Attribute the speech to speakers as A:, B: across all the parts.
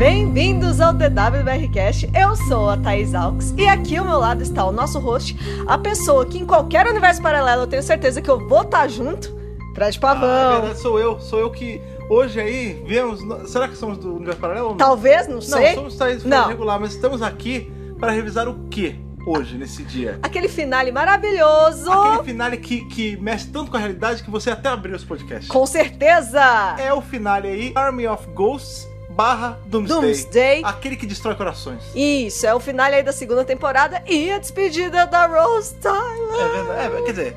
A: Bem-vindos ao DWBRCast. Eu sou a Thaís Alves e aqui ao meu lado está o nosso host, a pessoa que em qualquer universo paralelo eu tenho certeza que eu vou estar junto, Fred
B: Ah, é
A: Pavão.
B: verdade, sou eu, sou eu que hoje aí viemos. Será que somos do Universo Paralelo? ou não?
A: Talvez, não
B: Não,
A: sei.
B: somos Thaís Fred
A: Não.
B: regular, mas estamos aqui para revisar o que hoje, nesse dia?
A: Aquele finale maravilhoso.
B: Aquele finale que, que mexe tanto com a realidade que você até abriu esse podcast.
A: Com certeza.
B: É o finale aí, Army of Ghosts barra Doomsday.
A: Doomsday.
B: Aquele que destrói corações.
A: Isso, é o finale aí da segunda temporada e a despedida da Rose Tyler.
B: É verdade. É, quer dizer,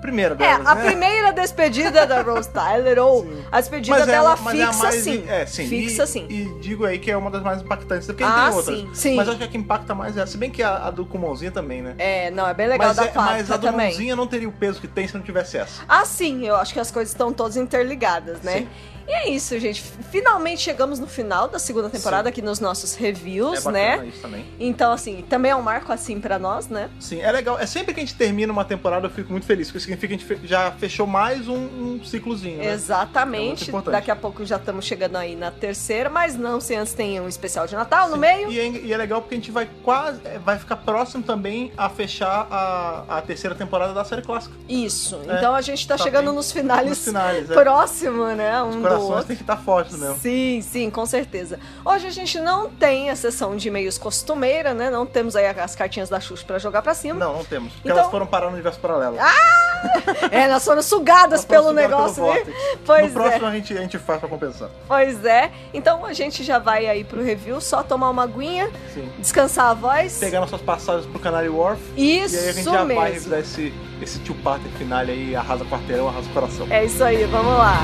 B: primeira
A: É,
B: delas,
A: a
B: né?
A: primeira despedida da Rose Tyler, ou
B: Sim.
A: a despedida
B: é
A: dela
B: a- mas é a
A: fixa,
B: mais-
A: sim.
B: É, sim.
A: Fixa,
B: e,
A: sim.
B: E digo aí que é uma das mais impactantes, porque
A: Ah,
B: tem outras.
A: sim, sim.
B: Mas acho que a que impacta mais é. Se bem que a, a do Kumonzinha também, né?
A: É, não, é bem legal
B: mas,
A: da
B: é,
A: Fábrica
B: mas a do
A: também.
B: Mãozinha não teria o peso que tem se não tivesse essa.
A: Ah, sim, eu acho que as coisas estão todas interligadas, né?
B: Sim.
A: E é isso, gente. Finalmente chegamos no final da segunda temporada aqui nos nossos
B: é
A: reviews,
B: bacana
A: né?
B: isso também.
A: Então, assim, também é um marco assim pra nós, né?
B: Sim, é legal. É sempre que a gente termina uma temporada, eu fico muito feliz, porque significa que a gente fe- já fechou mais um, um ciclozinho, né? É muito
A: Exatamente.
B: importante.
A: Daqui a pouco já estamos chegando aí na terceira, mas não se antes tem um especial de Natal no meio.
B: E é, e é legal porque a gente vai quase. é, Vai ficar próximo também a fechar a, a terceira temporada da série clássica.
A: Isso.
B: É,
A: Então a gente tá,
B: tá
A: chegando
B: bem
A: nos finales,
B: Nos finais, é.
A: próximo, né? Um
B: Os
A: do
B: corações
A: outro.
B: têm que estar fortes mesmo.
A: Sim, sim, com certeza. Hoje a gente não tem a sessão de e-mails costumeira, né? Não temos aí as cartinhas da Xuxa pra jogar pra cima.
B: Não, não temos. Porque
A: Então-
B: elas foram parar no universo paralelo.
A: É, elas foram sugadas pelo
B: Elas foram
A: negócio,
B: sugadas
A: né?
B: pelo vórtice.
A: Pois
B: no
A: é,
B: próximo a, gente, a gente faz pra compensar.
A: pois é. Então a gente já vai aí pro review, só tomar uma aguinha,
B: Sim.
A: descansar a voz.
B: Pegar nossas passagens pro Canary Wharf.
A: Isso
B: e aí a gente já vai
A: mesmo.
B: revisar esse, esse two-parter final aí, arrasa quarteirão, arrasa coração.
A: É isso aí, vamos lá.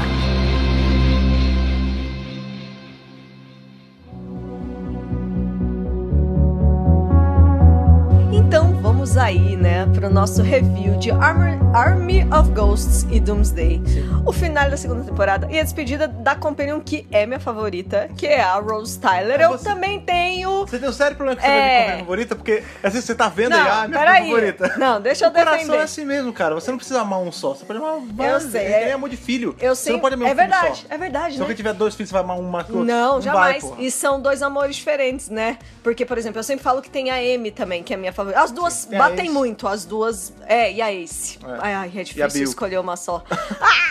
A: Então vamos aí, né, pro nosso review de Armor- Army of Ghosts e Doomsday. O final da segunda temporada e a despedida da Companion, que é minha favorita, que é a Rose Tyler.
B: É
A: Eu
B: você-
A: também tenho.
B: Você tem um sério problema
A: É.
B: com você é... minha favorita, porque às vezes você tá vendo aí, ah, minha
A: peraí.
B: favorita.
A: Não, deixa eu
B: o coração é
A: defender.
B: assim mesmo, cara. Você não precisa amar um só. Você pode amar vários.
A: sei,
B: É,
A: é-
B: é amor de filho.
A: Eu
B: você
A: sei.
B: não pode amar um
A: é verdade,
B: filho só.
A: é verdade,
B: Se
A: né?
B: alguém tiver dois filhos, você vai amar um mais que o outro.
A: Não,
B: Não
A: jamais.
B: Vai, porra.
A: e são dois amores diferentes, né? Porque, por exemplo, eu sempre falo que tem a Amy também, que é a minha favorita. As duas
B: Tem a
A: batem
B: Ace.
A: muito, as duas. É, e a Ace.
B: É.
A: Ai, ai, é difícil
B: Bill.
A: escolher uma só.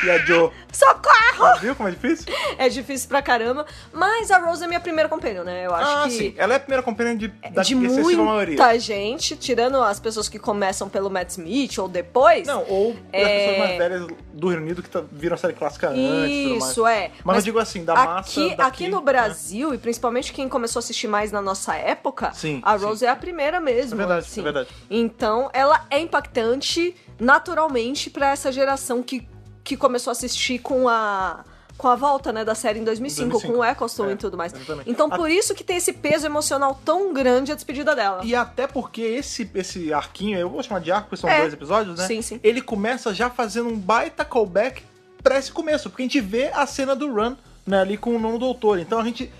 B: E a Joe.
A: Socorro!
B: Viu como é difícil?
A: É difícil pra caramba. Mas a Rose é minha primeira companheira, né? Eu acho
B: ah,
A: que.
B: sim. Ela é a primeira companhia de, da
A: De
B: excessiva maioria.
A: muita gente, tirando as pessoas que começam pelo Matt Smith ou depois.
B: Não, ou das
A: É.
B: pessoas mais velhas do Reino Unido que tá- viram a série clássica antes. e tudo mais.
A: Isso, é.
B: Mas, eu digo assim, da massa.
A: Aqui,
B: daqui, né?
A: aqui no Brasil, e principalmente quem começou a assistir mais na nossa época,
B: Sim,
A: a
B: sim.
A: Rose é a primeira mesmo.
B: É verdade,
A: assim.
B: é verdade.
A: Então, ela é impactante naturalmente pra essa geração que, que começou a assistir com a. Com a volta, né, da série em 2005,
B: 2005.
A: com o Eccleston
B: É,
A: e tudo mais.
B: exatamente.
A: Então,
B: A-
A: por isso que tem esse peso emocional tão grande a despedida dela.
B: E até porque esse, esse arquinho, eu vou chamar de arco, porque são
A: É.
B: dois episódios, né?
A: Sim, sim.
B: Ele começa já fazendo um baita callback pra esse começo, porque a gente vê a cena do Run, né, ali com o nono doutor. Então a gente.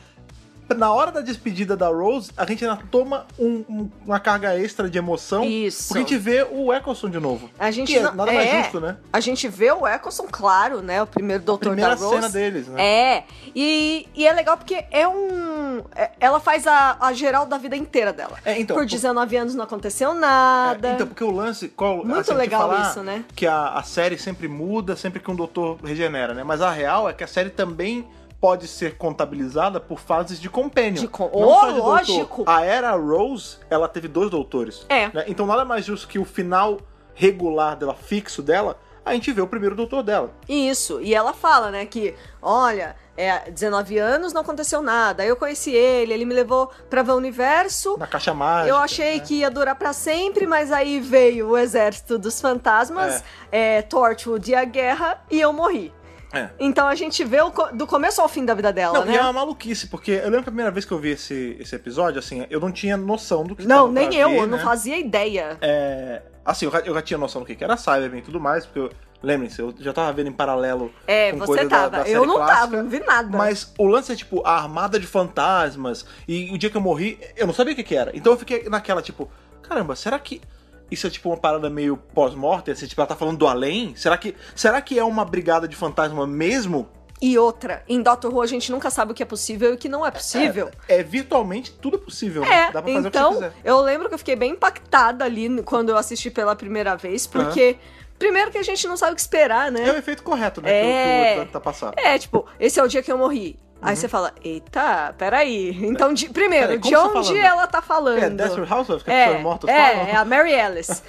B: Na hora da despedida da Rose, a gente ainda toma um- um- uma carga extra de emoção.
A: Isso.
B: Porque a gente vê o Eccleston de novo.
A: A gente
B: que é
A: não-
B: nada mais
A: é.
B: justo, né?
A: A gente vê o Eccleston, claro, né, o primeiro doutor
B: Primeira
A: da Rose.
B: cena deles, né?
A: É, e, e é legal porque é um. é- Ela faz a, a geral da vida inteira dela.
B: É, então,
A: Por
B: por-
A: 19 anos não aconteceu
B: É,
A: nada.
B: então, porque o lance. Qual,
A: Muito
B: assim, de
A: legal
B: falar
A: isso, né?
B: Que a, a série sempre muda, sempre que um doutor regenera, né? Mas a real é que a série também pode ser contabilizada por fases de companion.
A: De com-
B: Não
A: Oh,
B: só de doutor.
A: lógico!
B: A era Rose, ela teve dois doutores.
A: É.
B: né? Então nada mais justo que o final regular dela, fixo dela, a gente vê o primeiro doutor dela.
A: Isso, e ela fala, né, que, olha, é, 19 anos não aconteceu nada. Aí eu conheci ele, ele me levou pra ver o universo.
B: Na caixa mágica. né?
A: Eu achei que ia durar pra sempre, mas aí veio o exército dos fantasmas, é, Torchwood e a guerra, e eu morri.
B: É.
A: Então a gente vê o co- do começo ao fim da vida dela,
B: Não,
A: né?
B: e é uma maluquice, porque eu lembro que a primeira vez que eu vi esse, esse episódio, assim, eu não tinha noção do que
A: Não,
B: tava pra
A: nem eu,
B: ver,
A: eu não
B: né?
A: fazia ideia.
B: É, assim, eu já, eu já tinha noção do que que era Cyberman e tudo mais, porque, eu- lembrem-se, eu já tava vendo em paralelo
A: É,
B: com
A: você
B: coisa
A: tava.
B: da, da
A: eu
B: série
A: não
B: clássica,
A: tava, não vi nada.
B: Mas o lance é, tipo, a armada de fantasmas, e o dia que eu morri, eu não sabia o que que era. Então eu fiquei naquela, tipo, caramba, será que... Isso é tipo uma parada meio pós-mortem, assim, tipo, ela tá falando do além? Será que, será que é uma brigada de fantasma mesmo?
A: E outra, em Doctor Who a gente nunca sabe o que é possível e o que não é possível.
B: É, é virtualmente tudo possível.
A: É,
B: né? Dá pra fazer o que você
A: então
B: quiser.
A: eu lembro que eu fiquei bem impactada ali no- quando eu assisti pela primeira vez, porque primeiro que a gente não sabe o que esperar,
B: É o
A: né?
B: efeito correto, né?
A: É.
B: Que o, que o tá passando.
A: É, tipo, esse é o dia que eu morri. Aí você fala, eita, peraí. Então, de- primeiro,
B: Uhum. Peraí, como
A: de
B: você tá
A: onde
B: falando?
A: ela tá falando?
B: É, Desperate Housewives, que a pessoa
A: é,
B: é morta
A: é, é
B: falam.
A: a Mary Alice.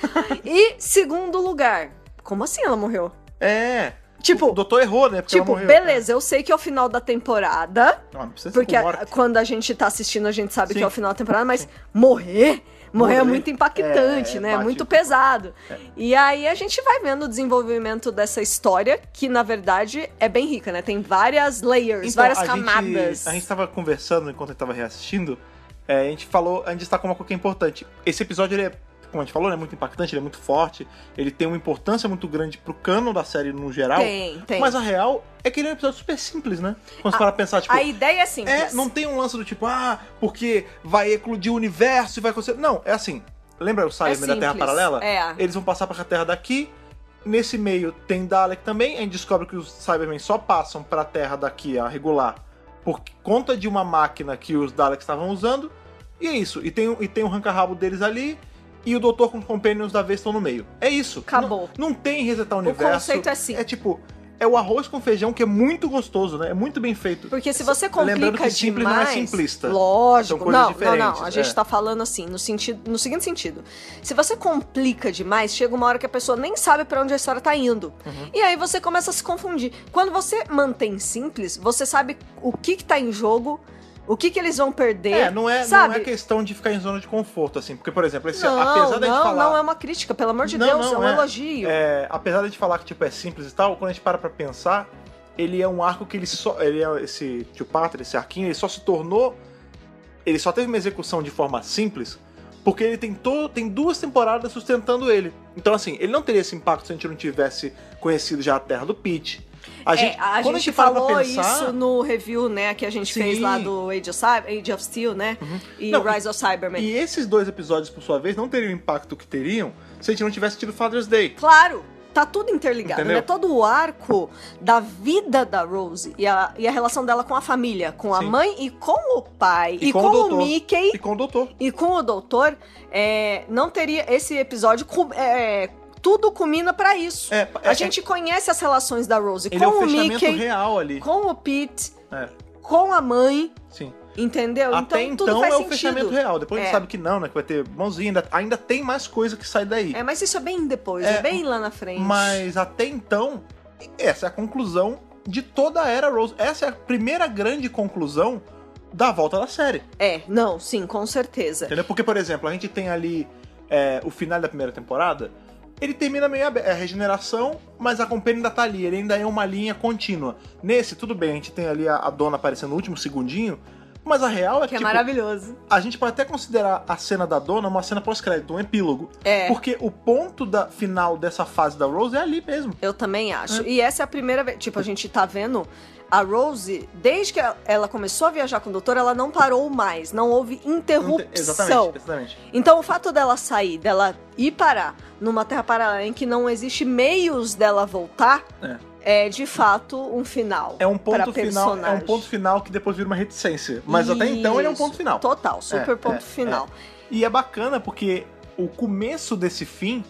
A: e segundo lugar, como assim ela morreu?
B: É.
A: Tipo,
B: O doutor errou, né? Porque ela
A: tipo,
B: morreu.
A: beleza, eu sei que é o final da temporada,
B: Não, não precisa ser
A: porque
B: por
A: a-
B: é morte.
A: quando a gente tá assistindo a gente sabe
B: Sim.
A: que é o final da temporada, mas morrer? Morrer é
B: Morrer.
A: muito impactante,
B: É,
A: né? É
B: bate. É.
A: muito pesado. E aí a gente vai vendo o desenvolvimento dessa história, que na verdade é bem rica, né? Tem várias layers, várias
B: Então, a
A: camadas.
B: Gente, a gente tava conversando enquanto eu tava reassistindo. é, a gente falou, a gente destacou uma coisa que é importante. Esse episódio, ele é, como a gente falou, ele é muito impactante, ele é muito forte. Ele tem uma importância muito grande pro cano da série no geral.
A: Tem, tem. Ah,
B: Mas a real é que ele é um episódio super simples, né? Quando você para pensar, tipo.
A: A ideia é simples.
B: É, não tem um lance do tipo, ah, porque vai eclodir o universo e vai acontecer. Não, é assim. Lembra o Simon da Terra
A: simples,
B: Paralela?
A: é.
B: Eles vão passar pra Terra daqui. Nesse meio tem Dalek também. A gente descobre que os Cybermen só passam pra Terra daqui, a regular, por conta de uma máquina que os Daleks estavam usando. E é isso. E tem, o- e tem o ranca-rabo deles ali. E o doutor com companions da vez estão no meio. É isso.
A: Acabou.
B: Não, não tem resetar o universo.
A: conceito é simples.
B: É tipo, é o arroz com feijão que é muito gostoso, né? É muito bem feito.
A: Porque se você
B: Lembrando
A: complica
B: que simples não é
A: demais,
B: simplista. São
A: lógico, não,
B: coisas
A: não, não, a
B: diferentes,
A: gente
B: é.
A: tá falando assim, no sentido, no seguinte sentido. Se você complica demais, chega uma hora que a pessoa nem sabe pra onde a história tá indo.
B: Uhum.
A: E aí você começa a se confundir. Quando você mantém simples, você sabe o que que tá em jogo, o que que eles vão perder,
B: É, não é,
A: sabe?
B: não é questão de ficar em zona de conforto, assim. Porque, por exemplo, esse,
A: Não,
B: apesar da gente
A: não,
B: falar.
A: não é uma crítica, pelo amor de
B: Não,
A: Deus,
B: não,
A: é um
B: é.
A: elogio.
B: é, apesar da gente falar que tipo, é simples e tal, quando a gente para pra pensar, ele é um arco que ele só. Ele é esse tio Pátria, esse arquinho, ele só se tornou. Ele só teve uma execução de forma simples. Porque ele tem, to- tem duas temporadas sustentando ele. Então, assim, ele não teria esse impacto se a gente não tivesse conhecido já a Terra do Pete. A
A: É,
B: gente,
A: a
B: quando
A: gente
B: a gente para pra
A: falou
B: pensar,
A: isso no review, né, que a gente
B: Sim. Uhum.
A: fez lá do Age of, Cy- Age of Steel, né, e
B: Não,
A: Rise of Cybermen.
B: E esses dois episódios, por sua vez, não teriam o impacto que teriam se a gente não tivesse tido Father's Day.
A: Claro, tá tudo interligado,
B: Entendeu?
A: né? Todo o arco da vida da Rose e a, e a relação dela com a família, com a
B: Sim.
A: mãe e com o pai, e,
B: com
A: com,
B: o
A: o,
B: doutor.
A: Mickey,
B: E com o doutor.
A: e com o doutor, é, não teria esse episódio... cu- é, tudo culmina pra isso.
B: É, é-
A: a gente conhece as relações da Rose
B: Ele
A: com
B: é um
A: o
B: fechamento
A: Mickey,
B: real ali.
A: com o Pete,
B: É,
A: com a mãe,
B: sim.
A: entendeu?
B: Até
A: então,
B: então,
A: tudo faz
B: é o
A: sentido.
B: fechamento real. Depois a gente
A: É.
B: sabe que não, né? Que vai ter mãozinha. Ainda, ainda tem mais coisa que sai daí.
A: É, mas isso é bem depois,
B: É,
A: é, bem lá na frente.
B: Mas até então, essa é a conclusão de toda a era Rose. Essa é a primeira grande conclusão da volta da série.
A: É, não, sim, com certeza.
B: Entendeu? Porque, por exemplo, a gente tem ali é, o final da primeira temporada, ele termina meio aberto. É a regeneração, mas a companhia ainda tá ali, ele ainda é uma linha contínua. Nesse, tudo bem, a gente tem ali a, a dona aparecendo no último segundinho, mas a real é
A: Que
B: que,
A: é
B: tipo,
A: maravilhoso.
B: a gente pode até considerar a cena da dona uma cena pós-crédito, um epílogo.
A: É.
B: Porque o ponto da final dessa fase da Rose é ali mesmo.
A: Eu também acho.
B: Ah.
A: E essa é a primeira vez. Tipo, a gente tá vendo a Rose, desde que ela começou a viajar com o doutor, ela não parou mais. Não houve
B: Não
A: interrupção.
B: tem- Exatamente, exatamente.
A: Então, o fato dela sair, dela ir parar numa terra paralela em que não existe meios dela voltar, é, de fato um final.
B: É um
A: pra
B: ponto final, é um
A: personagem.
B: ponto final que depois vira uma reticência, mas até então ele é um
A: Isso.
B: ponto final.
A: Total, super
B: É,
A: ponto
B: é,
A: final.
B: E é bacana porque o começo desse fim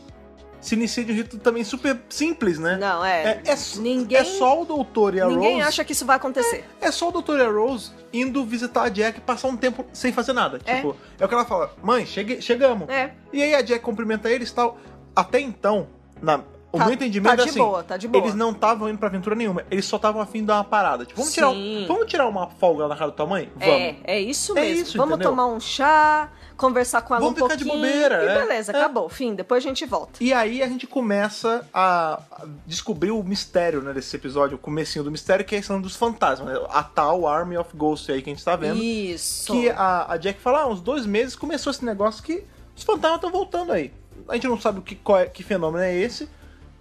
B: se inicia de um jeito também super simples, né?
A: Não, é.
B: É, é s-
A: ninguém
B: é só o doutor e a
A: ninguém
B: Rose.
A: acha que isso vai acontecer.
B: É só o doutor e a Rose indo visitar a Jack e passar um tempo sem fazer nada.
A: É.
B: Tipo, é o que ela fala: mãe, chegue- chegamos.
A: É.
B: E aí a Jack cumprimenta eles e tal. Até então, na- o
A: Tá-
B: meu entendimento
A: tá
B: é
A: de
B: assim.
A: boa, tá de boa.
B: Eles não estavam indo pra aventura nenhuma, eles só estavam afim de dar uma parada. Tipo, vamos, tirar, um-
A: Sim.
B: vamos tirar uma folga na cara da tua mãe? Vamos.
A: É, é isso
B: É
A: mesmo.
B: isso,
A: Vamos
B: entendeu?
A: tomar um chá, conversar com ela
B: Vamos
A: um
B: ficar de
A: pouquinho.
B: bobeira,
A: E
B: é.
A: beleza,
B: É.
A: acabou. Fim, depois a gente volta.
B: E aí a gente começa a a descobrir o mistério, né, desse episódio, o comecinho do mistério, que é a questão dos fantasmas, né? a tal Army of Ghosts aí que a gente tá vendo.
A: Isso.
B: Que a, a Jack fala, ah, uns dois meses começou esse negócio que os fantasmas estão voltando aí. A gente não sabe o que, qual é- que fenômeno é esse,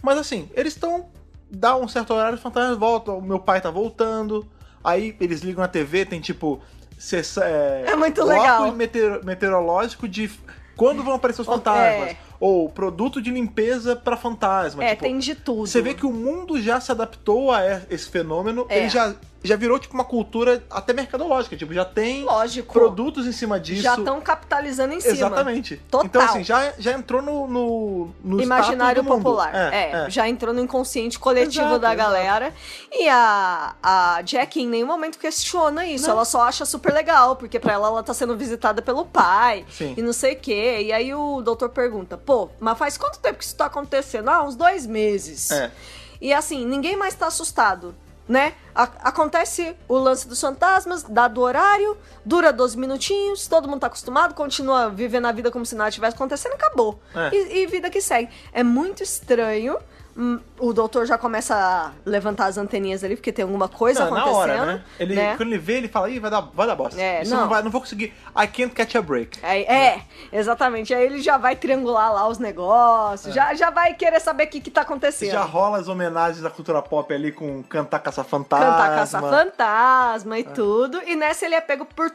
B: mas assim, eles estão. Dá um certo horário, os fantasmas voltam, o meu pai tá voltando, aí eles ligam a TV, tem tipo. cessa-
A: É muito
B: bloco
A: legal.
B: meteoro- meteorológico de. Quando vão aparecer os
A: É.
B: fantasmas? ou produto de limpeza pra fantasma.
A: É,
B: tipo,
A: tem de tudo.
B: Você vê que o mundo já se adaptou a e- esse fenômeno,
A: É.
B: ele já, já virou tipo uma cultura até mercadológica, tipo, já tem
A: Lógico.
B: produtos em cima disso.
A: Já estão capitalizando em cima.
B: Exatamente.
A: Total.
B: Então, assim, já, já entrou no, no, no
A: Imaginário
B: status do mundo.
A: popular. É,
B: É, é.
A: já entrou no inconsciente coletivo
B: Exato,
A: da
B: exato.
A: galera. E a, a Jack em nenhum momento questiona isso.
B: Não.
A: Ela só acha super legal, porque pra ela ela tá sendo visitada pelo pai
B: Sim.
A: e não sei o quê. E aí o doutor pergunta: pô, mas faz quanto tempo que isso tá acontecendo? Ah, uns dois meses.
B: É.
A: E assim, ninguém mais tá assustado. Né? A- acontece o lance dos fantasmas, dá do horário, dura 12 minutinhos, todo mundo tá acostumado, continua vivendo a vida como se nada tivesse acontecendo e acabou.
B: É.
A: E, e vida que segue. É muito estranho. hum, O doutor já começa a levantar as anteninhas ali, porque tem alguma coisa
B: Não, na
A: acontecendo.
B: hora, né? Ele, Quando ele vê, ele fala, ih, vai dar, vai dar bosta.
A: É,
B: Isso não.
A: não.
B: vai, não vou conseguir. I can't catch a break.
A: Aí- é, exatamente. Aí ele já vai triangular lá os
B: É.
A: negócios, já, já vai querer saber o que, que tá acontecendo.
B: Já rola as homenagens da cultura pop ali com cantar caça-fantasma.
A: Cantar caça-fantasma e tudo. E nessa ele é pego por
B: É.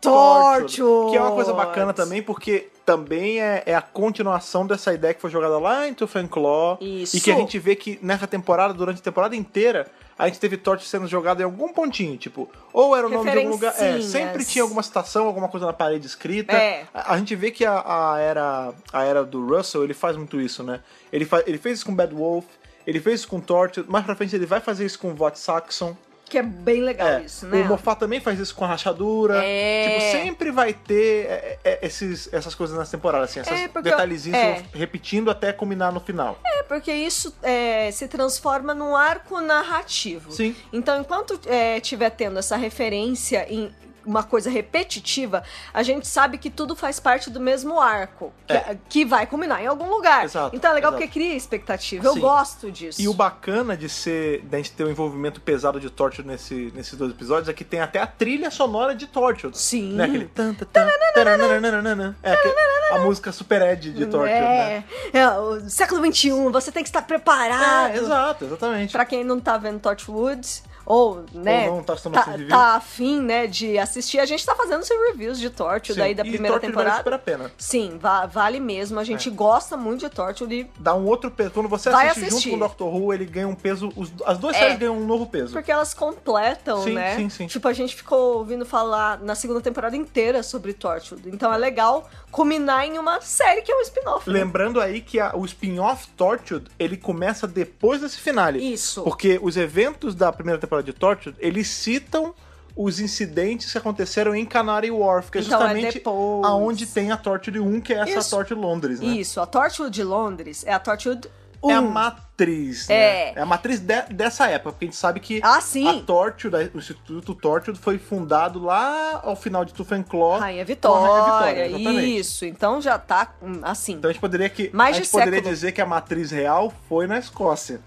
B: Torture,
A: torture.
B: Que é uma coisa bacana também, porque também é, é a continuação dessa ideia que foi jogada lá em Tooth and Claw.
A: Isso.
B: E que a gente vê que nessa temporada, durante a temporada inteira, a gente teve Torture sendo jogada em algum pontinho. Tipo, ou era o nome de algum lugar. É,
A: Referencinhas.
B: sempre tinha alguma citação, alguma coisa na parede escrita.
A: É.
B: A, a gente vê que a, a era, a era do Russell, ele faz muito isso, né? Ele, fa- ele fez isso com Bad Wolf. Ele fez isso com Torture, mais pra frente ele vai fazer isso com Vought Saxon.
A: Que é bem legal
B: É,
A: isso, né?
B: O Moffat também faz isso com a rachadura.
A: É.
B: Tipo, sempre vai ter é, é, esses, essas coisas nas temporadas, assim, esses
A: É, porque-
B: detalhezinhos
A: é.
B: vão repetindo até combinar no final.
A: É, porque isso é, se transforma num arco narrativo.
B: Sim.
A: Então, enquanto é, tiver tendo essa referência em uma coisa repetitiva, a gente sabe que tudo faz parte do mesmo arco, que,
B: É.
A: que vai combinar em algum lugar.
B: Exato,
A: então é legal
B: exato.
A: porque cria expectativa. Eu
B: Sim.
A: gosto disso.
B: E o bacana de ser, da gente ter um envolvimento pesado de Torture nesse, nesses dois episódios é que tem até a trilha sonora de Torture.
A: Sim.
B: Né? Aquele tan, tan, tan, tarananana. É aquele- a música Super Ed de Torture,
A: é,
B: né?
A: é, o século XXI, você tem que estar
B: É,
A: preparado.
B: exato, exatamente.
A: Pra quem não tá vendo Torchwood, ou, né,
B: não tá tomando
A: tá,
B: esse review.
A: tá afim, né, de assistir, a gente tá fazendo esses reviews de Torchwood
B: Sim,
A: daí da
B: e é
A: primeira
B: Torture vale
A: temporada.
B: super a pena.
A: Sim, va- vale mesmo. A
B: É.
A: gente gosta muito de Torchwood e-
B: dá um outro peso. Quando você
A: Vai
B: assiste
A: assistir.
B: junto com o Doctor Who, ele ganha um peso. os- as duas
A: É.
B: séries ganham um novo peso.
A: porque elas completam,
B: Sim,
A: né?
B: sim, sim.
A: Tipo, a gente ficou ouvindo falar na segunda temporada inteira sobre Torchwood. Então é legal culminar em uma série que é um spin-off. né?
B: Lembrando aí que a- o spin-off Tortured, ele começa depois desse finale.
A: Isso.
B: Porque os eventos da primeira temporada de Tortured, eles citam os incidentes que aconteceram em Canary Wharf, que é
A: Então é
B: justamente
A: depois.
B: aonde tem a Tortured 1, que é essa
A: Isso.
B: Tortured Londres, né?
A: Isso, a Torchwood de Londres é a um. Torchwood 1.
B: É a matriz,
A: É.
B: né? É a matriz de- dessa época, porque a gente sabe que
A: Ah, sim.
B: a Tortured, o Instituto Tortured foi fundado lá ao final de Tufan Claw.
A: Rainha
B: com
A: Vitória.
B: a Rainha Vitória, exatamente.
A: isso, então já tá hum, assim.
B: Então a gente poderia que
A: Mais
B: a
A: de
B: gente poderia
A: século.
B: dizer que a matriz real foi na Escócia,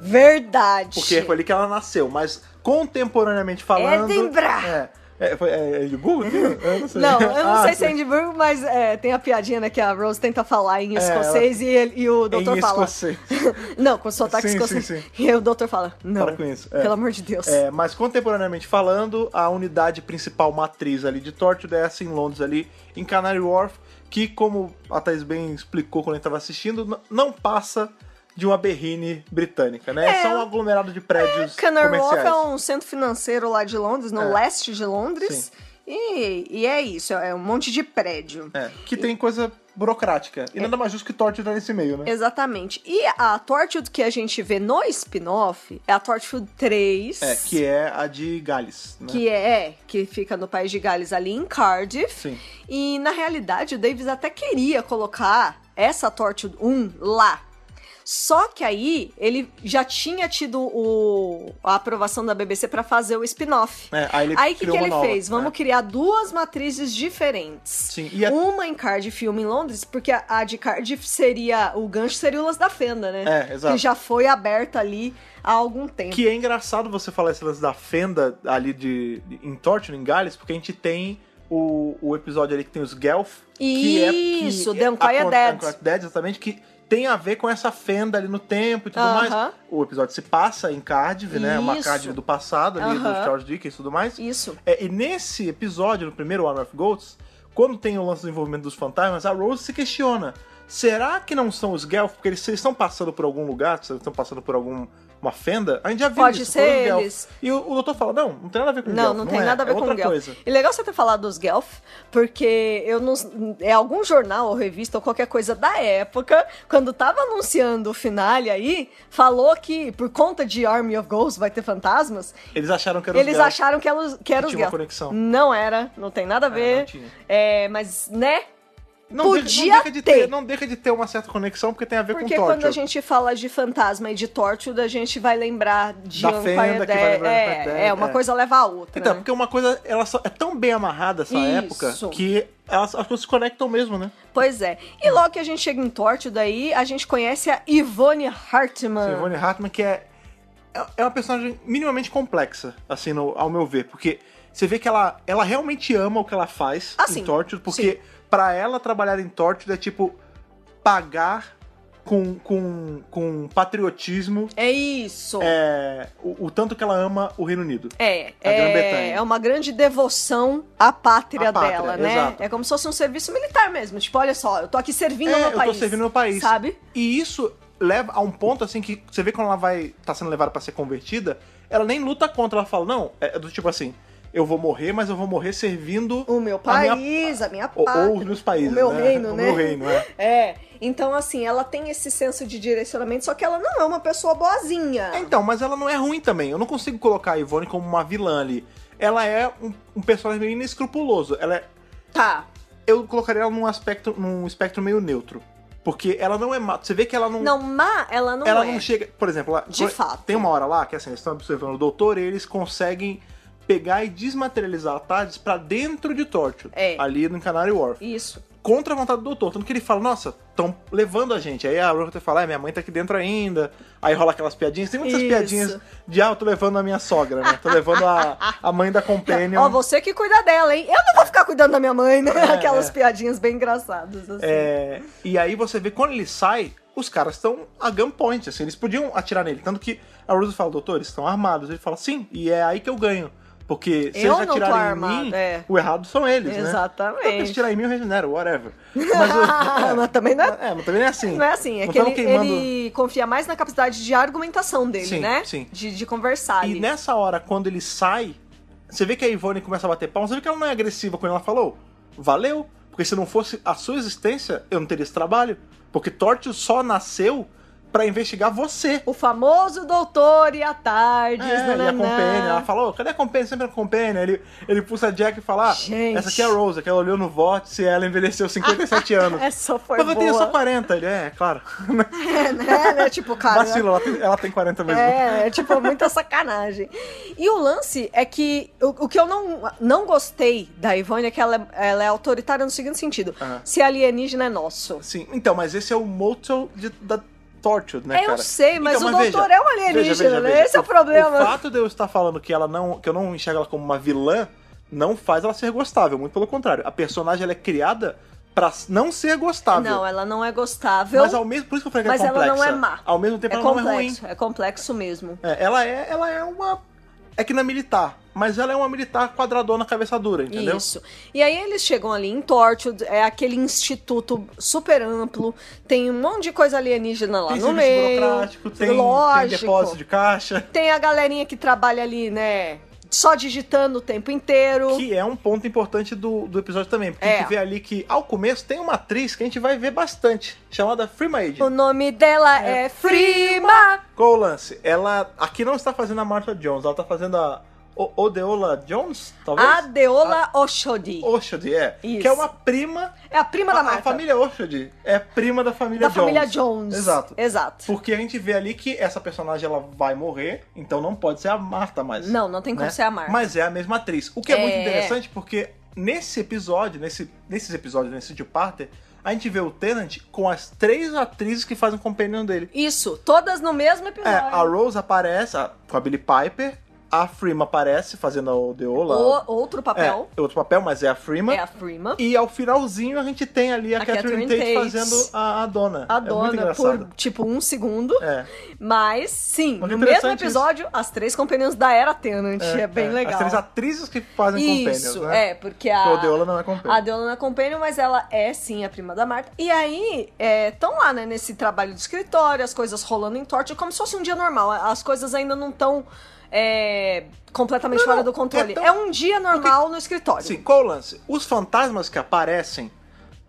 A: Verdade.
B: porque foi ali que ela nasceu, mas contemporaneamente falando,
A: Edinburgh.
B: é, é, foi é, é Edimburgo? Eu não sei.
A: Não, eu não
B: Ah,
A: sei se é Edimburgo, mas é, tem a piadinha né, que a Rose tenta falar em
B: É,
A: escocês e, ele- e o doutor
B: em
A: fala.
B: escocês.
A: Não, com sotaque
B: Sim,
A: escocês.
B: sim, sim.
A: E o doutor fala, não.
B: Para com isso, é.
A: Pelo amor de Deus.
B: É, mas contemporaneamente falando, a unidade principal matriz ali de Torture é essa em Londres ali, em Canary Wharf, que como a Thais bem explicou quando a gente tava assistindo, n- não passa de uma berrine britânica, né? É,
A: É.
B: só um aglomerado de prédios
A: Canary Wharf
B: comerciais.
A: é um centro financeiro lá de Londres, no
B: É.
A: leste de Londres.
B: Sim.
A: E, e é isso, é um monte de prédio.
B: É, que tem coisa burocrática.
A: É.
B: E nada mais justo que Torture tá nesse meio, né?
A: Exatamente. E a Torchwood que a gente vê no spin-off é a Torchwood 3.
B: É, que é a de Gales, né?
A: que é, que fica no país de Gales ali em Cardiff.
B: Sim.
A: E na realidade o Davis até queria colocar essa Torchwood 1 lá. Só que aí ele já tinha tido o- a aprovação da BBC pra fazer o spin-off.
B: É, aí ele
A: aí o que,
B: criou
A: que
B: uma
A: ele
B: nova,
A: fez? Vamos
B: né?
A: criar duas matrizes diferentes.
B: Sim, e a-
A: Uma em Cardiff e uma em Londres, porque a, a de Cardiff seria. O gancho seria o lance da fenda, né?
B: É, exato.
A: Que já foi aberta ali há algum tempo.
B: Que é engraçado você falar esse lance da fenda ali de, de- em Torture, em Gales, porque a gente tem o, o episódio ali que tem os Guelph. que é- que
A: Isso,
B: é,
A: The Unquiet
B: acon-
A: Dead.
B: Unquiet Dead, exatamente, que tem a ver com essa fenda ali no tempo e tudo
A: Aham.
B: mais. O episódio se passa em Cardiff, né? Uma
A: Isso.
B: Cardiff do passado ali,
A: Aham.
B: do Charles Dickens e tudo mais.
A: Isso.
B: É, e nesse episódio, no primeiro Arm of Ghosts, quando tem o lance do envolvimento dos fantasmas, a Rose se questiona. Será que não são os Guelph? Porque eles, se eles estão passando por algum lugar, se eles estão passando por alguma fenda, a gente já viu
A: Pode
B: isso,
A: ser
B: foram os Guelph.
A: eles.
B: E o, o doutor fala, não, não tem nada a ver com
A: Não,
B: Guelph,
A: não tem
B: é,
A: nada a ver
B: é
A: com
B: outra
A: Guelph.
B: coisa.
A: E legal você ter falado dos Guelph, porque eu não. É algum jornal ou revista ou qualquer coisa da época, quando tava anunciando o finale aí, falou que por conta de Army of Ghosts vai ter fantasmas.
B: Eles acharam que eram
A: Eles
B: os Guelph.
A: acharam que era, os- que era
B: Que
A: os
B: tinha
A: Guelph.
B: uma conexão.
A: Não era, não tem nada a
B: É, não
A: ver.
B: tinha.
A: É, mas, né?
B: Não
A: Podia
B: deixa, não deixa de
A: ter.
B: não deixa de ter uma certa conexão, porque tem a ver
A: Porque
B: com Torture.
A: quando a gente fala de fantasma e de Tortured, a gente vai lembrar de
B: Da
A: Vampire
B: Fenda, que vai
A: Diaries.
B: lembrar de Vampire
A: é, é,
B: Diaries,
A: uma
B: é.
A: coisa leva a outra.
B: Então,
A: né?
B: porque uma coisa, ela só- é tão bem amarrada essa
A: Isso.
B: época que elas, as coisas se conectam mesmo, né?
A: Pois é. E logo que a gente chega em Torto, daí a gente conhece a Yvonne Hartman.
B: Sim, Yvonne Hartman, que é, é- é uma personagem minimamente complexa, assim, no- ao meu ver. Porque você vê que ela, ela realmente ama o que ela faz
A: Ah,
B: em
A: sim.
B: Torture, porque pra ela trabalhar em Torture é tipo pagar com, com, com patriotismo
A: É isso.
B: é, o, o tanto que ela ama o Reino Unido.
A: É,
B: A
A: é,
B: Grã-Bretanha.
A: é uma grande devoção à pátria,
B: À pátria,
A: dela, né?
B: exato.
A: É como se fosse um serviço militar mesmo. Tipo, olha só, eu tô aqui servindo ao
B: É,
A: meu
B: eu tô
A: país.
B: servindo ao país.
A: Sabe?
B: E isso leva a um ponto assim que você vê quando ela vai tá sendo levada pra ser convertida, ela nem luta contra, ela fala não, é do tipo assim, eu vou morrer, mas eu vou morrer servindo
A: O meu
B: A minha-
A: país, a minha,
B: ou,
A: pátria.
B: ou os meus países,
A: Ah, o meu
B: né?
A: reino,
B: o
A: né?
B: meu reino, é.
A: É. Então, assim, ela tem esse senso de direcionamento, só que ela não é uma pessoa boazinha.
B: Então, mas ela não é ruim também. Eu não consigo colocar a Ivone como uma vilã ali. Ela é um, um personagem meio inescrupuloso. Ela é-
A: Tá.
B: eu colocaria ela num aspecto, num espectro meio neutro, porque ela não é má. Você vê que ela não
A: Não, má, ela não
B: ela
A: é.
B: não chega. Por exemplo, lá-
A: De fato.
B: tem uma hora lá que assim, eles estão observando o doutor e eles conseguem pegar e desmaterializar a Tardes pra dentro de Torture.
A: É.
B: Ali no Canary Wharf.
A: Isso.
B: Contra a vontade do doutor. Tanto que ele fala, nossa, estão levando a gente. Aí a Rother fala, é, minha mãe tá aqui dentro ainda. Aí rola aquelas piadinhas. Tem muitas
A: Isso.
B: piadinhas de, ah, eu tô levando a minha sogra, né? Tô levando a, a mãe da Companion.
A: Ó, você que cuida dela, hein? Eu não vou ficar cuidando da minha mãe, né?
B: É,
A: Aquelas
B: é.
A: piadinhas bem engraçadas, assim.
B: É, e aí você vê quando ele sai, os caras estão a gunpoint, assim, eles podiam atirar nele. Tanto que a Rose fala, doutor, eles estão armados. Ele fala, sim, e é aí que eu ganho. Porque se
A: Eu não
B: eles
A: tô
B: atirarem
A: armado,
B: em mim,
A: é.
B: o errado são eles, né? Não, porque se
A: Exatamente.
B: atirar em mim, eu regenero, whatever. Mas,
A: Ah,
B: o- é,
A: mas também não é,
B: é, mas também não é assim.
A: não é assim. É
B: Não
A: que ele,
B: tamo queimando-
A: ele confia mais na capacidade de argumentação dele,
B: Sim,
A: né?
B: sim.
A: De, de conversar
B: E né?
A: ali.
B: nessa hora, quando ele sai, você vê que a Ivone começa a bater palma, você vê que ela não é agressiva quando ela falou, valeu, porque se não fosse a sua existência, eu não teria esse trabalho. Porque Tortio só nasceu pra investigar você.
A: O famoso doutor e a tarde.
B: É, e a Companion, ela falou, cadê a Companion? Sempre a Companion. Ele, ele pulsa a Jack e fala, ah,
A: Gente.
B: essa aqui é a Rosa, que ela olhou no vórtice e ela envelheceu 57 anos.
A: Essa É, foi
B: Mas
A: boa.
B: eu tenho só 40. Ele, é, claro.
A: É, né? né? Tipo, cara...
B: Vacilo, ela tem, ela tem 40 mesmo.
A: É, é tipo, muita sacanagem. E o lance é que o, o que eu não, não gostei da Ivone é que ela, é- ela é autoritária no seguinte sentido:
B: Aham.
A: se alienígena é nosso.
B: Sim, então, mas esse é o motto de- da Tortured, né,
A: eu
B: cara?
A: sei, mas
B: Então,
A: o doutor é um alienígena, né? Esse é o problema.
B: O fato de eu estar falando que ela não, que eu não enxergo ela como uma vilã, não faz ela ser gostável, muito pelo contrário. A personagem ela é criada pra não ser gostável.
A: Não, ela não é gostável.
B: mas ao mesmo, por isso que eu falei que
A: mas
B: é
A: ela
B: complexa.
A: não é má.
B: Ao mesmo tempo
A: é
B: ela não é ruim.
A: complexo, é complexo mesmo.
B: É, ela é, ela é uma. É que não é militar, mas ela é uma militar quadradona, cabeça dura, entendeu?
A: Isso. E aí eles chegam ali em Tortwood, é aquele instituto super amplo, tem um monte de coisa alienígena lá
B: Tem
A: no
B: serviço
A: meio.
B: burocrático, tem, tem
A: lógico.
B: depósito de caixa,
A: Tem a galerinha que trabalha ali, né? Só digitando o tempo inteiro.
B: que é um ponto importante do, do episódio também. Porque
A: É.
B: a gente vê ali que, ao começo, tem uma atriz que a gente vai ver bastante, chamada Freema Agent.
A: O nome dela é, Frima.
B: Qual o lance? Ela aqui não está fazendo a Martha Jones, ela está fazendo a O- Odeola Jones, talvez? Ah.
A: Adeola Oshodi.
B: Oshodi, é.
A: Isso.
B: Que é uma prima.
A: É a prima
B: a,
A: da
B: a
A: Marta.
B: família Oshodi é prima da família
A: da
B: Jones.
A: família Jones.
B: Exato.
A: Exato.
B: Porque a gente vê ali que essa personagem ela vai morrer, então não pode ser a Marta mais.
A: Não, não tem como
B: né?
A: ser a Marta.
B: Mas é a mesma atriz. O que é, muito
A: É.
B: interessante porque nesse episódio, nesse, nesses episódios, nesse tipo Parter, a gente vê o Tenant com as três atrizes que fazem o companion dele.
A: Isso, todas no mesmo
B: É,
A: episódio.
B: a Rose aparece a- com a Billy Piper, a Freema aparece fazendo a Odeola.
A: O- outro papel
B: É, outro papel, mas é a Freema.
A: é a Freeman.
B: E ao finalzinho a gente tem ali a,
A: A
B: Catherine,
A: Catherine
B: Tate,
A: Tate.
B: fazendo a, a dona.
A: A
B: É muito
A: dona,
B: engraçado.
A: por tipo um segundo.
B: É.
A: Mas, sim,
B: Mas
A: no mesmo
B: interessante
A: episódio, as três companhias da Era Tenant. É, bem legal.
B: As três atrizes que fazem
A: Isso,
B: companions, né?
A: é, porque a.
B: O Deola não é
A: A
B: companion.
A: Deolana é Companion, mas ela é sim a prima da Marta. E aí, estão lá, né, nesse trabalho de escritório, as coisas rolando em torte, como se fosse um dia normal. As coisas ainda não estão completamente
B: Não,
A: fora
B: não,
A: do controle.
B: é
A: É,
B: tão-
A: um dia normal no escritório.
B: Sim, qual o lance? Os fantasmas que aparecem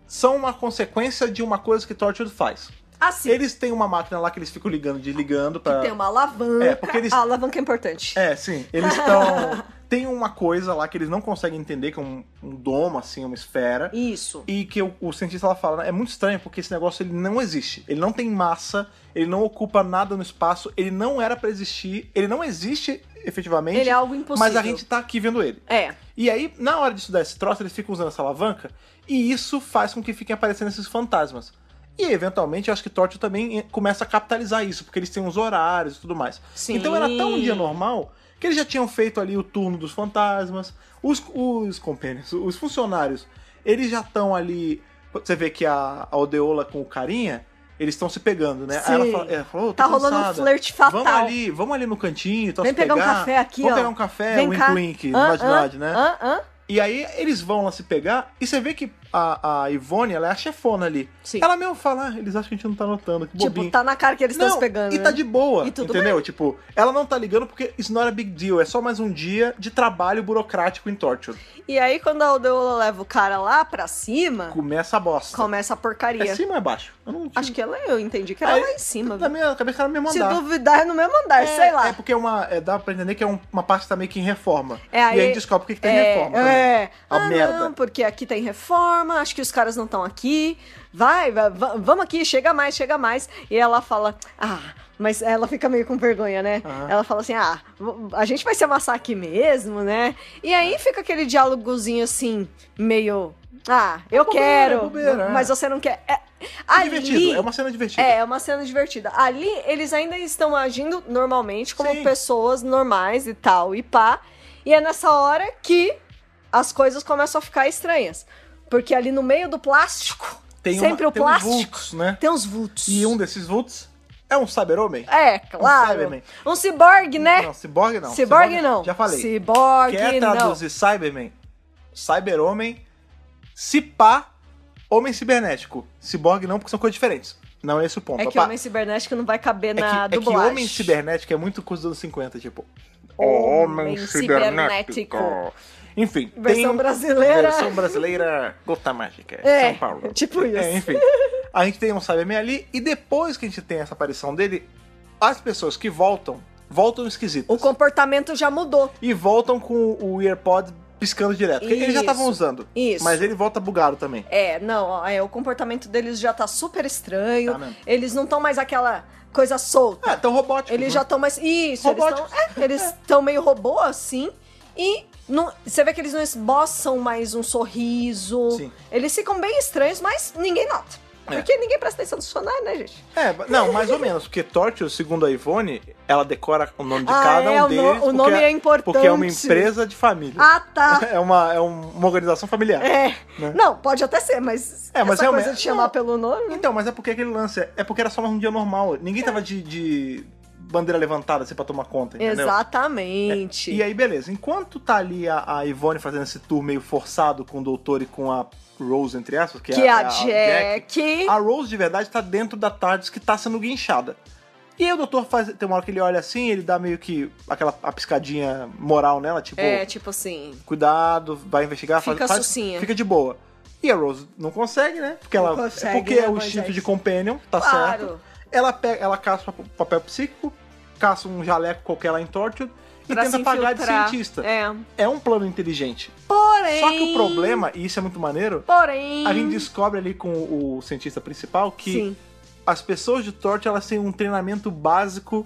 B: são uma consequência de uma coisa que Torchwood faz.
A: Assim,
B: Eles têm uma máquina lá que eles ficam ligando e desligando pra...
A: tem um- uma alavanca.
B: É, porque eles-
A: A alavanca é importante.
B: É, sim. Eles estão... Tem uma coisa lá que eles não conseguem entender, que é um, um domo, assim, uma esfera.
A: Isso.
B: E que o, o cientista lá fala, né, é muito estranho porque esse negócio ele não existe. Ele não tem massa, ele não ocupa nada no espaço, ele não era pra existir, ele não existe efetivamente.
A: Ele é algo impossível.
B: Mas a gente tá aqui vendo ele.
A: É.
B: E aí, na hora de estudar esse troço, eles ficam usando essa alavanca e isso faz com que fiquem aparecendo esses fantasmas. E eventualmente, eu acho que Torto também eh, começa a capitalizar isso, porque eles têm uns horários e tudo mais.
A: Sim.
B: Então era tão um dia normal que eles já tinham feito ali o turno dos fantasmas, os, os companions, os funcionários, eles já estão ali. Você vê que a, a Odeola com o carinha, eles estão se pegando, né? Aí ela
A: Sim.
B: fala, ela falou, "Ô, tô
A: Tá rolando um
B: cansada.
A: flerte fatal.
B: Vamos ali, vamos ali no cantinho, tá
A: Vem
B: se
A: pegar um café aqui,
B: vamos
A: ó.
B: pegar um café,
A: Vem
B: wink
A: cá.
B: wink,
A: Hã,
B: nod
A: hã,
B: nod, né?
A: hã, hã?
B: E aí eles vão lá se pegar e você vê que a, a Ivone, ela é a chefona ali.
A: Sim.
B: Ela mesmo fala, ah, eles acham que a gente não tá notando, que bobinho.
A: Tipo, tá na cara que eles estão
B: Não,
A: se pegando.
B: E tá
A: né?
B: de boa,
A: E tudo
B: entendeu? Tipo, ela não tá ligando porque isso não era big deal, é só mais um dia de trabalho burocrático em Torture.
A: E aí, quando a Aldeola leva o cara lá pra cima,
B: Começa a bosta.
A: começa a
B: é
A: porcaria.
B: cima ou é baixo? Eu não
A: Acho que ela, eu entendi que era
B: Aí-
A: lá em cima.
B: Na minha cabeça era no mesmo
A: Se
B: andar.
A: duvidar, é no mesmo andar,
B: É,
A: sei lá.
B: É porque é uma, é, dá pra entender que é um- uma parte que tá meio que em reforma.
A: É, aí-
B: e aí descobre por que que tá em
A: é,
B: reforma. também.
A: é.
B: A
A: ah,
B: merda.
A: não, porque aqui tem reforma, acho que os caras não estão aqui. Vai, va- va- vamos aqui, chega mais, chega mais. E ela fala, ah, mas ela fica meio com vergonha, né?
B: Aham.
A: Ela fala assim, ah, v- a gente vai se amassar aqui mesmo, né? E aí
B: É.
A: fica aquele diálogozinho assim, meio, ah, eu
B: bobeira, é
A: quero,
B: bobeira, é.
A: mas você não quer. É,
B: É
A: ali,
B: divertido, é uma cena divertida.
A: É, é uma cena divertida. Ali, eles ainda estão agindo normalmente, como
B: Sim.
A: pessoas normais e tal, e pá. E é nessa hora que as coisas começam a ficar estranhas. Porque ali no meio do plástico,
B: Tem uma-
A: sempre o
B: tem uns
A: plástico,
B: vultos, né?
A: tem uns vultos.
B: E um desses vultos é um Cyber-Homem.
A: É, claro.
B: Cyberman.
A: Um, ciborgue, né?
B: Não, Cyborg não.
A: ciborgue,
B: Cyborg-
A: não.
B: Já falei.
A: Ciborgue
B: Quer
A: não.
B: traduzir Cyberman? Cyber-Homem, Cipá, Homem Cibernético. Cyborg não, porque são coisas diferentes. Não é esse o ponto.
A: É que
B: Apá-
A: homem cibernético não vai caber
B: é
A: na
B: que, é que
A: dublagem.
B: Homem Cibernético é muito coisa dos anos 50, tipo...
A: Homem cibernético.
B: Enfim,
A: Versão
B: tem... um-
A: brasileira.
B: Versão brasileira Gota Mágica,
A: É,
B: São Paulo.
A: tipo isso.
B: É, enfim, a gente tem um Cyberman ali, e depois que a gente tem essa aparição dele, as pessoas que voltam, voltam esquisitas.
A: O comportamento já mudou.
B: e voltam com o AirPod piscando direto. Porque eles já
A: Isso,
B: estavam usando.
A: isso.
B: Mas ele volta bugado também.
A: É, não, ó, é, o comportamento deles já tá super estranho.
B: Tá mesmo.
A: eles não estão mais aquela coisa solta.
B: É, tão robótico.
A: Eles já estão mais. Isso,
B: Robóticos.
A: eles
B: É.
A: estão meio robô assim. E não- você vê que eles não esboçam mais um sorriso.
B: Sim.
A: Eles ficam bem estranhos, mas ninguém nota.
B: É.
A: Porque ninguém presta atenção no funcionário, né, gente?
B: É, não, mais ou menos. Porque Torture, segundo a Ivone, ela decora o nome de
A: Ah, é,
B: cada um
A: o no-
B: deles.
A: o
B: porque
A: nome é importante.
B: Porque é uma empresa de família.
A: Ah, tá.
B: É uma, é um- uma organização familiar.
A: É.
B: Né?
A: Não, pode até ser, mas.
B: É, mas
A: essa
B: realmente-
A: coisa de chamar
B: não.
A: pelo nome.
B: Então, mas é porque aquele lance. É porque era só mais um dia normal. Ninguém tava de, de bandeira levantada assim pra tomar conta, entendeu? É,
A: Exatamente.
B: E aí, beleza. Enquanto tá ali a, a Ivone fazendo esse tour meio forçado com o doutor e com a Rose, entre aspas, que,
A: que
B: é
A: a,
B: Jack.
A: Jack.
B: A Rose, de verdade, tá dentro da TARDIS que tá sendo guinchada. E aí o doutor faz. Tem uma hora que ele olha assim, ele dá meio que aquela a piscadinha moral nela, tipo,
A: É, tipo assim.
B: cuidado, vai investigar, faz-
A: Fica
B: Tá faz,
A: sucinha.
B: Fica de boa. E a Rose não consegue, né? Porque
A: Não
B: ela.
A: consegue,
B: é porque
A: né,
B: é o
A: Moisés?
B: instinto de companion, tá certo.
A: Claro.
B: Ela pega, ela caça o papel psíquico, caça um jaleco qualquer lá em Torture e
A: pra
B: tenta
A: se
B: pagar de
A: infiltrar.
B: cientista.
A: É.
B: é um plano inteligente.
A: Porém.
B: Só que o problema, e isso é muito maneiro,
A: Porém.
B: a gente descobre ali com o cientista principal que
A: Sim.
B: as pessoas de Torch elas têm um treinamento básico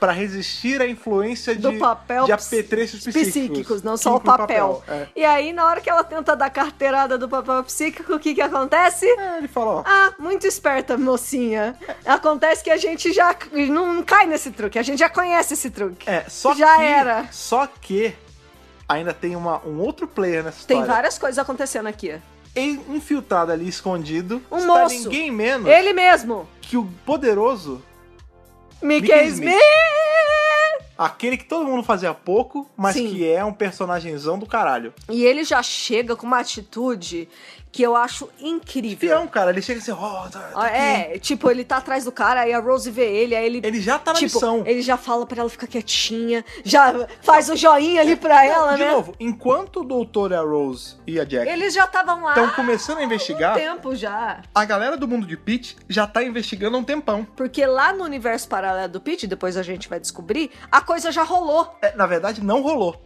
B: para resistir à influência
A: Do
B: de,
A: papel
B: de
A: ps-
B: apetrechos psíquicos.
A: psíquicos, não só o
B: Químico e
A: papel.
B: é.
A: E aí, na hora que ela tenta dar carteirada do papel psíquico, o que que acontece?
B: É, ele fala, ó,
A: Ah, muito esperta, mocinha. Acontece que a gente já c- não cai nesse truque, a gente já conhece esse truque.
B: é, só
A: Já
B: que,
A: era.
B: Só que ainda tem uma, um outro player nessa
A: Tem
B: história.
A: várias coisas acontecendo aqui.
B: Tem Infiltrado ali, escondido.
A: Um
B: está
A: moço.
B: ninguém menos
A: Ele mesmo,
B: que o poderoso,
A: Mickey,
B: Mickey
A: Smith.
B: aquele que todo mundo fazia pouco, mas
A: Sim.
B: que é um personagemzão do caralho.
A: E ele já chega com uma atitude que eu acho incrível.
B: Fião, cara, ele chega assim, ó, tá- tá
A: Ah, É, tipo, ele tá atrás do cara, aí a Rose vê ele, aí ele.
B: Ele já tá na
A: tipo,
B: missão.
A: ele já fala pra ela ficar quietinha, já faz o joinha ali pra ela,
B: De
A: né?
B: novo, enquanto o doutor e a Rose e a Jack
A: Eles já estavam lá
B: estão começando a
A: há um
B: investigar,
A: tempo já.
B: a galera do mundo de Pete já tá investigando há um tempão.
A: Porque lá no universo paralelo do Pete, depois a gente vai descobrir, a coisa já rolou.
B: É, na verdade, não rolou.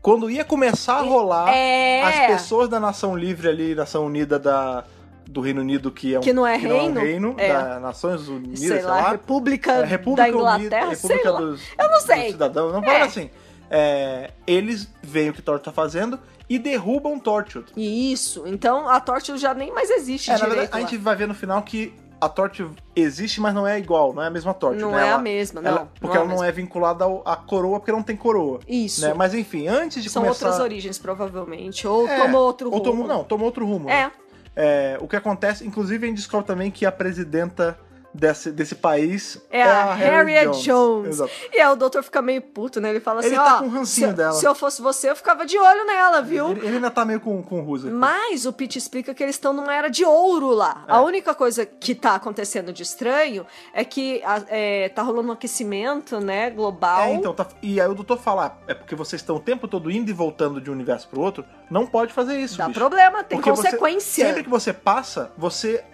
B: Quando ia começar a rolar,
A: é.
B: Tá. as pessoas da Nação Livre ali, Nação Unida da, do Reino Unido, que é um
A: Que não é
B: um
A: reino,
B: reino
A: é.
B: da Nações Unidas,
A: sei, lá, República,
B: É, República
A: da Inglaterra,
B: Unida,
A: sei
B: República
A: lá.
B: dos,
A: Eu não
B: dos
A: sei.
B: Cidadãos, não
A: É.
B: fala assim. É, eles veem o que Torture tá fazendo e derrubam Torture.
A: E isso, então a Torture já nem mais existe
B: É, na
A: direito
B: verdade, a
A: lá.
B: gente vai ver no final que a Torture existe, mas não é igual, não é a mesma Torture,
A: Não é
B: né?
A: a
B: Ela-
A: mesma, não.
B: ela- porque
A: é a
B: ela não é vinculada ao- à coroa, porque não tem coroa.
A: Isso.
B: né? Mas enfim, antes de
A: São
B: começar...
A: outras origens, provavelmente. Ou
B: É,
A: tomou outro
B: ou
A: rumo.
B: tomou- Não, tomou outro rumo. né?
A: É,
B: É, o que acontece, inclusive, a gente descobre também que a presidenta desse, desse país
A: É a Harriet Jones.
B: Exato.
A: e aí o doutor fica meio puto, né? Ele fala
B: Ele
A: assim,
B: tá
A: ó...
B: com o rancinho
A: se,
B: dela."
A: se eu fosse você, eu ficava de olho nela, viu?
B: Ele, ele ainda tá meio com, com o Roosevelt.
A: Mas o Pete explica que eles estão numa era de ouro lá.
B: É.
A: A única coisa que tá acontecendo de estranho é que a- é, tá rolando um aquecimento, né, global.
B: É, então, tá- e aí o doutor fala, "Ah, é porque vocês estão o tempo todo indo e voltando de um universo pro outro, não pode fazer isso,
A: Dá
B: bicho.
A: problema, tem
B: Porque você-
A: consequência.
B: sempre que você passa, você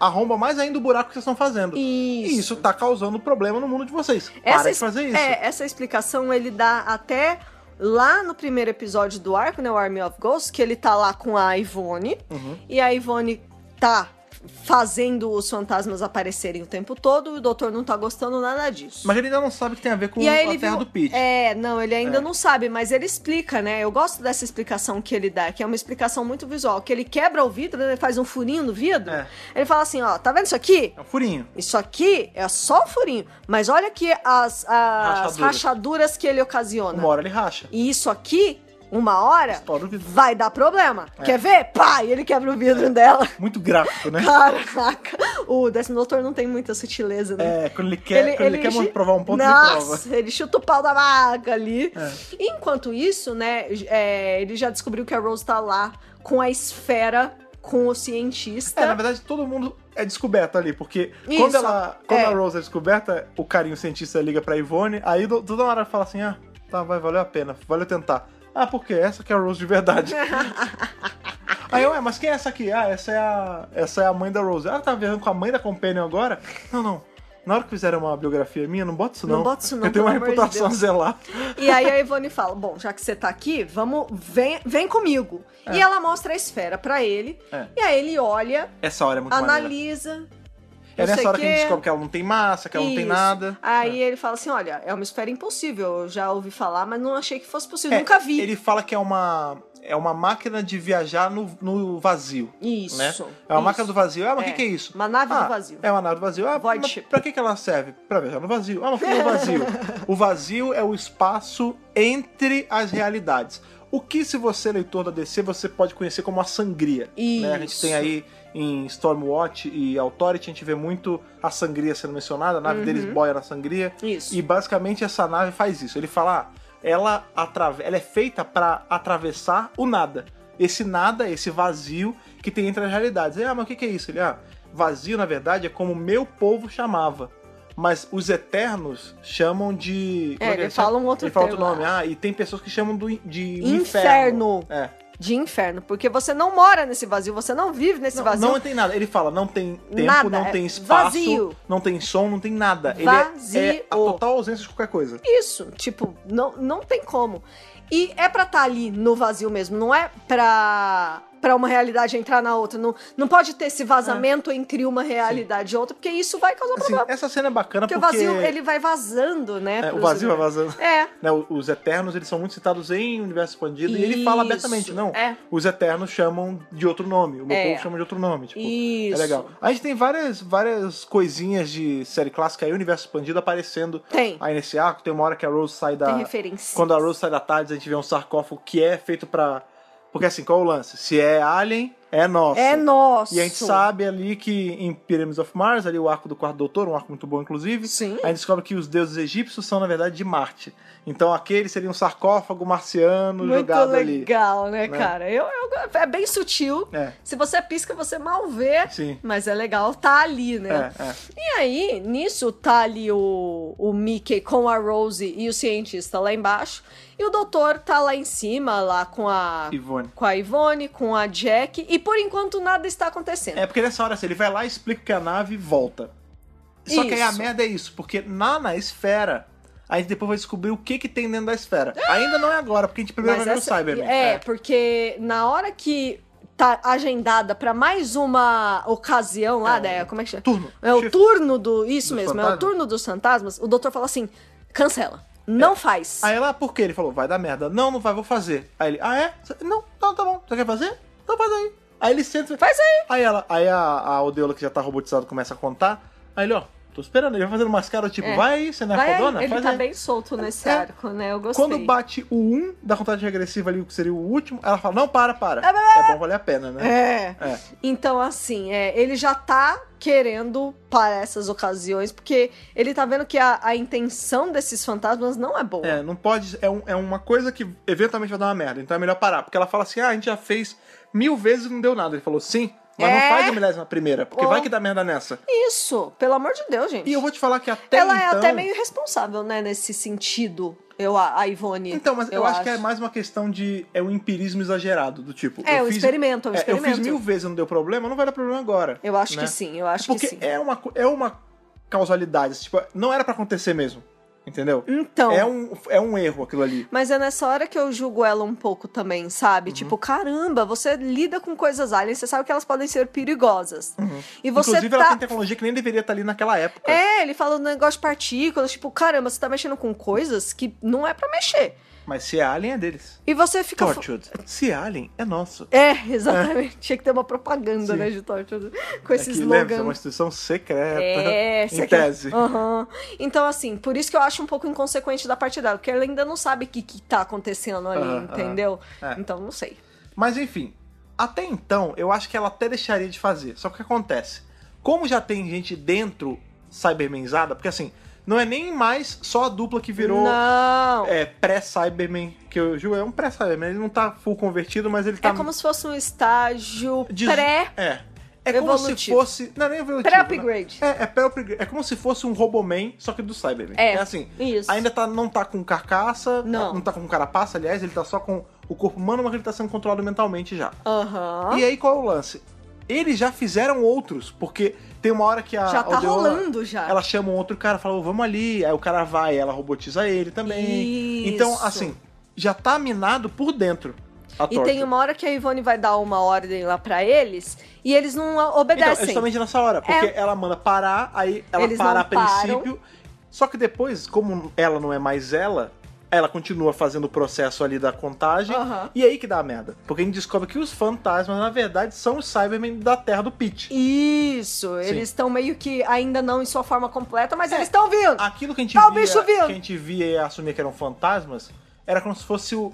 B: arromba mais ainda o buraco que vocês estão fazendo.
A: Isso.
B: E isso tá causando problema no mundo de vocês.
A: Essa
B: Para de
A: es-
B: fazer isso.
A: É, essa explicação ele dá até lá no primeiro episódio do arco, né, o Army of Ghosts, que ele tá lá com a Ivone.
B: Uhum.
A: E a Ivone tá fazendo os fantasmas aparecerem o tempo todo e o doutor não tá gostando nada disso.
B: Mas ele ainda não sabe o que tem a ver com
A: E aí
B: a
A: ele
B: terra
A: viu-
B: do Pete.
A: É, não, ele ainda
B: É.
A: não sabe, mas ele explica, né? Eu gosto dessa explicação que ele dá, que é uma explicação muito visual, que ele quebra o vidro, né, ele faz um furinho no vidro.
B: É.
A: Ele fala assim, ó, tá vendo isso aqui?
B: É um furinho.
A: Isso aqui é só o furinho, mas olha aqui as, as
B: Rachaduras.
A: rachaduras que ele ocasiona.
B: Uma hora ele racha.
A: E isso aqui, uma hora,
B: Estoura o vidro.
A: vai dar problema.
B: É.
A: Quer ver? Pá! E ele quebra o vidro dela.
B: Muito gráfico, né?
A: Caraca! O décimo doutor não tem muita sutileza, né?
B: É, quando ele quer, quando ele quer
A: chu-
B: provar um ponto, ele prova.
A: Nossa, ele chuta o pau da vaca ali.
B: É.
A: E Enquanto isso, né, é, ele já descobriu que a Rose tá lá com a esfera, com o cientista.
B: É, na verdade, todo mundo é descoberto ali, porque
A: Isso,
B: quando, ela, quando
A: é.
B: a Rose é descoberta, o carinho cientista liga pra Ivone, aí do- toda hora ela fala assim, ah, tá, vai, valeu a pena, valeu tentar. Ah, por quê? Essa que é a Rose de verdade. aí eu, é, mas quem é essa aqui? Ah, essa é a, essa é a mãe da Rose. Ah, tá viajando com a mãe da Companion agora? Não, não. Na hora que fizeram uma biografia minha, É, não bota isso não.
A: Não bota isso não,
B: Eu tenho uma
A: pelo amor de
B: reputação
A: Deus.
B: a zelar.
A: E aí a Ivone fala: Bom, já que você tá aqui, vamos, vem, vem comigo. E ela mostra a esfera pra ele.
B: É.
A: E aí ele olha,
B: Essa hora é muito maneira.
A: analisa.
B: É
A: não sei
B: nessa hora que a gente
A: quê.
B: descobre que ela não tem massa, que ela não tem
A: Isso.
B: nada.
A: Aí ele fala assim: olha, é uma esfera impossível. Eu já ouvi falar, mas não achei que fosse possível.
B: É,
A: Nunca vi.
B: Ele fala que é uma, é uma máquina de viajar no, no vazio.
A: Isso.
B: né?
A: isso.
B: É uma máquina do vazio. Ah, mas o
A: É,
B: que, que é isso?
A: Uma nave
B: ah,
A: do vazio.
B: É uma nave do vazio. Ah,
A: Void
B: mas
A: ship.
B: pra que, que ela serve? Pra viajar no vazio. Ah, mas o que é o vazio? o vazio é o espaço entre as realidades. O que, se você é leitor da DC, você pode conhecer como a sangria. né? A gente
A: Isso.
B: tem aí em Stormwatch e Authority, a gente vê muito a sangria sendo mencionada, a nave deles
A: Uhum.
B: boia na sangria.
A: Isso.
B: E basicamente essa nave faz isso. Ele fala, ah, ela, atrave- ela é feita pra atravessar o nada. Esse nada, esse vazio que tem entre as realidades. Ele, ah, mas o que que é isso? Ele, ah, vazio na verdade é como meu povo chamava. Mas os eternos chamam de. como
A: É,
B: que
A: ele
B: chama?
A: fala um outro
B: Ele fala outro
A: termo
B: nome. Ah, e tem pessoas que chamam do, in- de
A: Inferno.
B: inferno. É.
A: De inferno. Porque você não mora nesse vazio, você não vive nesse
B: Não,
A: vazio.
B: não tem nada. Ele fala, não tem tempo,
A: Nada,
B: não
A: é
B: tem espaço,
A: vazio.
B: não tem som, não tem nada. Ele é- é
A: Vazio.
B: a total ausência de qualquer coisa.
A: Isso. Tipo, tá não, não tem como. E é pra estar ali no vazio mesmo, não é pra. pra uma realidade entrar na outra. Não, não pode ter esse vazamento entre uma realidade e outra, porque isso vai causar
B: É. Assim,
A: problema.
B: essa cena é bacana
A: Porque
B: porque.
A: o vazio, ele vai vazando, né?
B: é, o
A: pros-
B: vazio vai vazando.
A: É.
B: Né, o- os Eternos, eles são muito citados em Universo Expandido, e ele fala
A: Isso,
B: abertamente, não,
A: é.
B: os Eternos chamam de outro nome, o meu
A: É.
B: povo chama de outro nome, tipo,
A: Isso.
B: é legal. A gente tem várias, várias coisinhas de série clássica aí, Universo Expandido aparecendo
A: Tem.
B: aí nesse arco, tem uma hora que a Rose sai
A: Tem
B: da...
A: referência.
B: Quando a Rose sai da tarde, a gente vê um sarcófago que é feito pra... Porque assim, qual é o lance? Se é Alien, é nosso.
A: É nosso.
B: E a gente sabe ali que em Pyramids of Mars, ali o arco do quarto doutor, um arco muito bom, inclusive.
A: Sim.
B: Aí descobre que os deuses egípcios são, na verdade, de Marte. Então aquele seria um sarcófago marciano
A: Muito
B: jogado
A: legal, né,
B: né?
A: cara? Eu, eu- é bem sutil.
B: ali. É,
A: Se você pisca, você mal vê.
B: sim.
A: Mas é legal, tá ali, né?
B: É, é.
A: E aí, nisso, tá ali o, o Mickey com a Rose e o cientista lá embaixo. E o doutor tá lá em cima, lá com a,
B: Ivone.
A: com a Ivone, com a Jack. E por enquanto nada está acontecendo.
B: É porque nessa hora, assim, ele vai lá e explica que a nave e volta. Só que aí a
A: Isso.
B: merda é isso, porque lá na esfera, a gente depois vai descobrir o que que tem dentro da esfera. Ainda não é agora, porque a gente primeiro vai ver o Cyberman.
A: É, porque na hora que tá agendada pra mais uma ocasião lá,
B: É,
A: né, como é que chama?
B: Turno.
A: É o
B: Shift.
A: turno do. Isso
B: Dos
A: mesmo, é o
B: fantasmas?
A: turno dos fantasmas. O doutor fala assim: cancela. Não faz.
B: É. Aí ela, "Ah, por quê? Ele falou, vai dar merda. Não, não vai, vou fazer. Aí ele, ah, é? Cê- Não, não, tá bom. Você quer fazer? Então faz aí. Aí ele senta.
A: Faz aí.
B: Aí ela, aí a, a Odeola, que já tá robotizada, começa a contar. Aí ele, ó, tô esperando. Ele vai fazendo umas caras, tipo,
A: É.
B: vai aí, você não é
A: Vai
B: fodona?
A: aí. Ele
B: faz
A: tá
B: aí.
A: bem solto nesse
B: É.
A: arco, né? Eu gostei.
B: Quando bate o 1 da contagem regressiva ali, que seria o último, ela fala, não, para, para.
A: É,
B: É bom valer a pena, né?
A: É.
B: É.
A: Então, assim, é, ele já tá querendo para essas ocasiões, porque ele tá vendo que a, a intenção desses fantasmas não é boa.
B: É, não pode. É, um- é uma coisa que eventualmente vai dar uma merda, então é melhor parar. Porque ela fala assim: ah, a gente já fez mil vezes e não deu nada. Ele falou, sim, mas
A: É.
B: não faz a milésima primeira, porque
A: Pô.
B: vai que dá merda nessa.
A: Isso, pelo amor de Deus, gente.
B: E eu vou te falar que até
A: ela
B: então...
A: é até meio irresponsável, né, nesse sentido, eu, a a Ivone.
B: Então, mas eu, acho, que é mais uma questão de... É um empirismo exagerado, do tipo...
A: É,
B: eu
A: um
B: fiz-
A: experimento, é um
B: é, Eu fiz
A: experimento.
B: mil vezes e não deu problema, não vai dar problema agora.
A: Eu acho
B: né?
A: que sim, eu acho
B: Porque
A: que sim.
B: é uma, co- é uma causalidade, tipo, não era pra acontecer mesmo, entendeu?
A: Então,
B: É, um, é um erro aquilo ali.
A: mas é nessa hora que eu julgo ela um pouco também, sabe?
B: Uhum.
A: Tipo, caramba, você lida com coisas aliens, você sabe que elas podem ser perigosas. E você
B: Uhum. Inclusive,
A: tá...
B: ela tem tecnologia que nem deveria estar ali naquela época.
A: É, ele fala um negócio de partículas, tipo, caramba, você tá mexendo com coisas que não é pra mexer.
B: Mas se é Alien, é deles.
A: E você fica. fu-
B: Tortured. Se é Alien, é nosso.
A: É, exatamente. Tinha que ter uma propaganda,
B: Sim.
A: né, de Torture, com esse
B: Aqui, lembra, é
A: slogan.
B: uma instituição secreta.
A: É, você
B: em
A: quer-
B: tese.
A: Aham. Então, assim, por isso que eu acho um pouco inconsequente da parte dela, porque ela ainda não sabe o que, que tá acontecendo ali,
B: Aham,
A: entendeu?
B: aham. É.
A: Então, não sei.
B: Mas enfim, até então eu acho que ela até deixaria de fazer. Só que o que acontece? Como já tem gente dentro cybermenizada, porque assim, não é nem mais só a dupla que virou
A: não! É,
B: é, pré-Cyberman, que o Ju é um pré-Cyberman, ele não tá full convertido, mas ele tá.
A: como se fosse um estágio
B: de-
A: pré-
B: É. É como se
A: evolutivo.
B: fosse. Não, nem evolutivo.
A: Pré-upgrade.
B: né? É, é pré-upgrade. É como se fosse um Roboman, só que do Cyberman.
A: É,
B: assim.
A: isso.
B: Ainda tá, não tá com carcaça,
A: Não.
B: não tá com carapaça, aliás, ele tá só com o corpo humano, mas ele tá sendo controlado mentalmente já.
A: Aham.
B: E aí qual é o lance? Eles já fizeram outros, porque tem uma hora que a
A: Já tá
B: Aldeola,
A: rolando já.
B: Ela chama um outro cara, fala, "Ô, vamos ali. Aí o cara vai, ela robotiza ele também.
A: Isso.
B: Então, assim, já tá minado por dentro a
A: E tem
B: torta.
A: uma hora que a Ivone vai dar uma ordem lá pra eles e eles não
B: Então, é
A: obedecem.
B: justamente nessa hora, porque ela manda parar, aí ela
A: assim, é Eles
B: para
A: não
B: a princípio. Só que depois, como ela não é mais ela, ela continua fazendo o processo ali da contagem.
A: Aham.
B: E aí que dá a merda. Porque a gente descobre que os fantasmas, na verdade, são os Cybermen da Terra do Pit.
A: Isso,
B: Sim.
A: eles estão meio que ainda não em sua forma completa, mas
B: É.
A: eles estão vindo.
B: Aquilo que a gente
A: Tá o
B: via,
A: bicho vindo.
B: que a gente via e assumia que eram fantasmas, era como se fosse o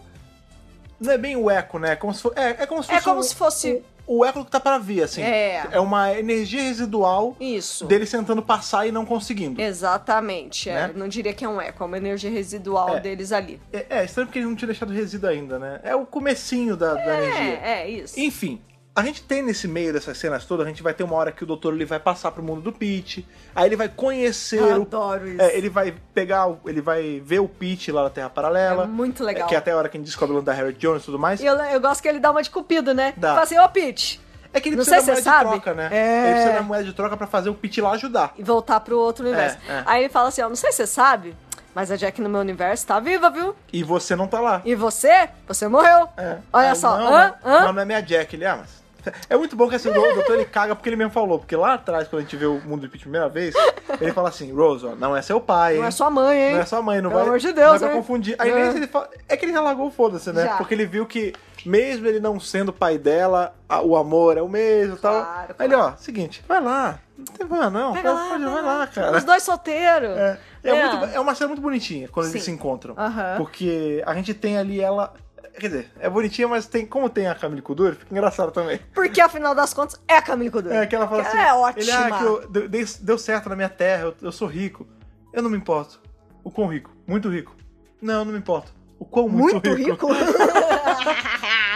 B: não é bem o eco, né? É Como se fo- é, é como se
A: É
B: fosse
A: como
B: o,
A: se fosse-
B: o, o eco que tá para vir, assim.
A: É.
B: uma energia residual
A: Isso.
B: deles tentando passar e não conseguindo. É,
A: Exatamente. é.
B: Né?
A: Não diria que é um eco, é uma energia residual
B: É.
A: deles ali.
B: é estranho porque eles não tinham deixado resíduo ainda, né? É o comecinho da, da energia.
A: É, é isso.
B: Enfim, a gente tem nesse meio dessas cenas todas, a gente vai ter uma hora que o doutor ele vai passar pro mundo do Pete, aí ele vai conhecer
A: Eu
B: o
A: Ah, adoro isso.
B: É, ele vai pegar, o- ele vai ver o Pete lá na Terra Paralela.
A: É muito legal.
B: É, Que é até a hora que a gente descobre o nome da Harriet Jones e tudo mais.
A: E eu, eu gosto que ele dá uma de cupido, né?
B: Dá.
A: Fala assim, ô Pete.
B: É que ele
A: Não
B: precisa
A: sei
B: da moeda
A: se você
B: de
A: sabe.
B: troca, né?
A: É.
B: Ele precisa da moeda de troca pra fazer o Pete lá ajudar.
A: E voltar pro outro universo.
B: é.
A: Aí ele fala assim, ó, não sei se você sabe, Mas a Jack no meu universo tá viva, viu?
B: E você não tá lá.
A: E você? Você morreu.
B: É.
A: Olha
B: Aí,
A: só.
B: Não,
A: Hã?
B: não,
A: Hã?
B: mas não é minha Jack, ele, ah, mas... É muito bom que assim, o doutor ele caga porque ele mesmo falou. Porque lá atrás, quando a gente vê o mundo de Pete a primeira vez, ele fala assim: Rose, ó, não é seu pai.
A: Não é
B: hein?
A: sua mãe, hein?
B: Não é sua mãe, não
A: Pelo
B: vai.
A: amor de Deus,
B: não vai
A: né?
B: confundir. Aí
A: É.
B: nesse ele fala. É que ele já largou o foda-se, né?
A: Já.
B: Porque ele viu que, mesmo ele não sendo pai dela, a- o amor é o mesmo e tal.
A: Claro,
B: Aí ele, ó, seguinte, vai lá. Não tem problema, não.
A: Pega
B: pode-
A: lá,
B: pode-
A: vai
B: vai
A: lá.
B: lá, cara.
A: Os dois solteiros.
B: É, é,
A: É.
B: muito- é uma cena muito bonitinha quando eles
A: Sim.
B: se encontram.
A: Aham.
B: Porque a gente tem ali ela. Quer dizer, é bonitinha, mas tem, como tem a Camille Kuduro, fica engraçado também.
A: Porque afinal das contas é a Camille Coduri.
B: É que ela fala assim.
A: é ótima.
B: Ele, ah, que eu- deu, dei- deu certo na minha terra, eu, eu sou rico. Eu não me importo. O quão rico? Muito rico. Não, eu não me importo. O quão é muito,
A: Muito rico.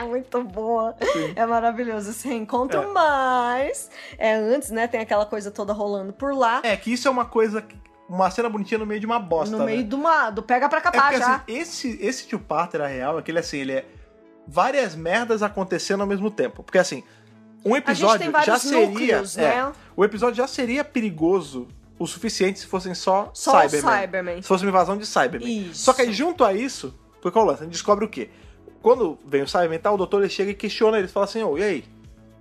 A: Muito boa. É maravilhoso esse reencontro,
B: É.
A: mas é antes, né? Tem aquela coisa toda rolando por lá,
B: É, que isso é uma coisa. que- Uma cena bonitinha no meio de uma bosta.
A: no
B: né?
A: meio do, uma, do pega pra
B: É
A: capar
B: porque,
A: já.
B: assim, esse, esse tio Parter, a real, é que ele, assim, ele é várias merdas acontecendo ao mesmo tempo. Porque, assim, um
A: a gente
B: episódio
A: tem
B: já
A: vários
B: seria...
A: núcleos,
B: é,
A: né?
B: O episódio já seria perigoso o suficiente se fossem só,
A: Só o
B: Cybermen.
A: Cyberman.
B: Se fosse uma invasão de Cybermen.
A: Isso.
B: Só que aí, junto a isso, foi qual o lance? A gente descobre o quê? Quando vem o Cybermen e tal, o doutor ele chega e questiona eles. Fala assim, ô, e aí?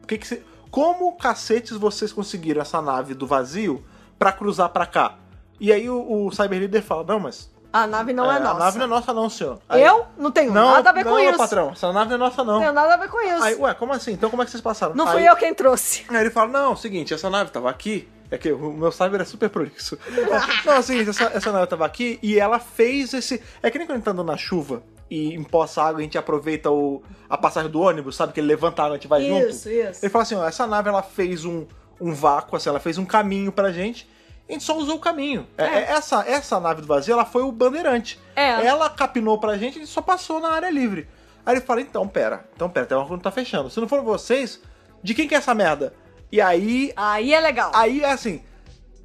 B: O que que cê- Como cacetes vocês conseguiram essa nave do vazio pra cruzar pra cá? E aí o, o Cyber Leader fala, não, mas
A: A nave não é, nossa.
B: a nave não é nossa, não, senhor. Aí,
A: Eu não tenho
B: Não,
A: nada a ver
B: não,
A: com isso.
B: patrão, essa nave não é nossa,
A: Não
B: não.
A: tenho nada a ver com isso.
B: Aí, ué, como assim? Então como é que vocês passaram?
A: não
B: aí,
A: fui eu quem trouxe.
B: Aí ele fala, não, seguinte, essa nave tava aqui. É que o meu cyber é super prolixo. É, não, é o seguinte, essa, essa nave tava aqui e ela fez esse. É que nem quando a gente tá andando na chuva e empoça água, a gente aproveita o, a passagem do ônibus, sabe? Que ele levanta a água, a gente vai junto.
A: Isso, isso.
B: Ele fala assim, ó, essa nave ela fez um, um vácuo, assim, ela fez um caminho pra gente. A gente só usou o caminho. É,
A: É.
B: é, Essa, essa nave do vazio, ela foi o bandeirante.
A: É.
B: Ela capinou pra gente, a gente só passou na área livre. Aí ele fala, então, pera, então, pera, tem uma coisa que não tá fechando. Se não for vocês, de quem que é essa merda? E aí,
A: Aí é legal.
B: aí é assim,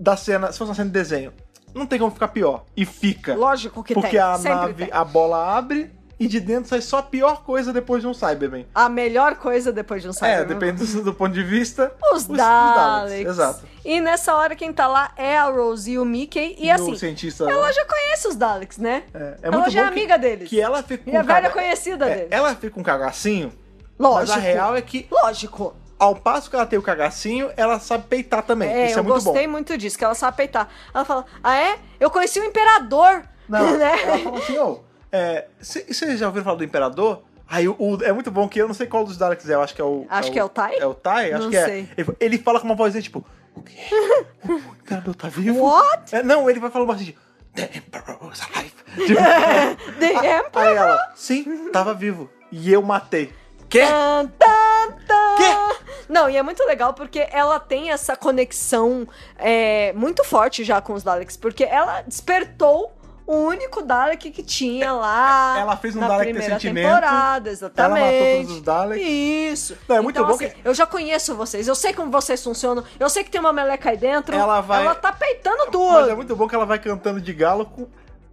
B: da cena, se fosse uma cena de desenho, não tem como ficar pior. E fica.
A: Lógico que
B: é porque
A: tem.
B: a
A: Sempre
B: nave,
A: tem.
B: a bola abre e de dentro sai só a pior coisa depois de um Cyberman.
A: A melhor coisa depois de um
B: É,
A: Cyberman.
B: depende do, do ponto de vista.
A: Os, Daleks.
B: Exato.
A: E nessa hora quem tá lá é a Rose e o Mickey. E
B: E
A: assim,
B: o cientista.
A: ela já conhece os Daleks, né?
B: É, é
A: ela
B: muito
A: já é
B: bom que-
A: amiga deles.
B: Que ela fica com
A: E a
B: um
A: velha
B: caga-
A: conhecida
B: É,
A: deles.
B: Ela fica com um cagacinho, mas
A: Lógico.
B: a real é que,
A: Lógico.
B: ao passo que ela tem o cagacinho, ela sabe peitar também.
A: É,
B: Isso é
A: eu
B: muito bom.
A: gostei muito disso, que ela sabe peitar. Ela fala, ah é? Eu conheci o imperador,
B: Não,
A: né?
B: ela fala assim, ô, é, c- vocês já ouviram falar do Imperador? Aí o, o- é muito bom que eu não sei qual dos Daleks é, eu acho que é o...
A: Acho que é o Tai?
B: É o Tai, acho
A: Não
B: que é.
A: sei.
B: Ele, ele fala com uma vozinha tipo, o quê? O Imperador tá vivo?
A: What?
B: É, não, ele vai falando assim, The Emperor is alive. Tipo,
A: The Emperor.
B: Aí ela, sim, tava vivo. E eu matei. Quê?
A: Tan, tan, tan.
B: Quê?
A: Não, e é muito legal porque ela tem essa conexão é, muito forte já com os Daleks, porque ela despertou o único Dalek que tinha lá.
B: É, Ela fez um
A: na
B: Dalek ter
A: primeira
B: sentimento.
A: temporada, exatamente.
B: todos os Daleks.
A: Isso.
B: Não, é muito
A: então,
B: bom
A: assim, Eu já conheço vocês, eu sei como vocês funcionam, eu sei que tem uma meleca aí dentro.
B: Ela vai-
A: Ela tá peitando
B: Mas
A: tudo.
B: é muito bom que ela vai cantando de galo com.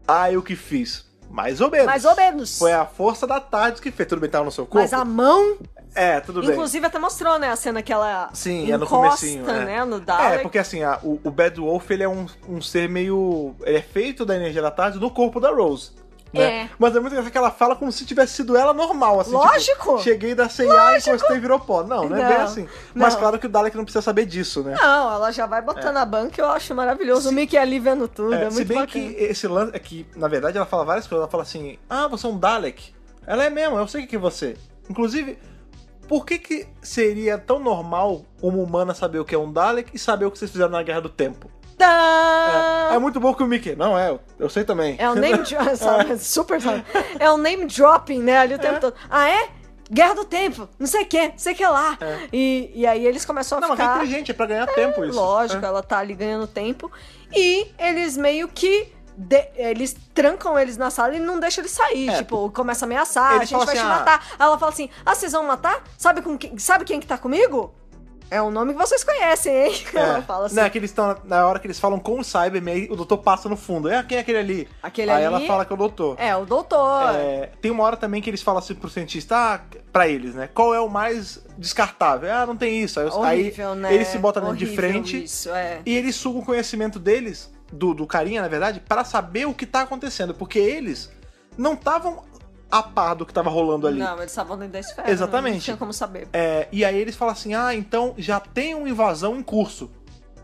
B: Ah, eu que fiz. Mais ou menos.
A: Mais ou menos.
B: Foi a força da tarde que fez. Tudo bem, tava no seu corpo?
A: Mas a mão,
B: É, tudo bem.
A: inclusive, até mostrou, né, a cena que ela
B: Sim,
A: encosta,
B: é no comecinho. é.
A: né, no Dalek.
B: É, porque assim, a- o, o Bad Wolf, ele é um, um ser meio... Ele é feito da energia da tarde no corpo da Rose. Né?
A: É.
B: Mas é muito engraçado que ela fala como se tivesse sido ela normal, assim. tipo,
A: Lógico.
B: cheguei da C&A, encostei e virou pó. Não, não é bem
A: Não,
B: assim. Mas
A: não.
B: claro que o Dalek não precisa saber disso, né?
A: Não, ela já vai botando a banca, eu acho maravilhoso. O Mickey ali vendo tudo, é,
B: É,
A: muito
B: se bem
A: bacana.
B: que esse lance é que, na verdade, ela fala várias coisas. Ela fala assim: Ah, você é um Dalek. Ela é mesmo, eu sei o que é você. Inclusive, por que, que seria tão normal uma humana saber o que é um Dalek e saber o que vocês fizeram na Guerra do Tempo?
A: Tã!
B: É, é muito bom que o Mickey. Não, é, eu, eu sei também.
A: Ah. É o name dropping, sabe? Super sabe? É o name dropping, né? Ali o tempo todo. Ah, é? Guerra do Tempo, não sei o que, não sei o que lá. E, e aí eles começam a
B: É. Não, mas é
A: ficar.
B: inteligente, é pra ganhar tempo isso.
A: Lógico, ela tá ali ganhando tempo. E eles meio que. de- eles trancam eles na sala e não deixam eles sair.
B: É.
A: Tipo, começa a ameaçar,
B: Eles
A: a gente
B: falam
A: vai te
B: assim, ah-
A: matar. Aí ela fala assim: Ah, vocês vão matar? Sabe, com quem, sabe quem que tá comigo? É um nome que vocês conhecem, hein?
B: É.
A: Ela fala assim.
B: Não, é que eles estão. Na hora que eles falam com o Cyberman, aí o doutor passa no fundo. É, quem é aquele ali?
A: Aquele
B: aí
A: ali-
B: ela fala que é o doutor.
A: É, o doutor.
B: É, tem uma hora também que eles falam assim pro cientista, ah, pra eles, né? Qual é o mais descartável? Ah, não tem isso. Aí, os- aí
A: Horrível, né?
B: eles se botam dentro de
A: Horrível
B: frente
A: Isso, é.
B: e eles sugam o conhecimento deles do, do carinha, na verdade, para saber o que tá acontecendo. Porque eles não estavam a par do que tava rolando ali.
A: Não, eles estavam dentro da esfera. né?
B: Exatamente.
A: Não tinha como saber.
B: É, e aí eles falam assim: ah, então já tem uma invasão em curso.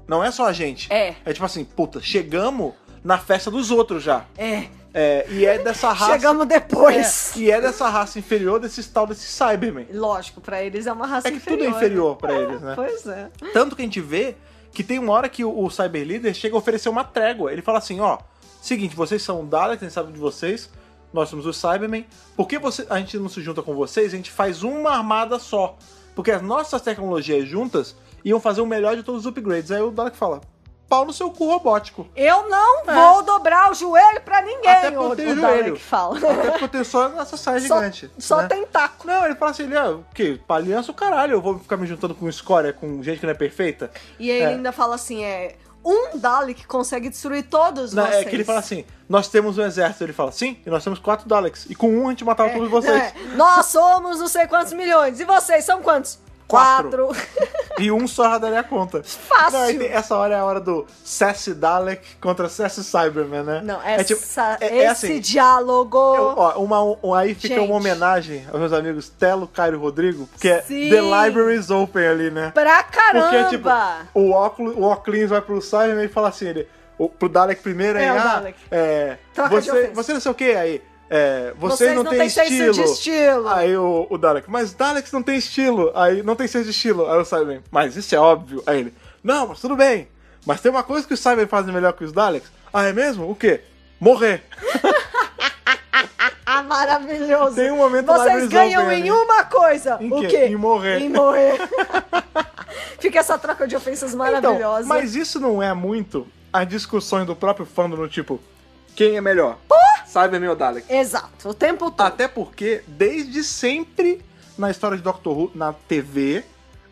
B: Não é só a gente.
A: É.
B: É tipo assim, puta, chegamos na festa dos outros já.
A: É.
B: É, e é dessa raça.
A: Chegamos depois.
B: É, e é dessa raça inferior desses tal desses Cybermen.
A: Lógico, pra eles é uma raça
B: É que
A: inferior.
B: tudo é inferior pra eles,
A: né?
B: né?
A: Pois é.
B: Tanto que a gente vê que tem uma hora que o, o Cyber Leader chega a oferecer uma trégua. Ele fala assim, ó, seguinte, vocês são Daleks, a gente sabe de vocês, nós somos os Cybermen, por que você- a gente não se junta com vocês? A gente faz uma armada só. Porque as nossas tecnologias juntas iam fazer o melhor de todos os upgrades. Aí o Dalek fala, pau no seu cu robótico.
A: Eu não vou dobrar o joelho pra ninguém.
B: Até
A: o,
B: porque
A: o
B: o
A: Dalek
B: joelho.
A: fala.
B: Até porque eu tenho só essa saia
A: Só-
B: gigante.
A: Só
B: né?
A: tentáculo.
B: Não, ele fala assim, ele, ah, o quê? Pra aliança o caralho, eu vou ficar me juntando com escória, com gente que não é perfeita?
A: E aí ele
B: É.
A: ainda fala assim, é... Um Dalek consegue destruir todos
B: Não,
A: vocês.
B: é que ele fala assim: nós temos um exército. Ele fala, sim, e nós temos quatro Daleks. E com um a gente matava todos vocês.
A: É, Nós somos não sei quantos milhões. E vocês são quantos?
B: Quatro. E um só daria a conta.
A: Fácil.
B: Não, aí tem- essa hora é a hora do Sassy Dalek contra Sassy Cyberman, né?
A: Não, essa,
B: tipo, é-
A: esse
B: é assim,
A: diálogo.
B: eu- ó, uma, um- aí fica
A: Gente.
B: uma homenagem aos meus amigos Telo, Cairo e Rodrigo, que é
A: Sim.
B: The Library's Open ali, né?
A: Pra caramba!
B: Porque, tipo, o óculos, o óculos vai pro Cyberman e fala assim, ele, o- pro Dalek primeiro aí,
A: É, o
B: ah,
A: Dalek.
B: é,
A: Troca de
B: você,
A: ofensa.
B: você não sei o que aí, é, vocês, não, têm
A: senso de estilo.
B: Aí o, o Dalek, mas Daleks não tem estilo. Aí não tem senso de estilo. Aí o Cyberman, mas isso é óbvio. Aí ele, não, mas tudo bem. Mas tem uma coisa que os Cybermen fazem melhor que os Daleks. Ah, é mesmo? O quê? Morrer.
A: Ah, maravilhoso.
B: Tem um momento
A: Vocês
B: Libraries
A: ganham
B: Open
A: em
B: ali.
A: uma coisa.
B: né? Em
A: o
B: quê?
A: quê?
B: Em morrer.
A: Em morrer. Fica essa troca de ofensas maravilhosa.
B: Então, mas isso não é muito as discussões do próprio fandom no tipo, quem é melhor? Cyberman ou Dalek?
A: Exato, o tempo todo.
B: Até porque, desde sempre, na história de Doctor Who, na TV,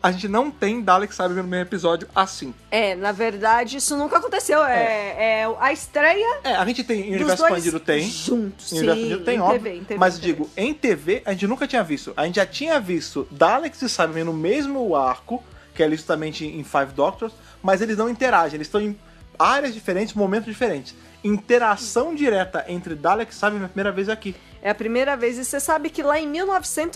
B: a gente não tem Dalek e Cyberman no mesmo episódio assim.
A: É, na verdade, isso nunca aconteceu. É, é a estreia
B: É, a gente tem, em
A: dos
B: Universo
A: dois
B: Expandido tem.
A: juntos.
B: Em
A: Sim,
B: Universo Expandido tem,
A: em
B: óbvio.
A: TV, em TV,
B: mas
A: em TV.
B: digo, em TV, a gente nunca tinha visto. A gente já tinha visto Daleks e Cybermen no mesmo arco, que é ali justamente em Five Doctors, mas eles não interagem, eles estão em áreas diferentes, momentos diferentes. Interação direta entre Dalek e Cybermen é a primeira vez aqui.
A: É a primeira vez. E você sabe que lá em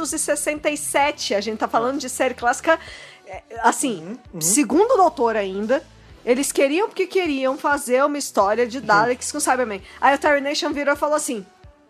A: 1967, a gente tá falando de série clássica, é, assim,
B: Uhum,
A: segundo o doutor ainda, eles queriam porque queriam fazer uma história
B: Uhum.
A: de Daleks com Cyberman. Aí o Terry Nation virou e falou assim,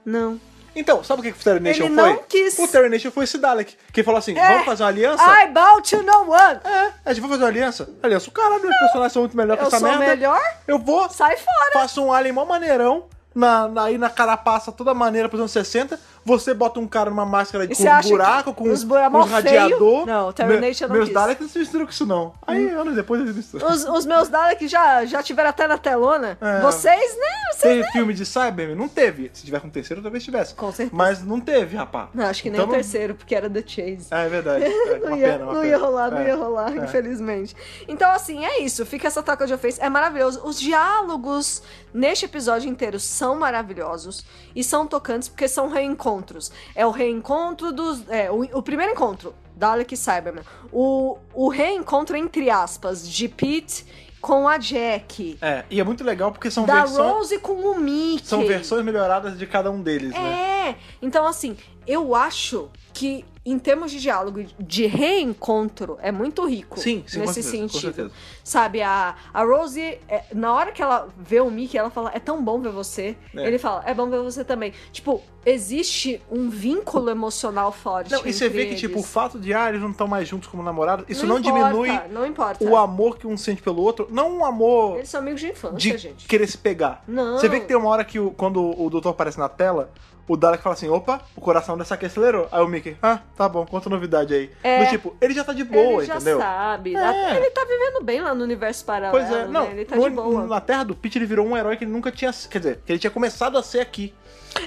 A: não.
B: Então, sabe o que que o Terry Nation
A: Ele
B: foi?
A: não quis.
B: O Terry Nation foi esse Dalek, que falou assim,
A: É.
B: vamos fazer uma aliança?
A: I bow to no one.
B: É, a gente vai fazer uma aliança? Aliança, o caralho, meus personagens são muito melhor que
A: Eu
B: essa
A: sou
B: merda.
A: melhor?
B: Eu vou,
A: Sai fora.
B: faço um alien mó maneirão, na, na, aí na carapaça toda maneira pros anos 60, você bota um cara numa máscara
A: E
B: de
A: você
B: com um
A: acha
B: buraco,
A: que
B: com
A: os buraco
B: com
A: mó
B: um radiador.
A: feio? Hum. Não, o Terminator
B: Me-
A: não
B: Meus
A: quis.
B: Daleks não se misturam com isso não. Aí anos depois eles misturam.
A: Os, os meus Daleks já, já tiveram até na telona.
B: É.
A: Vocês, né? Vocês
B: Teve filme de Cybermen? Não teve. Se tiver com o terceiro, talvez tivesse.
A: Com certeza.
B: Mas não teve, rapaz.
A: Não, acho que nem
B: Então
A: o terceiro, porque era The Chase.
B: É, é verdade. É,
A: não
B: uma
A: ia,
B: pena, uma
A: não
B: pena.
A: ia rolar, não
B: É.
A: ia rolar, infelizmente. Então, assim, é isso. Fica essa troca de ofensa. É maravilhoso. Os diálogos neste episódio inteiro são maravilhosos e são tocantes porque são reencontros. É o reencontro dos. É, o, o primeiro encontro, Dalek e Cyberman. O, o reencontro, entre aspas, de Pete com a Jack.
B: É, e é muito legal porque são
A: da
B: versões...
A: Rose com o Mickey.
B: São versões melhoradas de cada um deles, né?
A: É! Então, assim, eu acho que em termos de diálogo, e de reencontro, é muito rico
B: Sim, sim, com
A: nesse
B: certeza, com
A: sentido.
B: certeza.
A: Sabe, a, a Rose, é, na hora que ela vê o Mickey, ela fala: é tão bom ver você.
B: É.
A: Ele fala: é bom ver você também. Tipo, existe um vínculo emocional forte.
B: Não, e você
A: entre
B: vê que, tipo, o
A: eles.
B: fato de ah, eles não estão mais juntos como namorados, isso não,
A: importa,
B: diminui
A: Não importa.
B: o amor que um sente pelo outro. Não um amor
A: Eles são amigos de infância,
B: de
A: gente.
B: querer se pegar.
A: Não.
B: Você vê que tem uma hora que o- quando o doutor aparece na tela, o Dalek fala assim: opa, o coração dessa aqui acelerou. Aí o Mickey, ah, tá bom, conta novidade aí.
A: É.
B: Do tipo, ele já tá de boa,
A: ele já
B: entendeu?
A: sabe.
B: É.
A: Ele tá vivendo bem lá no universo paralelo.
B: Pois é, não.
A: Né? Ele tá
B: no-
A: de boa.
B: Na Terra do Pete ele virou um herói que ele nunca tinha. Quer dizer, que ele tinha começado a ser aqui.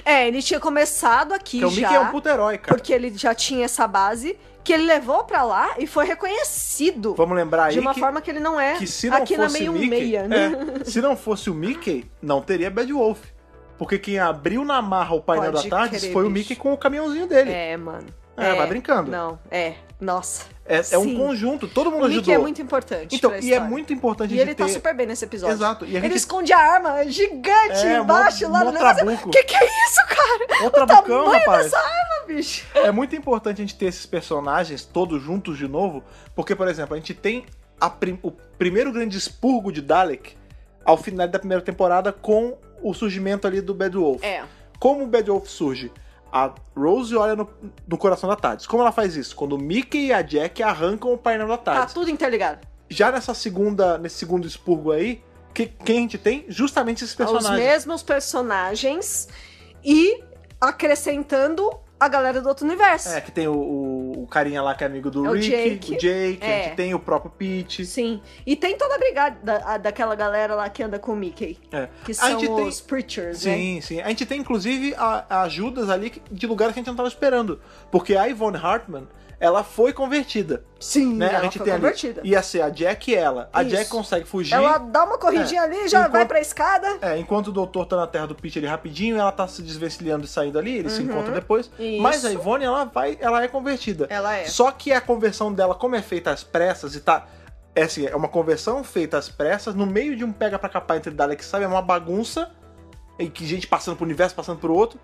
A: É, ele tinha começado aqui
B: Que o
A: já,
B: Mickey é um puto herói, cara.
A: porque ele já tinha essa base que ele levou pra lá e foi reconhecido
B: Vamos lembrar aí
A: tipo, de uma
B: que,
A: forma que ele não é
B: que se não
A: aqui na
B: fosse
A: meio
B: o Mickey,
A: meia, né?
B: é, se não fosse o Mickey, não teria Bad Wolf. Porque quem abriu na marra o painel
A: Pode
B: da tarde
A: crer,
B: foi o
A: bicho.
B: Mickey com o caminhãozinho dele.
A: É, mano.
B: É, vai brincando.
A: Não, é. Nossa.
B: É, é um
A: Sim.
B: conjunto, todo mundo
A: O
B: ajudou.
A: Mickey é muito importante.
B: então,
A: pra
B: e é
A: história.
B: muito importante
A: E
B: de
A: ele
B: ter...
A: tá super bem nesse episódio.
B: Exato. E a
A: Ele
B: gente
A: esconde a arma gigante
B: É, mó-
A: embaixo lá
B: mó
A: no negócio.
B: trabuco.
A: Que que é isso, cara?
B: Mó
A: o
B: trabucão,
A: tamanho
B: rapaz.
A: dessa arma, bicho.
B: É muito importante a gente ter esses personagens todos juntos de novo, porque, por exemplo, a gente tem a prim- o primeiro grande expurgo de Dalek ao final da primeira temporada com o surgimento ali do Bedwolf.
A: É.
B: Como o Bedwolf surge? A Rose olha no, no coração da Tades. Como ela faz isso? Quando o Mickey e a Jack arrancam o painel da
A: Tá
B: Tades.
A: tudo interligado.
B: Já nessa segunda, nesse segundo expurgo aí, que, quem a gente tem? Justamente esses
A: É Tá, Os
B: personagens.
A: mesmos personagens e acrescentando a galera do outro universo.
B: É, que tem o, o- o carinha lá que é amigo do
A: É o
B: Rick,
A: Jake.
B: o Jake, a
A: É.
B: gente tem o próprio Pete.
A: Sim. E tem toda a brigada da- a- daquela galera lá que anda com o Mickey.
B: É.
A: Que
B: A
A: são
B: gente tem-
A: os Preachers, né?
B: Sim, sim. A gente tem, inclusive, a- a ajudas ali que- de lugares que a gente não tava esperando. Porque a Yvonne Hartman, ela foi convertida.
A: Sim.
B: Né?
A: ela
B: a gente
A: foi
B: tem
A: convertida.
B: ali. Ia ser a Jack e ela. A
A: Isso.
B: Jack consegue fugir.
A: Ela dá uma corridinha
B: É.
A: ali, já vai
B: Enquanto-
A: pra escada.
B: É, enquanto o doutor tá na terra do Pete ali rapidinho, ela tá se desvencilhando e saindo ali, eles se
A: Uhum.
B: encontram depois.
A: Isso.
B: Mas a Yvonne, ela vai, ela é convertida.
A: Ela é.
B: Só que a conversão dela, como é feita às pressas e tá. É assim, é uma conversão feita às pressas, no meio de um pega pra capar entre Dalek, sabe? É uma bagunça. E que gente passando pro universo, passando pro outro.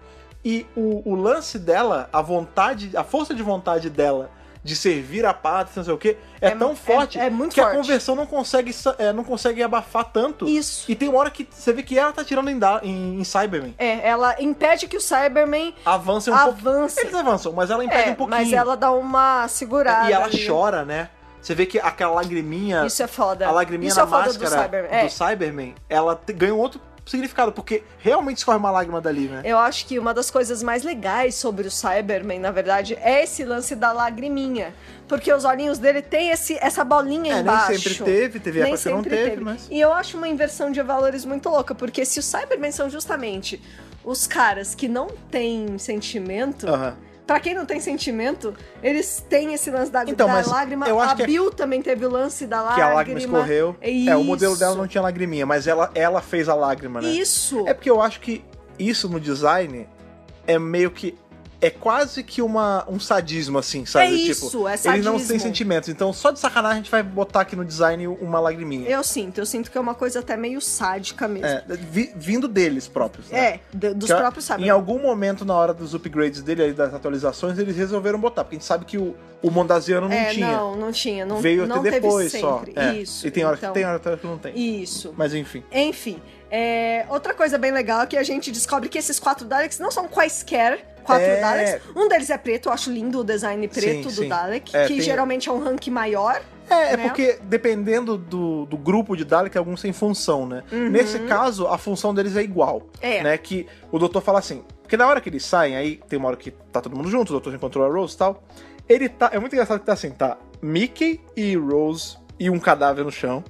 B: E o, o lance dela, a vontade, a força de vontade dela de servir a pátria, não sei o quê, é,
A: É mu-
B: tão forte
A: é- é muito
B: que
A: forte.
B: a conversão não consegue, sa- é, não consegue abafar tanto.
A: Isso.
B: E tem uma hora que você vê que ela tá tirando em, Da- em, em Cyberman.
A: É, ela impede que o Cyberman
B: Avança um pouco.
A: avance.
B: Eles avançam, mas ela impede
A: É,
B: um pouquinho.
A: mas ela dá uma segurada.
B: E ela
A: ali.
B: chora, né? Você vê que aquela lagriminha,
A: Isso é foda.
B: a lagriminha
A: Isso
B: na
A: é foda
B: máscara
A: do Cyberman. É.
B: Cyberman, ela te- ganha um outro significado, porque realmente escorre uma lágrima dali, né?
A: Eu acho que uma das coisas mais legais sobre o Cyberman, na verdade, é esse lance da lagriminha. Porque os olhinhos dele têm esse, essa bolinha
B: É,
A: embaixo.
B: nem sempre teve, é teve
A: Nem
B: época que não
A: sempre
B: um teve, mas...
A: E eu acho uma inversão de valores muito louca, porque se os Cybermen são justamente os caras que não têm sentimento,
B: Aham.
A: Pra quem não tem sentimento, eles têm esse lance da,
B: Então,
A: da
B: mas
A: lágrima.
B: eu acho
A: a
B: que é-
A: Bill também teve o lance da lágrima.
B: Que a lágrima escorreu. É, o modelo
A: Isso.
B: dela não tinha lagriminha, mas ela, ela fez a lágrima, né?
A: Isso.
B: É porque eu acho que isso no design é meio que. É quase que uma, um sadismo, assim, sabe?
A: É
B: tipo,
A: isso, é
B: Eles não
A: sadismo.
B: têm sentimentos. Então, só de sacanagem, a gente vai botar aqui no design uma lagriminha.
A: Eu sinto, eu sinto que é uma coisa até meio sádica mesmo.
B: É, vi- vindo deles próprios. né?
A: É, d- dos
B: Que,
A: próprios
B: Em
A: Cybermen.
B: algum momento, na hora dos upgrades dele, aí, das atualizações, eles resolveram botar. Porque a gente sabe que o, o Mondasiano não
A: é,
B: tinha.
A: não, não tinha. Não,
B: Veio
A: não
B: até
A: teve
B: depois só.
A: sempre.
B: É.
A: Isso.
B: E tem hora
A: então,
B: que tem, hora que não tem.
A: Isso.
B: Mas enfim.
A: Enfim, é, outra coisa bem legal é que a gente descobre que esses quatro Daleks não são quaisquer quatro
B: É.
A: Daleks. Um deles é preto, eu acho lindo o design preto
B: Sim,
A: do
B: sim.
A: Dalek,
B: É,
A: que
B: tem-
A: geralmente é um rank maior.
B: É, é
A: Né?
B: porque dependendo do, do grupo de Dalek, alguns têm função, né?
A: Uhum.
B: Nesse caso, a função deles é igual.
A: É.
B: né? Que o doutor fala assim. Porque na hora que eles saem, aí tem uma hora que tá todo mundo junto, o doutor encontrou a Rose e tal. Ele tá. É muito engraçado que tá assim, tá Mickey e Rose e um cadáver no chão.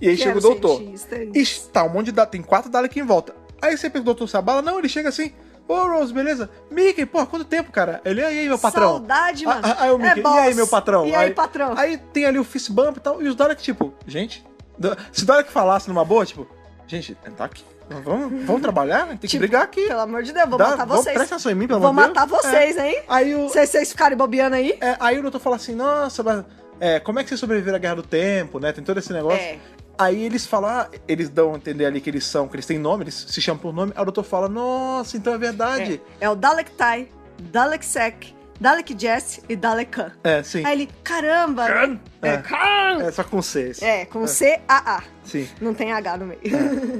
B: E aí
A: que
B: chega
A: era
B: o doutor.
A: cientista,
B: E tá um monte de. Da... Tem quatro Dalek em volta. Aí você pensa que o doutor se abala, não, ele chega assim. Ô, Rose, beleza? Mickey, pô, quanto tempo, cara? Ele, "E aí, meu patrão.
A: Saudade, mano.
B: Ah, ah, aí o Mickey,
A: É
B: e aí,
A: boss.
B: meu patrão?
A: E aí, patrão?
B: Aí tem ali o fist bump e tal, e os Dalek, tipo, gente, da- se o Dalek falasse numa boa, tipo, gente, tá aqui, vamos, vamos trabalhar, né? Tem que
A: Tipo,
B: brigar aqui.
A: Pelo amor de Deus, vou
B: Dá-
A: matar
B: vamos-
A: vocês.
B: Presta atenção em mim, pelo
A: vou
B: amor de Deus.
A: matar vocês, hein?
B: É, aí, o,
A: Se vocês ficarem bobeando aí.
B: é, aí o doutor fala assim, nossa, mas é, como é que vocês sobreviveram à Guerra do Tempo, né? Tem todo esse negócio.
A: É.
B: Aí eles falam, ah, eles dão a entender ali que eles são, que eles têm nome, eles se chamam por nome. Aí o doutor fala, nossa, então é verdade.
A: É, é o Dalek Tai, Dalek Sec, Dalek Jess e Dalek Khan.
B: É, sim.
A: Aí ele, caramba! né?
B: É.
A: É, Khan!
B: É só com seis.
A: É, com C-A-A.
B: Sim.
A: Não tem H no meio.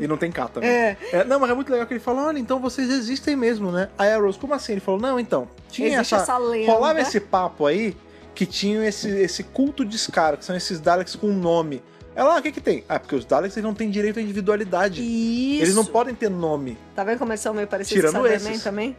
B: E não tem K também.
A: É.
B: É, não, mas é muito legal que ele fala, olha, então vocês existem mesmo, né? Aí a Rose, como assim? Ele falou, não, então, tinha
A: Existe
B: essa...
A: essa lenda.
B: Rolava esse papo aí, que tinha esse, esse culto de escaro, que são esses Daleks com nome. Ela, ah, o que que tem? Ah, porque os Daleks eles não têm direito à individualidade.
A: Isso.
B: Eles não podem ter nome.
A: Tá vendo como eles são meio parecidos com
B: Tirando
A: o Cyberman
B: esses.
A: também?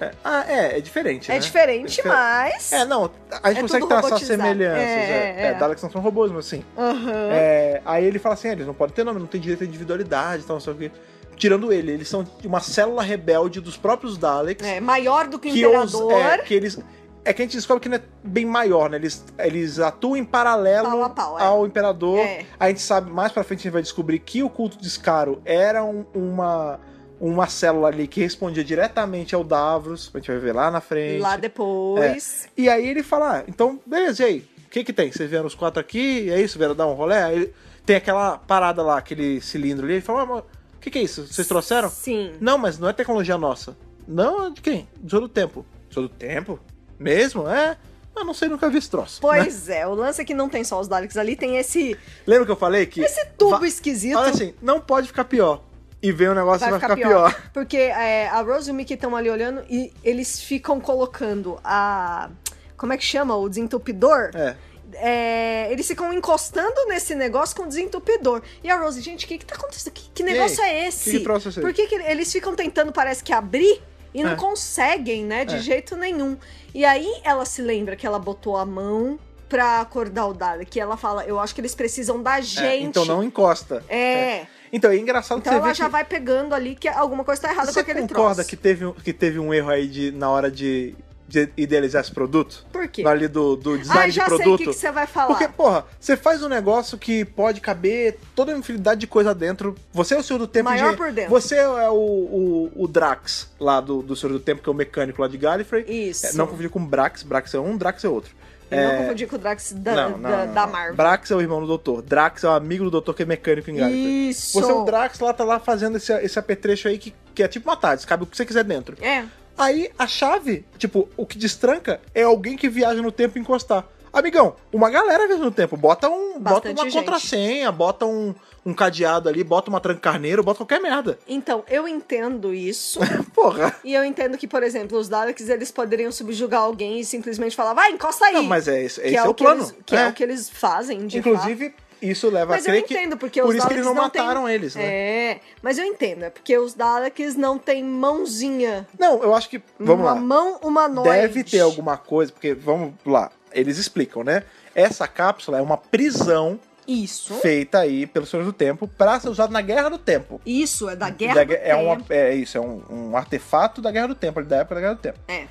B: É, ah, é, é diferente,
A: É
B: né?
A: diferente,
B: É difer-
A: mas.
B: É, não, a gente
A: É
B: consegue
A: tudo
B: traçar
A: robotizado.
B: semelhanças.
A: É,
B: É,
A: é,
B: é,
A: é.
B: Daleks não são robôs, mas assim...
A: Aham.
B: É, aí ele fala assim: "Ah, eles não podem ter nome, não tem direito à individualidade, tal, não sei o quê. Tirando ele, eles são uma célula rebelde dos próprios Daleks.
A: É, maior do que o
B: que, os-
A: Imperador.
B: é, que eles. É que a gente descobre que não é bem maior, né? Eles, eles atuam em paralelo
A: Pau a pau, é.
B: ao Imperador.
A: É.
B: A gente sabe, mais pra frente a gente vai descobrir que o culto de Scaro era um- uma. uma célula ali que respondia diretamente ao Davros, a gente vai ver lá na frente.
A: Lá depois.
B: E aí ele fala, ah, então, beleza, e aí? O que que tem? Vocês vieram os quatro aqui, é isso? Vieram dar um rolé? Aí ele- tem aquela parada lá, aquele cilindro ali, ele fala, ah, mas o que que é isso? Vocês trouxeram?
A: Sim.
B: Não, mas não é tecnologia nossa. Não, é de quem? Do Senhor do Tempo. Senhor do Tempo? Mesmo? É? Eu não sei, nunca vi esse troço. né?
A: Pois é, o lance é que não tem só os Daleks ali, tem esse,
B: Lembra que eu falei que...
A: esse tubo
B: Va-
A: esquisito.
B: Fala assim, não pode ficar pior. E vem o negócio e vai, ficar, pior.
A: Porque é, a Rose e o Mickey estão ali olhando e eles ficam colocando a. Como é que chama? O desentupidor?
B: É.
A: É, eles ficam encostando nesse negócio com desentupidor. E a Rose, gente, o que, que tá acontecendo? Que, que negócio
B: E aí?
A: é esse?
B: Que que troço é esse aí?
A: Por que, que eles ficam tentando, parece que abrir e não
B: É.
A: conseguem, né? De
B: É.
A: jeito nenhum. E aí ela se lembra que ela botou a mão pra acordar o Dalek. E ela fala: Eu acho que eles precisam da gente.
B: É, então não encosta.
A: É.
B: Então é engraçado
A: Então
B: que você
A: ela
B: vê
A: já
B: que...
A: vai pegando ali que alguma coisa tá errada com
B: Você
A: aquele
B: concorda
A: troço.
B: que teve, um- que teve um erro aí de, na hora de, de idealizar esse produto?
A: Por quê?
B: Na hora ali do, do
A: Ah,
B: design
A: já
B: de
A: sei o
B: produto?
A: que, que você vai falar.
B: Porque, porra, você faz um negócio que pode caber toda uma infinidade de coisa dentro. Você é o Senhor do Tempo.
A: Maior
B: engenheiro.
A: por dentro.
B: Você é o, o, o Drax, lá do, do Senhor do Tempo, que é o mecânico lá de Gallifrey.
A: Isso.
B: É, não confundir com Brax. Brax é um, Drax é outro.
A: Eu
B: é...
A: não confundi com o Drax da,
B: não, não,
A: da,
B: não,
A: da
B: não.
A: Marvel.
B: Brax é o irmão do Doutor. Drax é o amigo do Doutor, que é mecânico em Gallifrey.
A: Isso.
B: Você é o Drax, lá tá lá fazendo esse, esse apetrecho aí que, que é tipo uma TARDIS, cabe o que você quiser dentro.
A: É.
B: Aí a chave, tipo, o que destranca é alguém que viaja no tempo e encostar. Amigão, uma galera viaja no tempo. Bota um. bota
A: Bastante
B: uma
A: gente.
B: contrassenha, bota um, um cadeado ali, bota uma trancarneiro, bota qualquer merda.
A: Então, eu entendo isso.
B: Porra.
A: e eu entendo que, por exemplo, os Daleks, eles poderiam subjugar alguém e simplesmente falar, vai, encosta aí.
B: Não, mas é isso. Esse
A: que
B: é,
A: é,
B: o
A: que
B: plano.
A: eles- que é. o que eles fazem, de fato.
B: Inclusive, isso leva
A: Mas
B: a
A: eu
B: crer que.
A: entendo, porque
B: por
A: os
B: isso que
A: Daleks
B: eles não,
A: têm-
B: mataram eles, né?
A: É, mas eu entendo, é porque os Daleks não têm mãozinha.
B: Não, eu acho que. Vamos
A: uma
B: lá.
A: mão humanoide.
B: Deve ter alguma coisa, porque vamos lá. Eles explicam, né? Essa cápsula é uma prisão
A: Isso.
B: feita aí pelos Senhores do Tempo pra ser usada na Guerra do Tempo.
A: Isso, é da guerra
B: Da
A: do
B: gue- é, uma-
A: tempo.
B: é isso, é um, um artefato da Guerra do Tempo, ali da época da Guerra do Tempo.
A: É.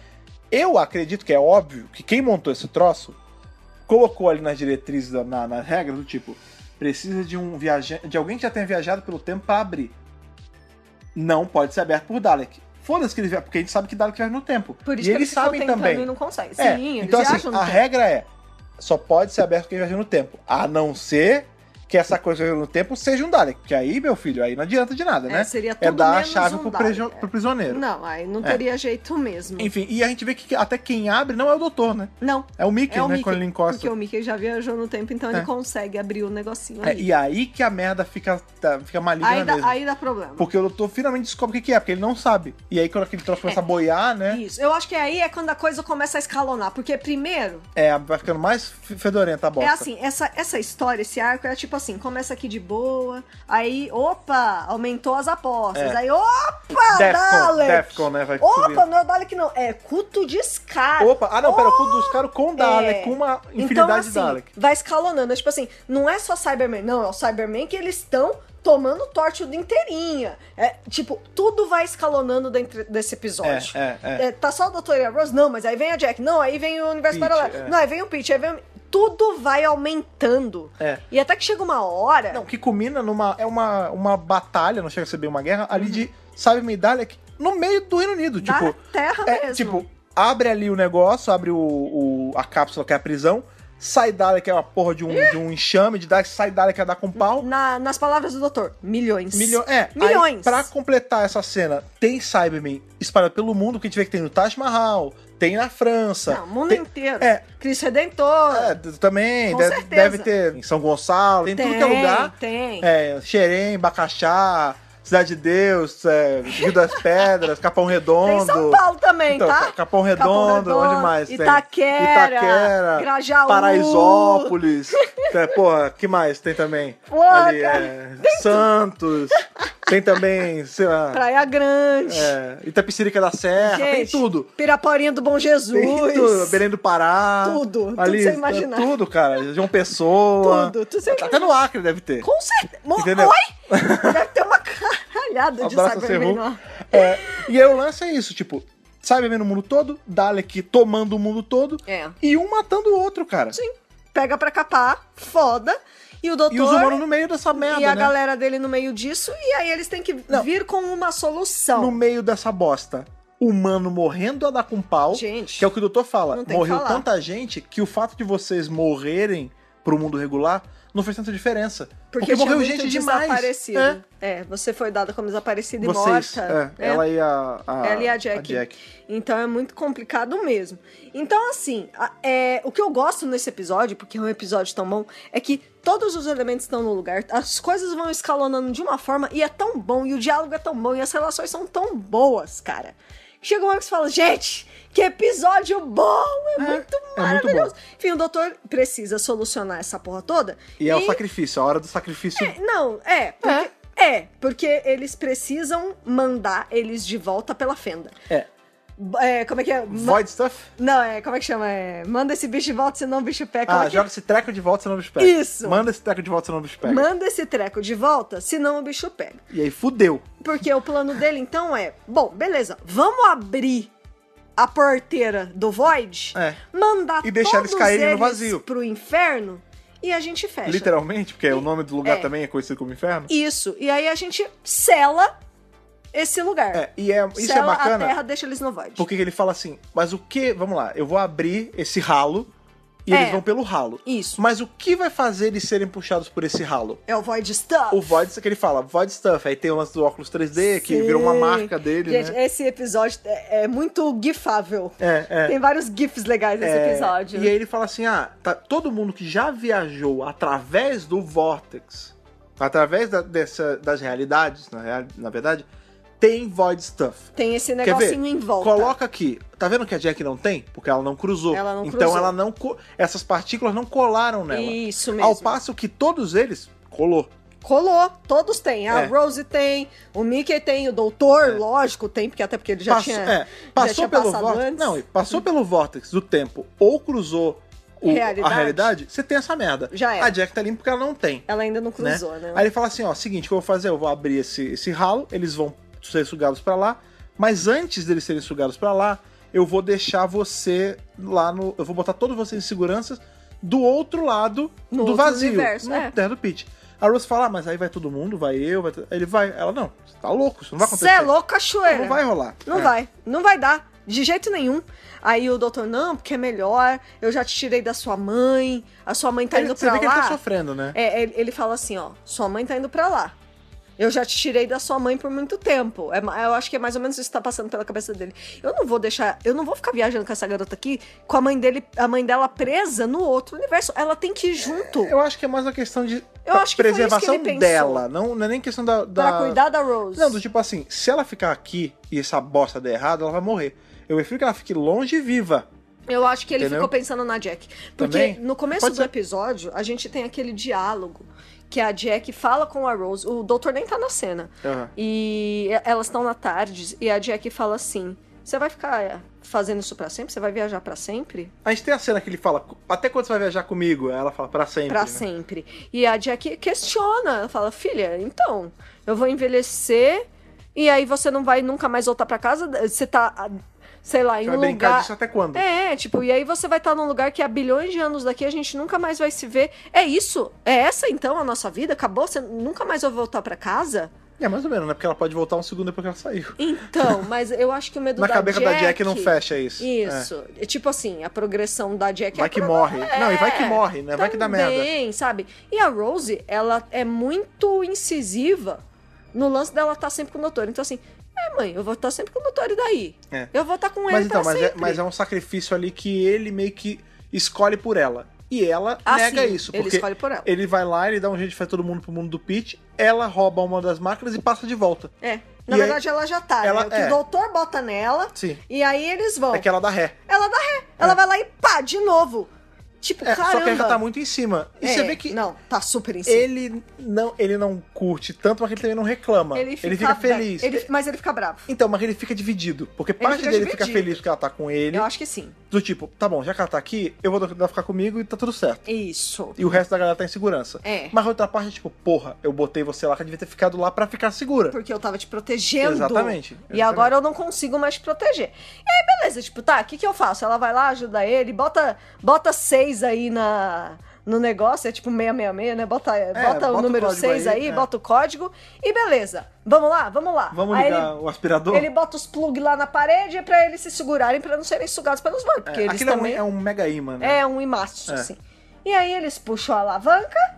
B: Eu acredito que é óbvio que quem montou esse troço colocou ali nas diretrizes, da- na, na regra do tipo, precisa de um viajante, de alguém que já tenha viajado pelo tempo pra abrir. Não pode ser aberto por Dalek. Foda-se que ele viaja, porque a gente sabe que Dalek viaja no tempo.
A: Por isso
B: e
A: que
B: eles
A: ficam
B: sabem
A: tentando
B: também.
A: E não conseguem.
B: É,
A: Sim, eles
B: então assim,
A: acham
B: a regra é, só pode ser aberto quem viaja no tempo, a não ser que essa coisa que viaja no tempo seja um Dalek, porque aí, meu filho, aí não adianta de nada, né?
A: é, seria tudo
B: é dar a
A: menos
B: chave
A: um
B: pro,
A: Dalek,
B: prejo-
A: é.
B: pro prisioneiro.
A: Não, aí não
B: É.
A: teria jeito mesmo.
B: Enfim, e a gente vê que até quem abre não é o doutor, né?
A: Não,
B: É o Mickey,
A: é o
B: né?
A: Mickey.
B: Quando ele encosta.
A: Porque o Mickey já viajou no tempo, então
B: É.
A: ele consegue abrir o negocinho
B: É,
A: ali.
B: e aí que a merda fica, tá- fica maligna
A: aí,
B: mesmo.
A: dá, aí dá problema.
B: Porque o doutor finalmente descobre o que que é, porque ele não sabe. E aí quando aquele troço
A: É.
B: começa a boiar, né?
A: Isso. Eu acho que aí é quando a coisa começa a escalonar. Porque primeiro,
B: É, vai ficando mais fe- fedorenta a bosta.
A: é assim, essa, essa história, esse arco é tipo assim, começa aqui de boa, aí, opa, aumentou as apostas.
B: É.
A: Aí, opa,
B: Defcon,
A: Dalek!
B: Defcon, né? Vai
A: Opa,
B: subindo.
A: não é o Dalek não, é culto de escada.
B: Opa, ah não, pera, o cu dos caras com Dalek,
A: oh! É.
B: com uma infinidade
A: Então, assim,
B: de Dalek.
A: vai escalonando. É Tipo assim, não é só Cyberman, não. É o Cyberman que eles estão tomando torte o dia inteirinha. É, tipo, tudo vai escalonando dentro desse episódio.
B: É, é, é.
A: tá só o Dr. e a Rose? Não, mas aí vem a Jack. Não, aí vem o Universo
B: Pete,
A: Paralelo.
B: é.
A: Não, aí vem o Pete. Aí vem... o- Tudo vai aumentando.
B: É.
A: E até que chega uma hora...
B: Não, que culmina numa. É uma, uma batalha, não chega a ser bem uma guerra, ali de
A: Uhum.
B: Cyberman e Dalek no meio do Reino Unido.
A: da
B: Tipo,
A: tá terra
B: É,
A: mesmo.
B: tipo, abre ali o negócio, abre o, o- a cápsula que é a prisão, sai Dalek, que é uma porra de um, de um enxame, de Dalek, sai Dalek, que é dar com pau.
A: Na- nas palavras do doutor, milhões.
B: Milho- é,
A: Milhões.
B: Aí, pra completar essa cena, tem Cybermen espalhado pelo mundo, que a gente vê que tem no Taj Mahal, tem na França.
A: Não, o mundo
B: tem-
A: inteiro.
B: É.
A: Cristo Redentor.
B: é, d- também,
A: Com
B: de-
A: certeza.
B: deve ter em São Gonçalo, tem, tudo que é
A: Tem,
B: lugar.
A: tem.
B: É, Xerém, Bacaxá, Cidade de Deus, é, Rio das Pedras, Capão Redondo.
A: Tem São Paulo também,
B: Então,
A: tá?
B: Capão Redondo, onde mais?
A: Itaquera,
B: tem? Itaquera
A: Grajaú.
B: Paraisópolis. é, porra, que mais tem também?
A: Porra,
B: Ali, é, Santos. tem também, sei lá,
A: Praia Grande.
B: é, Itapicirica da Serra. tem
A: Gente,
B: tudo.
A: Piraporinha do Bom Jesus.
B: Tem tudo. Belém do Pará.
A: Tudo, tudo
B: Ali, é
A: sem imaginar.
B: Tudo, cara. João Pessoa.
A: Tudo, tudo sem
B: Até no Acre deve ter.
A: Com certeza. Mo-
B: Tá. Entendeu?
A: Oi? Deve ter uma caralhada de
B: Abraça
A: Cybermen.
B: Serru.
A: lá.
B: É, e aí o lance é isso, tipo, Cybermen no mundo todo, Dalek tomando o mundo todo
A: É.
B: e um matando o outro, cara.
A: Sim. pega pra capar, foda. E o doutor.
B: E os humanos no meio dessa merda,
A: e a
B: né?
A: galera dele no meio disso, e aí eles têm que
B: Não.
A: vir com uma solução.
B: No meio dessa bosta. Humano morrendo a dar com pau.
A: Gente.
B: Que é o que o doutor fala.
A: Não tem que
B: Morreu
A: falar.
B: tanta gente que o fato de vocês morrerem pro mundo regular não fez tanta diferença. Porque,
A: tinha
B: morreu
A: muito
B: gente demais.
A: desaparecido.
B: É.
A: É. você foi dada como desaparecida e
B: Vocês,
A: morta.
B: é,
A: É.
B: Ela e a, a,
A: Ela e a Jack. Então é muito complicado mesmo. Então, assim, a- é, o que eu gosto nesse episódio, porque é um episódio tão bom, é que todos os elementos estão no lugar, as coisas vão escalonando de uma forma e é tão bom, e o diálogo é tão bom, e as relações são tão boas, cara. Chega uma hora que você fala, gente, que episódio bom! É, muito
B: é muito bom.
A: maravilhoso. Enfim, o doutor precisa solucionar essa porra toda.
B: E é o sacrifício, a hora do sacrifício.
A: Não, é. Porque, é. porque eles precisam mandar eles de volta pela fenda.
B: É.
A: B- é, como é que é? Ma-
B: Void stuff?
A: Não, é, como é que chama? É, manda esse bicho de volta, senão o bicho peca. Como
B: Ah,
A: é que-
B: joga esse treco de volta, senão o bicho pega.
A: Isso.
B: Manda esse treco de volta, senão o bicho pega.
A: Manda esse treco de volta, senão o bicho pega.
B: E aí fudeu.
A: Porque o plano dele, então, é... Bom, beleza, vamos abrir a porteira do Void,
B: É.
A: mandar
B: E deixar eles
A: todos
B: caírem no vazio.
A: pro inferno e a gente fecha.
B: Literalmente, porque o nome do lugar
A: É.
B: também é conhecido como inferno.
A: Isso, e aí a gente sela esse lugar.
B: É, e é, isso é
A: Sela
B: bacana.
A: a terra, deixa eles no Void.
B: Porque ele fala assim, mas o que. Vamos lá, eu vou abrir esse ralo e
A: É.
B: eles vão pelo ralo.
A: Isso.
B: Mas o que vai fazer eles serem puxados por esse ralo?
A: É o Void Stuff.
B: O Void, que ele fala, Void Stuff, aí tem o lance do óculos 3D, que
A: Sim.
B: virou uma marca dele,
A: Gente,
B: né?
A: esse episódio é, é muito gifável.
B: É, é.
A: Tem vários gifs legais nesse
B: É,
A: episódio.
B: E aí ele fala assim: ah, tá, todo mundo que já viajou através do Vortex, através da- dessa, das realidades, na, real- na verdade, tem Void Stuff.
A: Tem esse
B: Quer ver?
A: negocinho em volta.
B: Coloca aqui. Tá vendo que a Jack não tem? Porque ela não cruzou.
A: Ela não
B: então
A: cruzou.
B: ela não. co- Essas partículas não colaram nela.
A: Isso
B: Ao
A: mesmo.
B: passo que todos eles colou.
A: Colou, todos têm. A
B: É.
A: Rose tem, o Mickey tem, o Doutor,
B: É.
A: lógico, tem, porque até porque ele já
B: Passou-
A: tinha
B: é, passou
A: tinha
B: pelo
A: passado
B: vórtice.
A: antes.
B: Não, e passou pelo vórtex do tempo ou cruzou o-
A: Realidade.
B: a realidade, você tem essa merda.
A: Já era.
B: A Jack tá limpa porque ela não tem.
A: Ela ainda não
B: né?
A: cruzou, né?
B: Aí ele fala assim, ó, seguinte, o que eu vou fazer? Eu vou abrir esse, esse ralo, eles vão ser sugados pra lá, mas antes deles serem sugados pra lá, eu vou deixar você lá no... Eu vou botar todos vocês em segurança do outro lado
A: No
B: do
A: outro
B: vazio,
A: universo,
B: na
A: é.
B: terra do Pete. A Rose fala, ah, mas aí vai todo mundo, vai eu, vai... tu-" Ele vai... Ela, não, você tá louco, isso não vai
A: Você
B: acontecer.
A: é louco, cachoeira.
B: Não vai rolar.
A: Não
B: É.
A: vai, não vai dar, de jeito nenhum. Aí o doutor, não, porque é melhor, eu já te tirei da sua mãe, a sua mãe tá
B: Ele-
A: indo
B: você
A: pra
B: vê que
A: lá.
B: ele tá sofrendo, né?
A: É, ele, ele fala assim, ó, sua mãe tá indo pra lá. Eu já te tirei da sua mãe por muito tempo. É ma- eu acho que é mais ou menos isso que tá passando pela cabeça dele. Eu não vou deixar, eu não vou ficar viajando com essa garota aqui, com a mãe dele, a mãe dela presa no outro universo. Ela tem que ir junto
B: Eu acho que é mais uma questão de
A: Eu acho que foi isso que ele
B: preservação
A: pensou.
B: dela. Não, não é nem questão da. da...
A: pra cuidar da Rose.
B: Não, do tipo assim, se ela ficar aqui e essa bosta der errado, ela vai morrer. Eu prefiro que ela fique longe e viva.
A: Eu acho que ele
B: Entendeu?
A: ficou pensando na Jack. Porque
B: Também?
A: no começo
B: Pode
A: do
B: ser.
A: episódio, a gente tem aquele diálogo que a Jack fala com a Rose. O doutor nem tá na cena.
B: Aham.
A: E elas estão na tarde e a Jack fala assim: Você vai ficar é, fazendo isso pra sempre? Você vai viajar pra sempre?
B: A gente tem a cena que ele fala, até quando você vai viajar comigo? Aí Ela fala, pra sempre.
A: Pra
B: né?
A: sempre. E a Jack questiona, ela fala: Filha, então, eu vou envelhecer e aí você não vai nunca mais voltar pra casa? Você tá, ah, sei lá, em
B: Você
A: um
B: vai brincar
A: lugar.
B: disso até quando?
A: É, tipo, e aí você vai estar num lugar que há bilhões de anos daqui a gente nunca mais vai se ver. É isso? É essa então a nossa vida? Acabou? Você nunca mais vai voltar pra casa?
B: É, mais ou menos, né? Porque ela pode voltar um segundo depois que ela saiu.
A: Então, mas eu acho que o medo
B: Na
A: da
B: cabeça
A: Jack,
B: da Jack não fecha isso.
A: Isso. É. Tipo assim, a progressão da Jack
B: Vai
A: é
B: que
A: pro-
B: morre.
A: É,
B: Não, e vai que morre, né? Vai que dá merda.
A: também, sabe? E a Rose, ela é muito incisiva no lance dela estar sempre com o doutor. Então assim, é mãe, eu vou estar sempre com o doutor e daí?
B: É.
A: Eu vou estar com ele
B: Mas então,
A: pra
B: mas é,
A: sempre.
B: mas é um sacrifício ali que ele meio que escolhe por ela. E ela
A: Ah,
B: é, nega
A: sim,
B: isso.
A: ele
B: Porque
A: escolhe por ela.
B: ele vai lá, ele dá um jeito de fazer todo mundo pro mundo do Pete, ela rouba uma das máquinas e passa de volta.
A: É. Na
B: E aí-
A: verdade, ela já tá.
B: Ela-
A: né? O que
B: é.
A: o doutor bota nela.
B: Sim.
A: E aí eles vão.
B: É que ela dá ré.
A: Ela dá ré. Ela vai lá e pá, de novo. Tipo,
B: É,
A: caramba.
B: só que ela tá muito em cima. E
A: É,
B: você vê que
A: Não, tá super em cima.
B: ele não, ele não curte tanto, mas ele também não reclama.
A: bem-
B: feliz.
A: ele- mas ele fica bravo.
B: Então, mas ele fica dividido. Porque parte
A: fica
B: dele fica
A: dividido.
B: feliz porque ela tá com ele.
A: Eu acho que sim.
B: Do tipo, tá bom, já que ela tá aqui, eu vou dar ficar comigo e tá tudo certo.
A: Isso.
B: E o resto da galera tá em segurança.
A: É.
B: Mas a outra parte é tipo, porra, eu botei você lá que eu devia ter ficado lá pra ficar segura.
A: Porque eu tava te protegendo.
B: Exatamente,
A: E
B: exatamente.
A: agora eu não consigo mais te proteger. E aí, beleza, tipo, tá, o que, que eu faço? Ela vai lá, ajuda ele, bota, bota seis aí na, no negócio, é tipo 666, né? Bota, bota, o
B: É, bota o
A: número
B: código
A: 6 aí,
B: aí, é.
A: bota o código e beleza. Vamos lá, vamos lá.
B: Vamos
A: aí
B: ligar
A: ele,
B: o aspirador? É,
A: ele bota os plug lá na parede pra eles se segurarem pra não serem sugados pelos vans, porque
B: É,
A: eles
B: aquilo é um-
A: também...
B: é um mega imã, né?
A: É um imaço,
B: É.
A: assim. E aí eles puxam a alavanca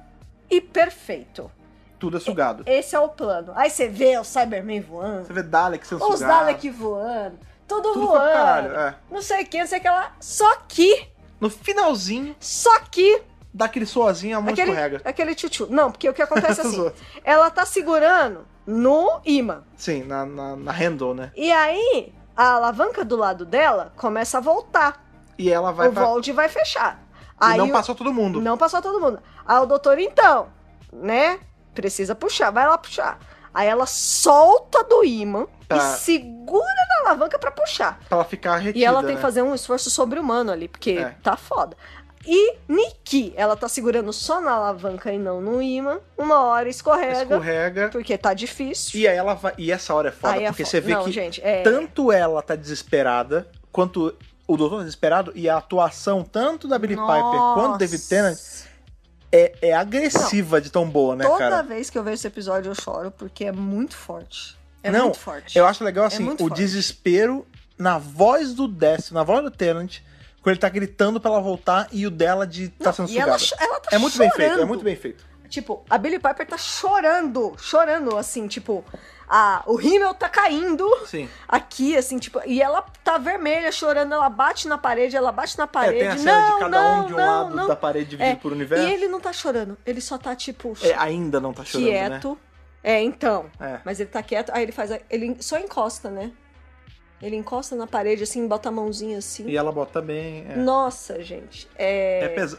A: e perfeito.
B: Tudo é sugado.
A: Esse é o plano. Aí você vê o Cyberman voando,
B: Você vê Dalek sendo
A: os
B: sugado.
A: Dalek voando, tudo,
B: Tudo pra
A: voando.
B: caralho, é.
A: Não sei o que, não sei o que lá. Só que,
B: No finalzinho,
A: só que.
B: dá aquele sozinho, a mão
A: Aquele,
B: escorrega.
A: aquele tchutchu. Não, porque o que acontece é assim.
B: Zoou.
A: ela tá segurando no imã.
B: Sim, na, na, na handle, né?
A: E aí, a alavanca do lado dela começa a voltar.
B: E ela vai
A: o
B: pra...
A: Vold vai fechar.
B: e
A: Aí
B: não
A: o-
B: passou todo mundo.
A: Não passou todo mundo. Aí o doutor, então, né? Precisa puxar, vai lá puxar. Aí ela solta do imã
B: Tá.
A: e segura na alavanca pra puxar.
B: Pra ela ficar retida,
A: E ela tem
B: né?
A: que fazer um esforço sobre-humano ali, porque
B: É.
A: tá foda. E Nikki, ela tá segurando só na alavanca e não no imã. Uma hora escorrega,
B: Escorrega.
A: porque tá difícil.
B: E aí ela vai... E essa hora é foda,
A: Aí é
B: porque
A: foda.
B: você vê
A: Não,
B: que
A: gente, é-
B: tanto ela tá desesperada, quanto o doutor tá desesperado, e a atuação tanto da Billy Piper quanto do David Tennant é, é agressiva de tão boa, né,
A: Toda
B: cara?
A: vez que eu vejo esse episódio eu choro, porque é muito forte. É
B: Não,
A: muito forte.
B: Eu acho legal, assim,
A: É muito
B: o
A: forte.
B: desespero na voz do Décio, na voz do Tenant, quando ele tá gritando pra ela voltar e o dela de tá sendo
A: e ela,
B: sugada.
A: cho- ela tá
B: É muito bem feito, é
A: chorando.
B: muito bem feito.
A: Tipo, a Billy Piper tá chorando, chorando, assim, tipo, a, o rímel tá caindo
B: Sim.
A: aqui, assim, tipo, e ela tá vermelha, chorando, ela bate na parede, ela bate na
B: É,
A: parede.
B: tem a cena
A: não,
B: de cada
A: não,
B: um de um
A: não,
B: lado
A: não. É,
B: da parede dividido por universo.
A: E ele não tá chorando, ele só tá, tipo,
B: É, ainda não tá chorando, né?
A: quieto. É, então.
B: É.
A: Mas ele tá quieto, aí ele faz, a- ele só encosta, né? Ele encosta na parede, assim, bota a mãozinha assim.
B: E ela bota bem. É,
A: Nossa, gente,
B: é
A: é,
B: pesa-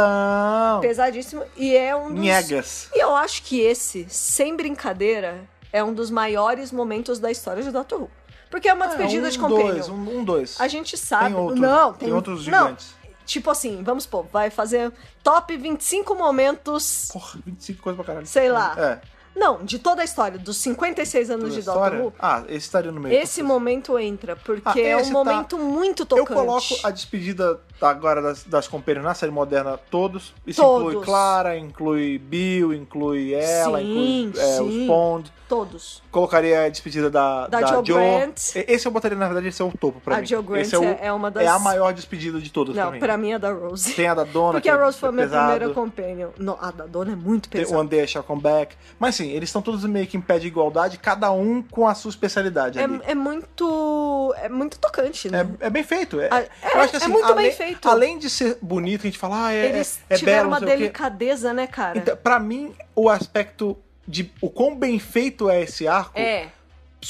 B: pesadão.
A: pesadíssimo e é um dos...
B: Niegas.
A: E eu acho que esse, sem brincadeira, é um dos maiores momentos da história de Doctor Who. Porque é uma despedida
B: um,
A: de companion.
B: Dois, um, um, dois.
A: A gente sabe.
B: Tem outros,
A: não, tem,
B: tem outros
A: não,
B: gigantes.
A: tipo assim, vamos pôr, vai fazer top 25 momentos,
B: Porra, 25 coisas pra caralho.
A: sei lá.
B: É.
A: Não, de toda a história, dos 56 anos
B: toda a
A: de
B: história.
A: Doctor Who.
B: Ah, esse estaria no meio.
A: Esse momento entra, porque
B: Ah,
A: é um
B: esse tá-
A: momento muito tocante.
B: Eu coloco a despedida agora das, das companheiras na série moderna todos. Isso
A: Todos.
B: inclui Clara, inclui Bill, inclui ela,
A: Sim,
B: inclui é,
A: sim.
B: os Pond.
A: Todos.
B: Colocaria a despedida da,
A: Da
B: da,
A: Jo
B: Jo.
A: Grant.
B: E- Esse eu botaria, na verdade, esse é o topo pra
A: a
B: mim.
A: Joe Grant
B: esse é, o-
A: é, uma das...
B: é a maior despedida de todas pra
A: Não,
B: mim.
A: pra mim é da Rose.
B: Tem a da Dona,
A: Porque
B: que
A: a Rose
B: é
A: foi a minha
B: pesado.
A: primeira companion. Não, a da Dona é muito
B: Tem
A: pesada.
B: o Andei Comeback. Mas sim, eles estão todos meio que em pé de igualdade, cada um com a sua especialidade ali.
A: É, é muito. É muito tocante, né?
B: É, é bem feito. É,
A: Ah, é,
B: eu acho que,
A: é
B: assim,
A: muito bem
B: além,
A: feito.
B: Além de ser bonito, a gente fala, ah, é,
A: Eles
B: é, é
A: tiveram
B: belo,
A: uma
B: não sei o quê.
A: delicadeza, né, cara?
B: Então, pra mim, o aspecto de o quão bem feito é esse arco
A: é.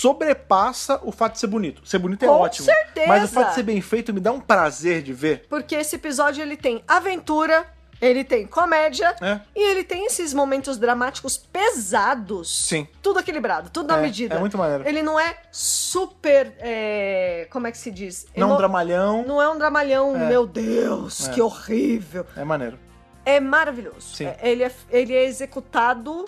B: sobrepassa o fato de ser bonito. Ser bonito é
A: Com
B: ótimo.
A: certeza.
B: Mas o fato de ser bem feito me dá um prazer de ver.
A: Porque esse episódio ele tem aventura, ele tem comédia
B: É.
A: e ele tem esses momentos dramáticos pesados.
B: Sim.
A: Tudo equilibrado, tudo na
B: É,
A: medida.
B: é muito maneiro.
A: Ele não é super. é, como é que se diz? Ele
B: Não dramalhão,
A: não é um dramalhão,
B: É.
A: meu Deus,
B: É.
A: que horrível.
B: é maneiro.
A: É maravilhoso.
B: Sim.
A: É- ele, é, ele é executado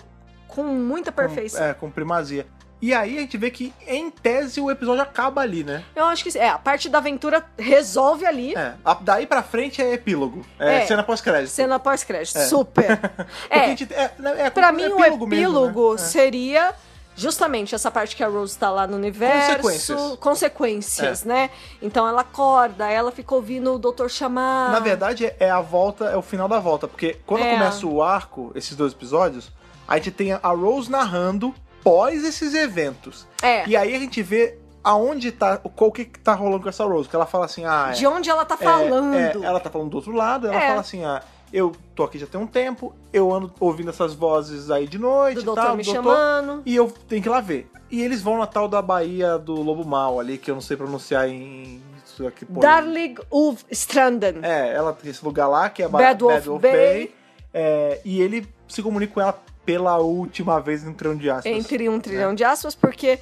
A: com muita perfeição.
B: Com, é, com primazia. E aí a gente vê que, em tese, o episódio acaba ali, né?
A: Eu acho que é, a parte da aventura resolve ali.
B: É. a- Daí pra frente é epílogo. É,
A: É.
B: cena pós-crédito.
A: Cena pós-crédito.
B: É.
A: Super.
B: Porque a
A: é,
B: gente- é, é, é
A: pra
B: como
A: mim
B: um
A: o epílogo
B: mesmo, né?
A: seria justamente essa parte que a Rose tá lá no universo.
B: Consequências. É.
A: consequências, né? Então ela acorda, ela fica ouvindo o doutor chamar.
B: Na verdade, é- é a volta, é o final da volta. Porque quando
A: ah. É.
B: começa o arco, esses dois episódios, a gente tem a Rose narrando pós esses eventos.
A: É.
B: E aí a gente vê aonde tá, o- qual que que tá rolando com essa Rose. Que ela fala assim, ah... é-
A: De onde ela tá
B: é,
A: falando.
B: é, ela tá falando do outro lado, ela
A: É.
B: fala assim, ah... Eu tô aqui já tem um tempo, eu ando ouvindo essas vozes aí de noite
A: do
B: e
A: doutor
B: tal,
A: me
B: do doutor,
A: chamando.
B: e eu tenho que ir lá ver. E eles vão na tal da Bahia do Lobo Mal ali, que eu não sei pronunciar em... isso aqui, pô,
A: Darlig Ulf Stranden.
B: é, ela tem esse lugar lá, que é a
A: Bad
B: Bad
A: Wolf
B: Wolf,
A: Bay.
B: Bay. é, e ele se comunica com ela pela última vez em um trilhão de aspas. né?
A: entre um trilhão de aspas, porque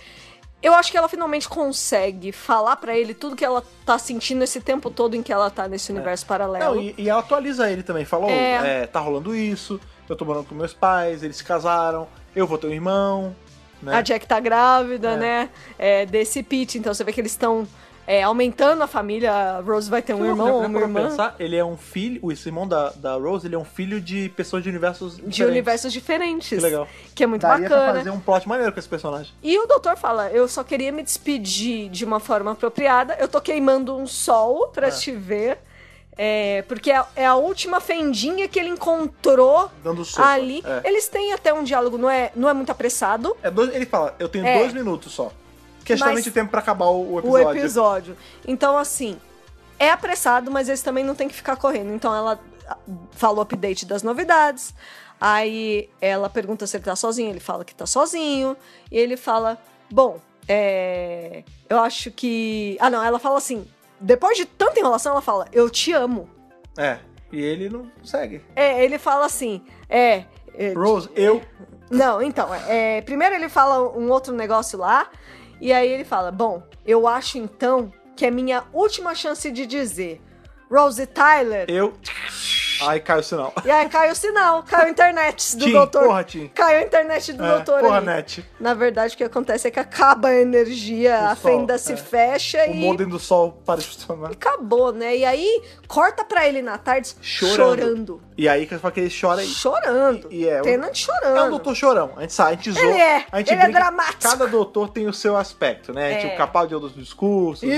A: eu acho que ela finalmente consegue falar pra ele tudo que ela tá sentindo esse tempo todo em que ela tá nesse universo paralelo.
B: É. Não, e, e ela atualiza ele também. Falou,
A: É.
B: é. tá rolando isso, eu tô morando com meus pais, eles se casaram, eu vou ter um irmão, né?
A: A Jack tá grávida,
B: É.
A: né? É, desse Pete, então você vê que eles estão é, aumentando a família. Rose vai ter um irmão ou uma irmã.
B: pensar, ele é um filho, o Simon da, da Rose, ele é um filho de pessoas de universos diferentes.
A: De universos diferentes.
B: Que legal.
A: que é muito
B: Daria
A: bacana.
B: pra fazer um plot maneiro com esse personagem.
A: E o doutor fala: Eu só queria me despedir de uma forma apropriada. Eu tô queimando um sol pra
B: É.
A: te ver. É, porque é, é a última fendinha que ele encontrou
B: Dando sopa.
A: ali.
B: É.
A: Eles têm até um diálogo, não é, não é muito apressado
B: É dois- ele fala, eu tenho
A: É.
B: dois minutos só. Que é
A: Mas-
B: justamente o tempo pra acabar o, o
A: o
B: episódio.
A: episódio. Então, assim, é apressado, mas eles também não têm que ficar correndo. Então, ela fala o update das novidades. Aí ela pergunta se ele tá sozinho, ele fala que tá sozinho. E ele fala: Bom, é, eu acho que. Ah, não, ela fala assim. Depois de tanta enrolação, ela fala: Eu te amo.
B: É. E ele não consegue.
A: É, ele fala assim: É. é,
B: Rose, eu.
A: não, então, é, primeiro ele fala um outro negócio lá, e aí ele fala: Bom, eu acho então que é minha última chance de dizer. Rose Tyler.
B: Eu. Aí cai o sinal.
A: E aí cai o sinal, cai a internet do
B: Tim,
A: doutor.
B: porra, Tim.
A: Caiu a internet do
B: É,
A: doutor
B: porra,
A: ali.
B: net.
A: Na verdade, o que acontece é que acaba a energia,
B: O
A: a
B: sol,
A: fenda se
B: é.
A: fecha
B: O
A: e
B: modem do sol para de funcionar.
A: acabou, né? E aí corta pra ele na tarde
B: Chorando.
A: chorando.
B: E aí que eu falo que ele chora aí.
A: Chorando.
B: E é um-
A: Tenant chorando.
B: É um doutor chorão. A gente sabe, a gente zoa.
A: Ele é.
B: a gente
A: Ele é
B: brinca que
A: dramático.
B: Cada doutor tem o seu aspecto, né? A gente,
A: É.
B: O Capaldi é o dos discursos, o, o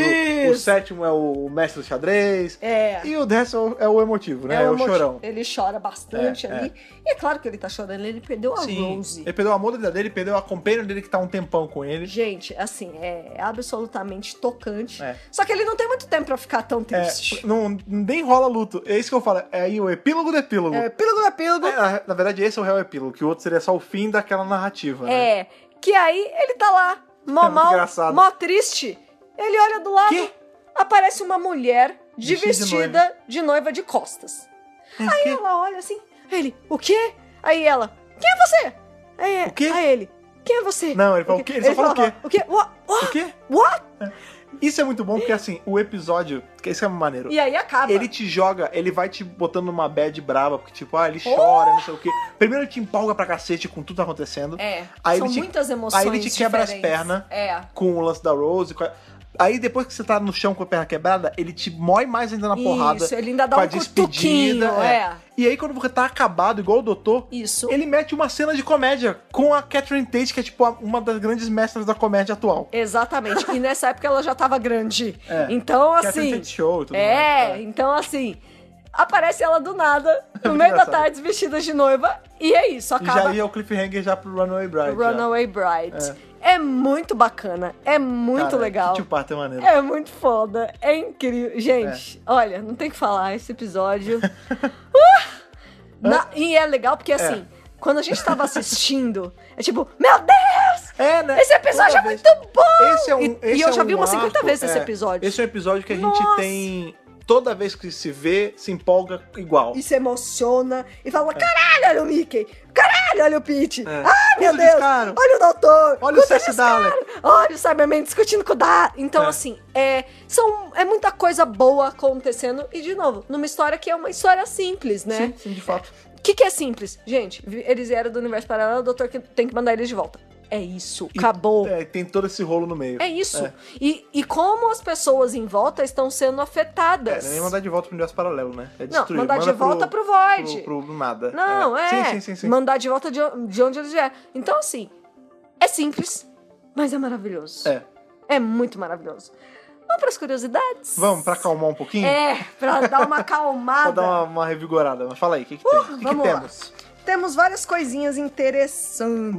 A: Isso.
B: sétimo é o mestre do xadrez.
A: É.
B: E o décimo é o emotivo, né? É, o
A: emo-
B: chorão.
A: um Ele chora bastante
B: É,
A: ali. E é claro que ele tá chorando, ele perdeu a Rose.
B: Ele perdeu o amor da vida dele, perdeu a companheira dele que tá há um tempão com ele.
A: Gente, assim, é absolutamente tocante.
B: É.
A: Só que ele não tem muito tempo pra ficar tão
B: É,
A: triste.
B: não, nem rola luto. É isso que eu falo. É aí o epílogo do epílogo.
A: É, pílugo da pílugo.
B: É, na, na verdade, esse é o real epílogo, que o outro seria só o fim daquela narrativa. né? É
A: É, que aí ele tá lá, mó
B: muito
A: mal,
B: engraçado.
A: mó triste. Ele olha do lado,
B: Quê?
A: aparece uma mulher de
B: Vestida de É,
A: vestida de noiva. de costas. aí
B: quê?
A: ela olha assim, ele, o quê? Aí ela, quem é você? Aí,
B: O quê?
A: aí ele, quem é você?
B: Não, ele fala, "O quê?" Ele só fala,
A: o quê? Wha- wha-
B: O quê?
A: what?
B: Isso é muito bom porque, assim, o episódio. que Isso é maneiro.
A: E aí acaba.
B: Ele te joga, ele vai te botando numa bad braba, porque tipo, ah,
A: Oh!
B: ele chora, não sei o quê. Primeiro ele te empolga pra cacete com tudo que tá acontecendo.
A: É,
B: Aí
A: são
B: ele te-
A: muitas emoções
B: aí ele te quebra as
A: diferentes.
B: pernas.
A: É.
B: Com o lance da Rose. com a- Aí depois que você tá no chão com a perna quebrada, ele te mói mais ainda na porrada.
A: Isso, ele ainda dá
B: com a
A: um cutuquinho,
B: despedida.
A: é.
B: E aí quando você tá acabado, igual o doutor,
A: Isso.
B: ele mete uma cena de comédia com a Catherine Tate, que é tipo a- uma das grandes mestras da comédia atual.
A: Exatamente. E nessa época ela já tava grande.
B: É.
A: Então,
B: Catherine
A: assim.
B: Tate Show e tudo mais.
A: É, então assim. Aparece ela do nada, no meio da
B: engraçado.
A: tarde, vestida de noiva, e é isso,
B: E já
A: acaba
B: ia o cliffhanger já pro Runaway Bride. já.
A: Runaway Bride. É. muito bacana, é muito
B: Cara,
A: legal.
B: Que parte é maneiro.
A: É muito foda, é incrível. Gente,
B: É.
A: olha, não tem o que falar, esse episódio. Uh! Na- e é legal porque assim, quando a gente tava assistindo, é tipo, meu Deus!
B: É, né?
A: Esse episódio
B: Toda
A: é muito bom!
B: Esse é um,
A: E-
B: esse
A: e eu
B: é
A: já
B: um
A: vi umas 50
B: arco,
A: vezes esse
B: é.
A: episódio.
B: Esse é um episódio que a gente
A: Nossa!
B: tem. Toda vez que se vê, se empolga igual.
A: E se emociona e
B: É.
A: fala: caralho, olha o Mickey! Caralho, olha o Pete! Ah, meu
B: Quanto
A: Deus!
B: descaro!
A: Olha o doutor!
B: Olha o
A: Quanto
B: Seth
A: descaro!
B: Dalek!
A: Olha o Cyberman discutindo com o Dar. Então,
B: É.
A: assim, é, são, é muita coisa boa acontecendo. E, de novo, numa história que é uma história simples, né?
B: Sim, sim, de fato.
A: O que, que é simples? Gente, vi- eles vieram do universo paralelo, o doutor que tem que mandar eles de volta. É isso, acabou.
B: É, tem todo esse rolo no meio.
A: É isso.
B: É.
A: E, e como as pessoas em volta estão sendo
B: É,
A: afetadas.
B: nem mandar de volta pro universo paralelo, né?
A: Não,
B: É destruir.
A: mandar
B: Manda
A: de volta pro, Void.
B: Pro, pro nada.
A: Não, é.
B: Sim, sim, sim. sim.
A: Mandar de volta de, de onde ele é. Então, assim, é simples, mas é maravilhoso.
B: É.
A: É muito maravilhoso. Vamos pras curiosidades?
B: Vamos pra acalmar um pouquinho?
A: É, pra dar uma acalmada.
B: Pra dar uma, uma revigorada. Mas fala aí, o que, que tem? O que, que
A: Uh, vamos lá.
B: temos?
A: Temos várias coisinhas interessantes.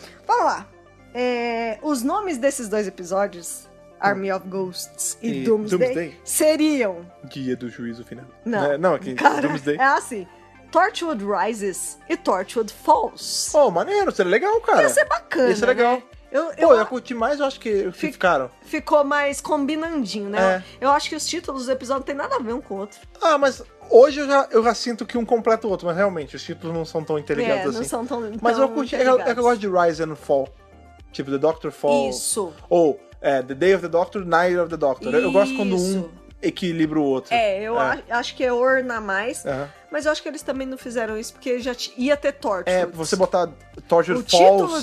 B: Mande.
A: Vamos lá. É, os nomes desses dois episódios, Army of Ghosts e,
B: E
A: Doomsday,
B: Doomsday?
A: seriam.
B: Dia do juízo final.
A: Não.
B: É, não, aqui.
A: Cara,
B: Doomsday.
A: É assim: Torchwood Rises e Torchwood Falls.
B: Pô, maneiro, seria legal, cara.
A: Ia ser bacana.
B: Isso é legal.
A: né? Eu, eu
B: Pô, eu curti mais, eu acho que que
A: Fica-
B: ficaram.
A: né? ficou mais combinandinho, né?
B: É.
A: Eu acho que os títulos dos episódios não tem nada a ver um com o outro.
B: Ah, mas hoje eu já, eu já sinto que um completa o outro, mas realmente, os títulos não são tão
A: é,
B: interligados assim.
A: não são tão.
B: mas
A: tão
B: eu curti, é que eu, é que eu gosto de Rise and Fall. Tipo, The Doctor Fall.
A: Isso.
B: Ou é, The Day of the Doctor, Night of the Doctor. Eu, eu gosto quando um
A: Isso.
B: equilibra o outro.
A: É, eu a- acho que é orna mais.
B: Aham.
A: Mas eu acho que eles também não fizeram isso porque já t- ia ter Torchwood.
B: É, você botar Torture
A: O
B: Falls.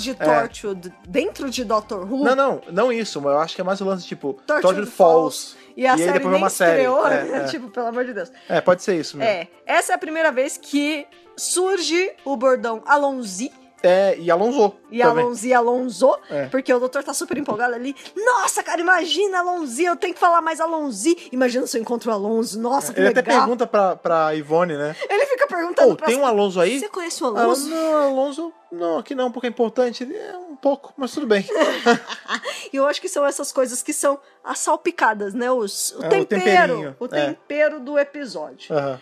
A: título de
B: é.
A: Torchwood dentro de Doctor Who
B: Não, não, não isso, mas eu acho que é mais o lance tipo
A: Torture
B: Torture,
A: Falls.
B: Falls.
A: e a
B: aí
A: série
B: depois vem
A: nem
B: uma série.
A: estreou,
B: É,
A: né?
B: é.
A: tipo, pelo amor de Deus.
B: É, pode ser isso mesmo.
A: É, essa é a primeira vez que surge o bordão Alonzi
B: É, e Alonso.
A: e
B: também.
A: Alonzi Alonso,
B: É.
A: porque o doutor tá super empolgado ali. Nossa, cara, imagina Alonzi, eu tenho que falar mais Alonzi. Imagina se eu encontro o Alonso, nossa, que
B: É, Ele até
A: legal.
B: pergunta pra, pra Ivone, né?
A: Ele fica perguntando
B: Ou
A: pra
B: tem um Alonso aí?
A: Você conhece o
B: Ela,
A: Alonso?
B: não, Alonso, não, aqui não, porque é importante. Ele, É um pouco, mas tudo bem.
A: E eu acho que são essas coisas que são as salpicadas, né? Os, o
B: É, o
A: tempero.
B: temperinho,
A: O
B: é.
A: tempero do episódio.
B: Aham.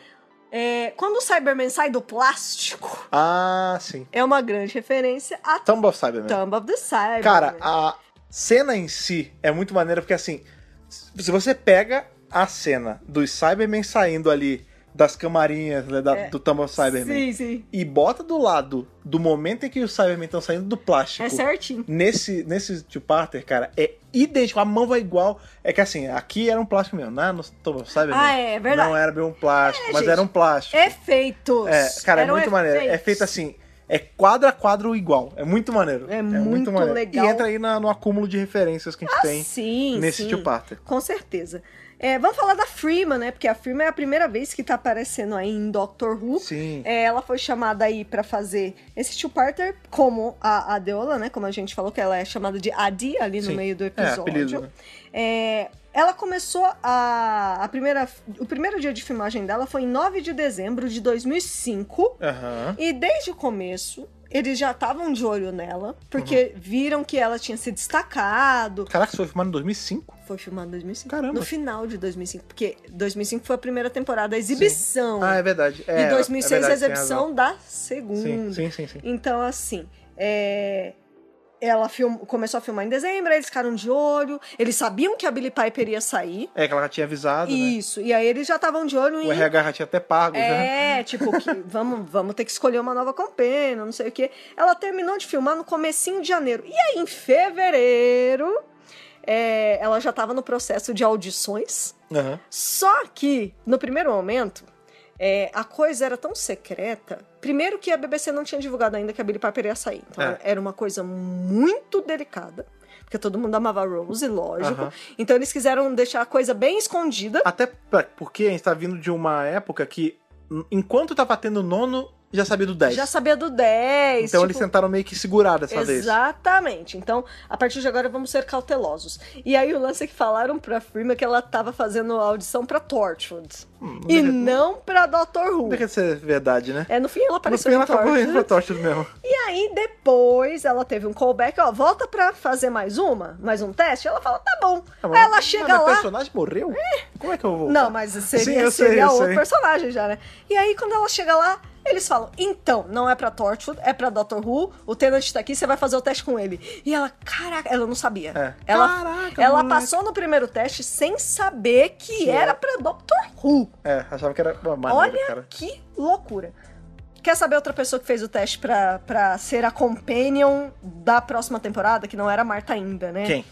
A: É, quando o Cyberman sai do plástico,
B: Ah, sim. Então,
A: é uma grande referência à
B: Thumb of Cyberman.
A: Thumb of the Cyberman.
B: Cara, a cena em si é muito maneira, porque assim, se você pega a cena dos Cybermen saindo ali das camarinhas né, da-
A: É.
B: do Thumb of Cybermen
A: Sim, sim.
B: e bota do lado do momento em que os Cybermen estão saindo do plástico.
A: É certinho.
B: Nesse, nesse two-parter, cara, é idêntico, a mão vai igual. É que assim, aqui era um plástico mesmo, né? No Thumb of Cybermen.
A: Ah, é, é verdade.
B: Não era bem um plástico,
A: É,
B: mas
A: gente.
B: era um plástico.
A: Efeitos.
B: É, cara, é
A: Eram
B: muito maneiro. É
A: efeitos.
B: feito assim, é quadro a quadro igual. É muito maneiro.
A: É muito legal. Ah,
B: E entra aí na- no acúmulo de referências que a gente tem
A: Sim,
B: nesse tipo
A: sim.
B: Tio Parter.
A: Com certeza. É, vamos falar da Freeman, né? Porque a Freeman é a primeira vez que tá aparecendo aí em Doctor Who.
B: Sim.
A: É, ela foi chamada aí pra fazer esse two-parter, como a Adeola, né? Como a gente falou, que ela é chamada de Adi ali no
B: Sim.
A: meio do
B: É,
A: episódio.
B: apelido, né?
A: É, ela começou a, a primeira. O primeiro dia de filmagem dela foi em 9 de dezembro de 2005.
B: Aham.
A: E desde o começo, eles já estavam de olho nela, porque
B: Uhum.
A: viram que ela tinha se destacado.
B: Caraca, isso foi filmado em 2005?
A: Foi filmado em 2005.
B: Caramba.
A: No final de 2005, porque 2005 foi a primeira temporada, a exibição.
B: Ah, é verdade. É,
A: e 2006
B: é
A: a
B: verdade, tem razão.
A: exibição da segunda.
B: Sim, sim, sim. sim.
A: Então, assim, é, ela film- começou a filmar em dezembro, aí eles ficaram de olho, eles sabiam que a Billy Piper ia sair.
B: É que ela já tinha avisado, né?
A: Isso, e aí eles já estavam de olho
B: O
A: em.
B: RH já tinha até pago, né? já.
A: É, tipo, que vamos, vamos ter que escolher uma nova companion, não sei o quê. Ela terminou de filmar no comecinho de janeiro. E aí, em fevereiro, é, ela já estava no processo de audições.
B: Aham.
A: Só que, no primeiro momento, é, a coisa era tão secreta. Primeiro que a BBC não tinha divulgado ainda que a Billy Piper ia sair. Então
B: É.
A: era uma coisa muito delicada. Porque todo mundo amava a Rose, lógico.
B: Aham.
A: Então eles quiseram deixar a coisa bem escondida.
B: Até pra- porque a gente tá vindo de uma época que, n- enquanto tava tendo nono, já sabia do 10.
A: Já sabia do 10.
B: então
A: tipo,
B: eles tentaram meio que segurar dessa vez.
A: Exatamente. Então, a partir de agora, vamos ser cautelosos. E aí, o lance é que falaram pra Freeman que ela tava fazendo a audição pra Torchwood.
B: Hum,
A: e
B: não
A: não pra Doctor Who.
B: Não deixa de ser verdade, né?
A: É, no fim ela
B: No
A: apareceu
B: fim,
A: em
B: ela acabou indo
A: Torchwood.
B: pra Torchwood mesmo.
A: E aí, depois, ela teve um callback, ó, volta pra fazer mais uma, mais um teste. Ela fala, tá bom.
B: Ah,
A: aí ela
B: mas
A: chega
B: O
A: lá.
B: personagem morreu? Como é que eu vou?
A: Não, mas
B: Sim,
A: seria,
B: eu sei,
A: seria
B: eu
A: outro
B: sei.
A: personagem já, né? E aí, quando ela chega lá, eles falam: então, não é pra Torchwood, é pra Doctor Who, o Tenant tá aqui, você vai fazer o teste com ele. E ela, caraca, ela não sabia.
B: É.
A: Ela,
B: Caraca,
A: ela
B: moleque.
A: passou no primeiro teste sem saber que era pra Doctor Who.
B: É, achava que era uma maneira,
A: Olha
B: cara.
A: que loucura. Quer saber outra pessoa que fez o teste pra, pra ser a companion da próxima temporada, que não era a Marta ainda, né?
B: Quem?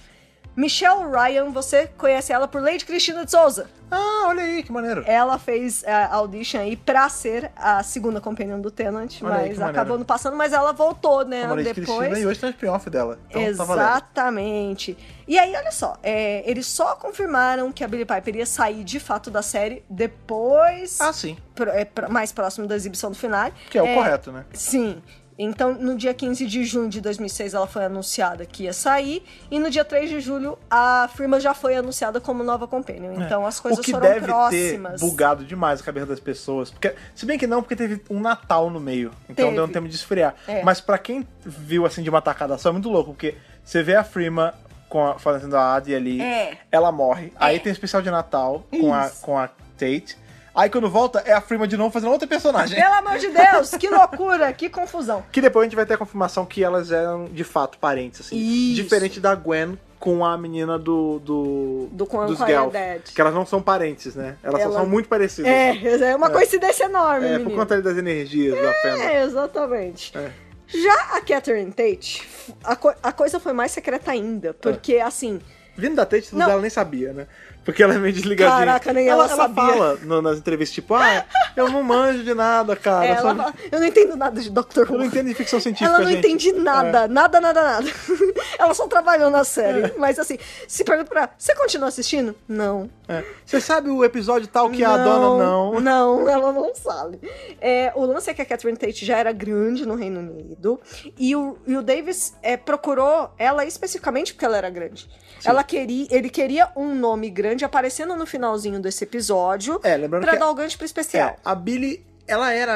A: Michelle Ryan, você conhece ela por Lady Cristina de Souza.
B: Ah, olha aí, que maneiro.
A: Ela fez é, a audition aí pra ser a segunda companion do Tenant,
B: Olha aí,
A: mas
B: que maneiro.
A: acabou não passando, mas ela voltou, né?
B: Uma Lady
A: depois.
B: Cristina e hoje tem um spin-off dela. Então tá valendo.
A: Exatamente. e aí, olha só, é, eles só confirmaram que a Billie Piper ia sair de fato da série depois,
B: Ah, sim.
A: pro- é, pro- mais próximo da exibição do final.
B: Que é o correto, né?
A: Sim. Então, no dia 15 de junho de 2006, ela foi anunciada que ia sair. E no dia 3 de julho, a firma já foi anunciada como nova companion. Então, as coisas
B: É. o que
A: foram
B: deve
A: próximas.
B: ter bugado demais a cabeça das pessoas. Porque, se bem que não, porque teve um Natal no meio. Então
A: Teve.
B: deu um tempo de esfriar.
A: É.
B: Mas pra quem viu assim de uma tacada só, é muito louco, porque você vê a Freema com a- fazendo a Adi ali,
A: É.
B: ela morre. Aí
A: É.
B: tem o especial de Natal com a,
A: Isso.
B: com a Tate. Aí quando volta, é a Freema de novo fazendo outra personagem.
A: Pelo amor de Deus, que loucura, que confusão.
B: Que depois a gente vai ter a confirmação que elas eram de fato parentes, assim.
A: Isso.
B: Diferente da Gwen com a menina do. Do,
A: Do Quan-
B: dos
A: Quan é
B: Guelph,
A: Dad.
B: Que elas não são parentes, né? Elas só
A: Ela-
B: são muito parecidas.
A: É, é uma coincidência enorme,
B: É,
A: menino.
B: por conta ali das energias da Fenda.
A: É, exatamente.
B: É.
A: Já a Catherine Tate,
B: É.
A: a, co- a coisa foi mais secreta ainda, porque assim.
B: Vindo da Tate,
A: Não.
B: ela nem sabia, né? Porque ela é meio desligadinha.
A: Caraca, nem
B: ela,
A: ela sabia.
B: fala no- nas entrevistas, tipo, ah, eu não manjo de nada, cara.
A: É,
B: só-
A: ela fala, eu não entendo nada de Dr.
B: Eu não
A: Who.
B: entendo de ficção científica,
A: Ela não
B: gente." É.
A: entende nada, nada, nada, nada. ela só trabalhou na série. Mas assim, se pergunta pra ela, você continua assistindo? Não.
B: É. Você sabe o episódio tal que a
A: Não,
B: dona não...
A: Não, ela não sabe. É, o lance é que a Catherine Tate já era grande no Reino Unido e o, e o Davis é, procurou ela especificamente porque ela era grande. Ela queria, ele queria um nome grande aparecendo no finalzinho desse episódio
B: É, lembrando
A: pra
B: que
A: dar o gancho pro especial.
B: É, a Billy, ela era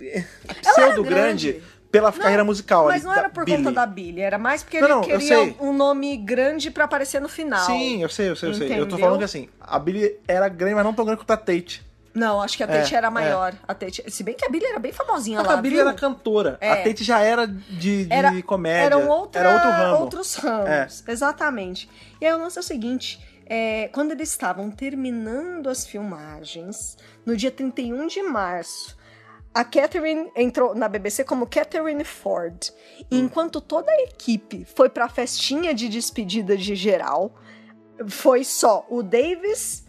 A: era
B: pseudo
A: grande.
B: grande pela carreira musical.
A: Mas
B: ali,
A: não
B: da
A: era por
B: Billy.
A: conta da Billy, era mais porque
B: Não,
A: ele
B: não, eu
A: queria
B: sei.
A: um nome grande pra aparecer no final.
B: Sim, eu sei, eu sei, eu sei. Eu tô
A: Entendeu?
B: falando que assim, a Billy era grande, mas não tão grande quanto a Tate.
A: Não, acho que a Tate
B: É,
A: era
B: é.
A: maior. A Tate, se bem que a Billy era bem famosinha lá.
B: a Billy
A: viu?
B: era cantora.
A: É.
B: A Tate já era de, de
A: Era-
B: comédia.
A: Eram outra,
B: era outro ramo. É.
A: outros ramos. Exatamente. E aí o lance é o seguinte: é, quando eles estavam terminando as filmagens, no dia 31 de março, a Catherine entrou na BBC como Catherine Ford. E
B: Hum.
A: enquanto toda a equipe foi pra festinha de despedida de geral, foi só o Davis,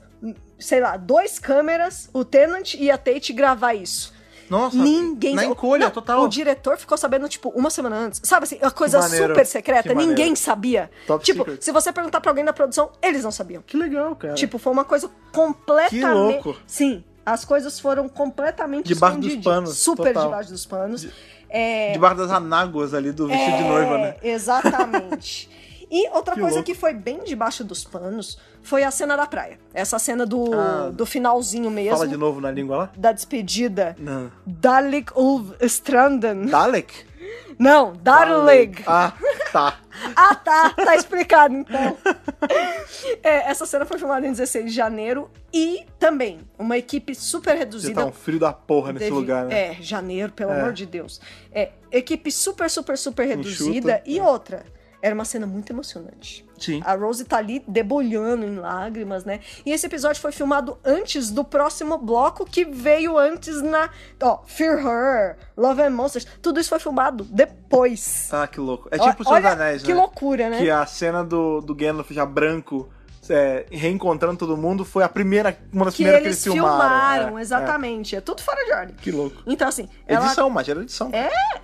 A: sei lá, dois câmeras, o Tennant e a Tate gravar isso.
B: Nossa,
A: Ninguém
B: na
A: sa-
B: encolha
A: Não,
B: total.
A: O diretor ficou sabendo, tipo, uma semana antes. Sabe assim, uma coisa
B: maneiro,
A: super secreta,
B: que maneiro.
A: ninguém sabia.
B: Top
A: tipo,
B: secret.
A: se você perguntar pra alguém da produção, eles não sabiam.
B: Que legal, cara.
A: Tipo, foi uma coisa completamente.
B: Que louco.
A: Sim. As coisas foram completamente
B: Debaixo dos
A: escondidas.
B: panos,
A: Super
B: total.
A: debaixo dos panos. É,
B: Debaixo das anáguas ali do vestido de noiva, né?
A: Exatamente. E outra
B: Que
A: coisa
B: louco.
A: que foi bem debaixo dos panos foi a cena da praia. Essa cena do,
B: Ah,
A: do finalzinho mesmo,
B: Fala de novo na língua lá.
A: da despedida.
B: Não.
A: Dalek Ulf Stranden.
B: Dalek?
A: Não, Darleg.
B: Ah, tá.
A: Ah, tá, tá explicado então. É, essa cena foi filmada em 16 de janeiro e também uma equipe super
B: Já
A: reduzida.
B: tá um frio da porra nesse
A: Devi-
B: lugar, né?
A: É, janeiro, pelo
B: É.
A: amor de Deus. É, equipe super, super, super reduzida.
B: Enxuta. É.
A: E outra, era uma cena muito emocionante.
B: Sim.
A: A Rose tá ali debolhando em lágrimas, né? E esse episódio foi filmado antes do próximo bloco que veio antes na. Ó, Fear Her, Love and Monsters. Tudo isso foi filmado depois.
B: Ah, que louco. É
A: Ó-
B: tipo o Senhor dos
A: olha
B: Anéis, né?
A: Que loucura, né?
B: Que a cena do, do Gandalf já branco é, reencontrando todo mundo foi a primeira, uma das
A: Que
B: primeiras que eles filmaram. é, é.
A: exatamente. É. tudo fora de ordem.
B: Que louco.
A: Então, assim, ela,
B: Edição, mas era edição.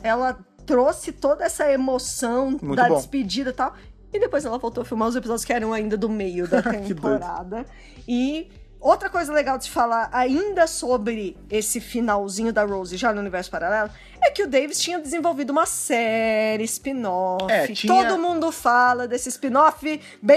A: ela trouxe toda essa emoção
B: Muito
A: da
B: bom.
A: despedida e tal. E depois ela voltou a filmar os episódios que eram ainda do meio da
B: doido.
A: temporada. e outra coisa legal de se falar ainda sobre esse finalzinho da Rose já no universo paralelo é que o Davis tinha desenvolvido uma série spin-off.
B: É, tinha-
A: Todo mundo fala desse spin-off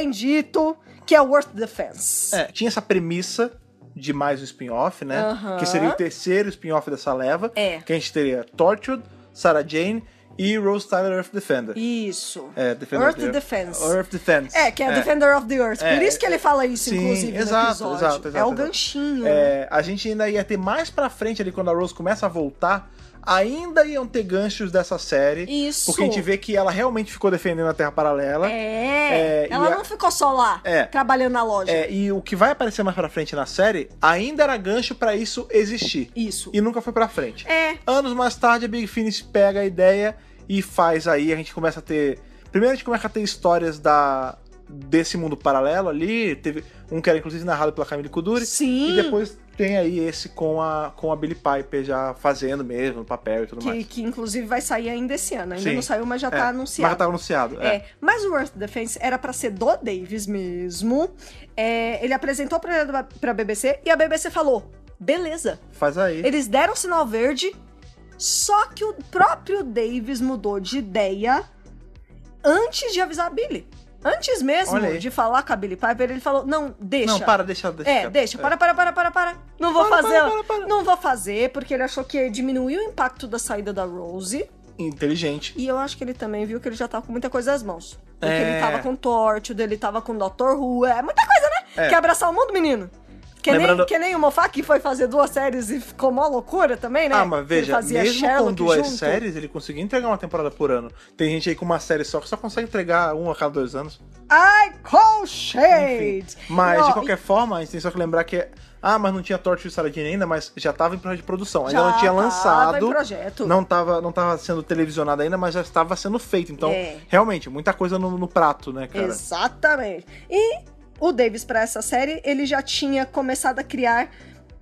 A: bendito que é Worth Defense.
B: É, tinha essa premissa de mais um spin-off, né?
A: Aham.
B: Que seria o terceiro spin-off dessa leva.
A: É.
B: Que a gente teria Tortured, Sarah Jane e Rose Tyler Earth Defender.
A: Isso.
B: É, Defender
A: Earth
B: Earth-
A: Defense.
B: Earth Defense.
A: É, que é, Defender of the Earth. Por
B: É,
A: isso que ele fala isso,
B: sim,
A: inclusive, no
B: exato,
A: episódio. é
B: exato, exato,
A: o
B: exato.
A: ganchinho.
B: É, a gente ainda ia ter mais pra frente ali, quando a Rose começa a voltar, ainda iam ter ganchos dessa série.
A: Isso.
B: Porque a gente vê que ela realmente ficou defendendo a Terra Paralela.
A: É,
B: É, e
A: ela
B: a-
A: não ficou só lá,
B: É.
A: trabalhando na loja.
B: É, e o que vai aparecer mais pra frente na série ainda era gancho pra isso existir.
A: Isso.
B: E nunca foi pra frente.
A: É,
B: Anos mais tarde, a Big Finish pega a ideia e faz aí. A gente começa a ter. Primeiro, a gente começa a ter histórias da desse mundo paralelo ali. Teve um que era inclusive narrado pela Camille Kuduri.
A: sim.
B: E depois tem aí esse com a, com a Billy Piper já fazendo mesmo, no papel e tudo
A: que,
B: mais.
A: que inclusive vai sair ainda esse ano. Ainda
B: Sim.
A: não saiu, mas já
B: É,
A: tá
B: Mas
A: anunciado.
B: já tava anunciado.
A: É,
B: É.
A: mas o Earth Defense era pra ser do Davis mesmo. É, ele apresentou pra, pra BBC e a BBC falou: beleza,
B: Faz aí.
A: Eles deram um sinal verde, só que o próprio Davis mudou de ideia antes de avisar a Billy. Antes mesmo
B: Olha aí.
A: de falar com a Billy Piper, ele falou: não, deixa.
B: Não, para, deixa. deixa
A: É,
B: quieto.
A: deixa,
B: É.
A: para, para, para, para, para. Não vou
B: Para,
A: fazer.
B: para, para, para.
A: Não vou fazer, porque ele achou que diminuiu o impacto da saída da Rose.
B: Inteligente.
A: E eu acho que ele também viu que ele já tava com muita coisa nas mãos. Porque
B: É.
A: ele tava com Tortured, ele tava com Dr. Who, é muita coisa, né?
B: É.
A: Quer abraçar o mundo, menino? Que, nem,
B: Lembrando-
A: que nem o Mofá que foi fazer duas séries e ficou mó loucura também, né?
B: Ah, mas
A: Ele
B: veja,
A: fazia
B: mesmo com
A: Sherlock
B: duas
A: junto.
B: séries, ele conseguiu entregar uma temporada por ano. Tem gente aí com uma série só que só consegue entregar uma a cada dois anos.
A: Ai, Call Shade!
B: Mas,
A: E, ó,
B: de qualquer forma, a gente tem só que lembrar que... Ah, mas não tinha Torture e Saladin ainda, mas já tava em projeto de produção. Ainda
A: Já
B: não tinha
A: tava em
B: lançado.
A: projeto.
B: Não tava, não tava sendo televisionado ainda, mas já estava sendo feito. Então,
A: É.
B: realmente, muita coisa no, no prato, né, cara?
A: Exatamente. E o Davis para essa série, ele já tinha começado a criar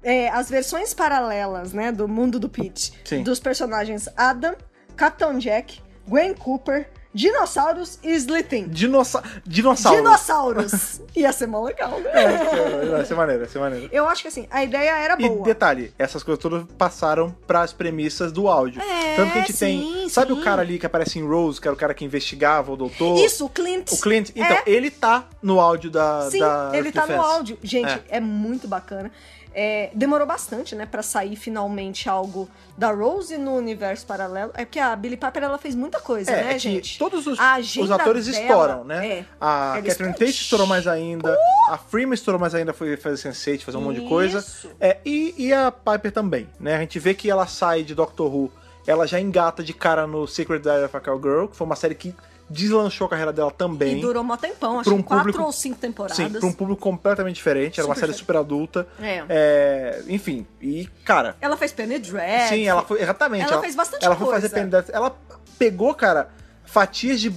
A: é, as versões paralelas, né, do mundo do Pete,
B: Sim.
A: dos personagens Adam, Capitão Jack, Gwen Cooper, dinossauros e Slitin.
B: Dinossa... Dinossauro.
A: Dinossauros. Ia ser mó legal, né?
B: É, vai ser maneiro, vai ser maneiro.
A: Eu acho que assim, a ideia era
B: E
A: boa.
B: detalhe, essas coisas todas passaram pras premissas do áudio.
A: É,
B: Tanto que a gente
A: sim,
B: tem. Sabe
A: sim.
B: o cara ali que aparece em Rose, que era o cara que investigava o doutor?
A: Isso, o Clint.
B: O Clint? Então,
A: É.
B: ele tá no áudio da.
A: Sim,
B: da
A: ele tá no
B: Defense.
A: áudio. Gente, é, muito bacana. É, demorou bastante, né, pra sair finalmente algo da Rose no universo paralelo. É porque a Billy Piper ela fez muita coisa,
B: É,
A: né,
B: é que
A: gente?
B: todos os,
A: A
B: os
A: agenda
B: atores
A: dela,
B: estouram, né?
A: é.
B: a
A: Ela
B: Catherine
A: explodiu.
B: Tate estourou mais ainda, a Freeman estourou mais ainda, foi fazer Sense8, fazer um monte de coisa.
A: Isso.
B: É, e, e a Piper também, né? A gente vê que ela sai de Doctor Who, ela já engata de cara no Secret Diary of a Cowgirl, que foi uma série que deslanchou a carreira dela também.
A: E durou mó tempão, acho
B: Pra um
A: que quatro
B: público-
A: ou cinco temporadas.
B: Sim, pra um público completamente diferente, era uma
A: Super
B: série super adulta.
A: É.
B: É, enfim, e cara,
A: Ela fez Penny Dreadful.
B: Sim, ela foi. Exatamente.
A: É, Ela fez bastante
B: Ela foi
A: coisa.
B: fazer Penny Dreadful. Ela pegou, cara, fatias de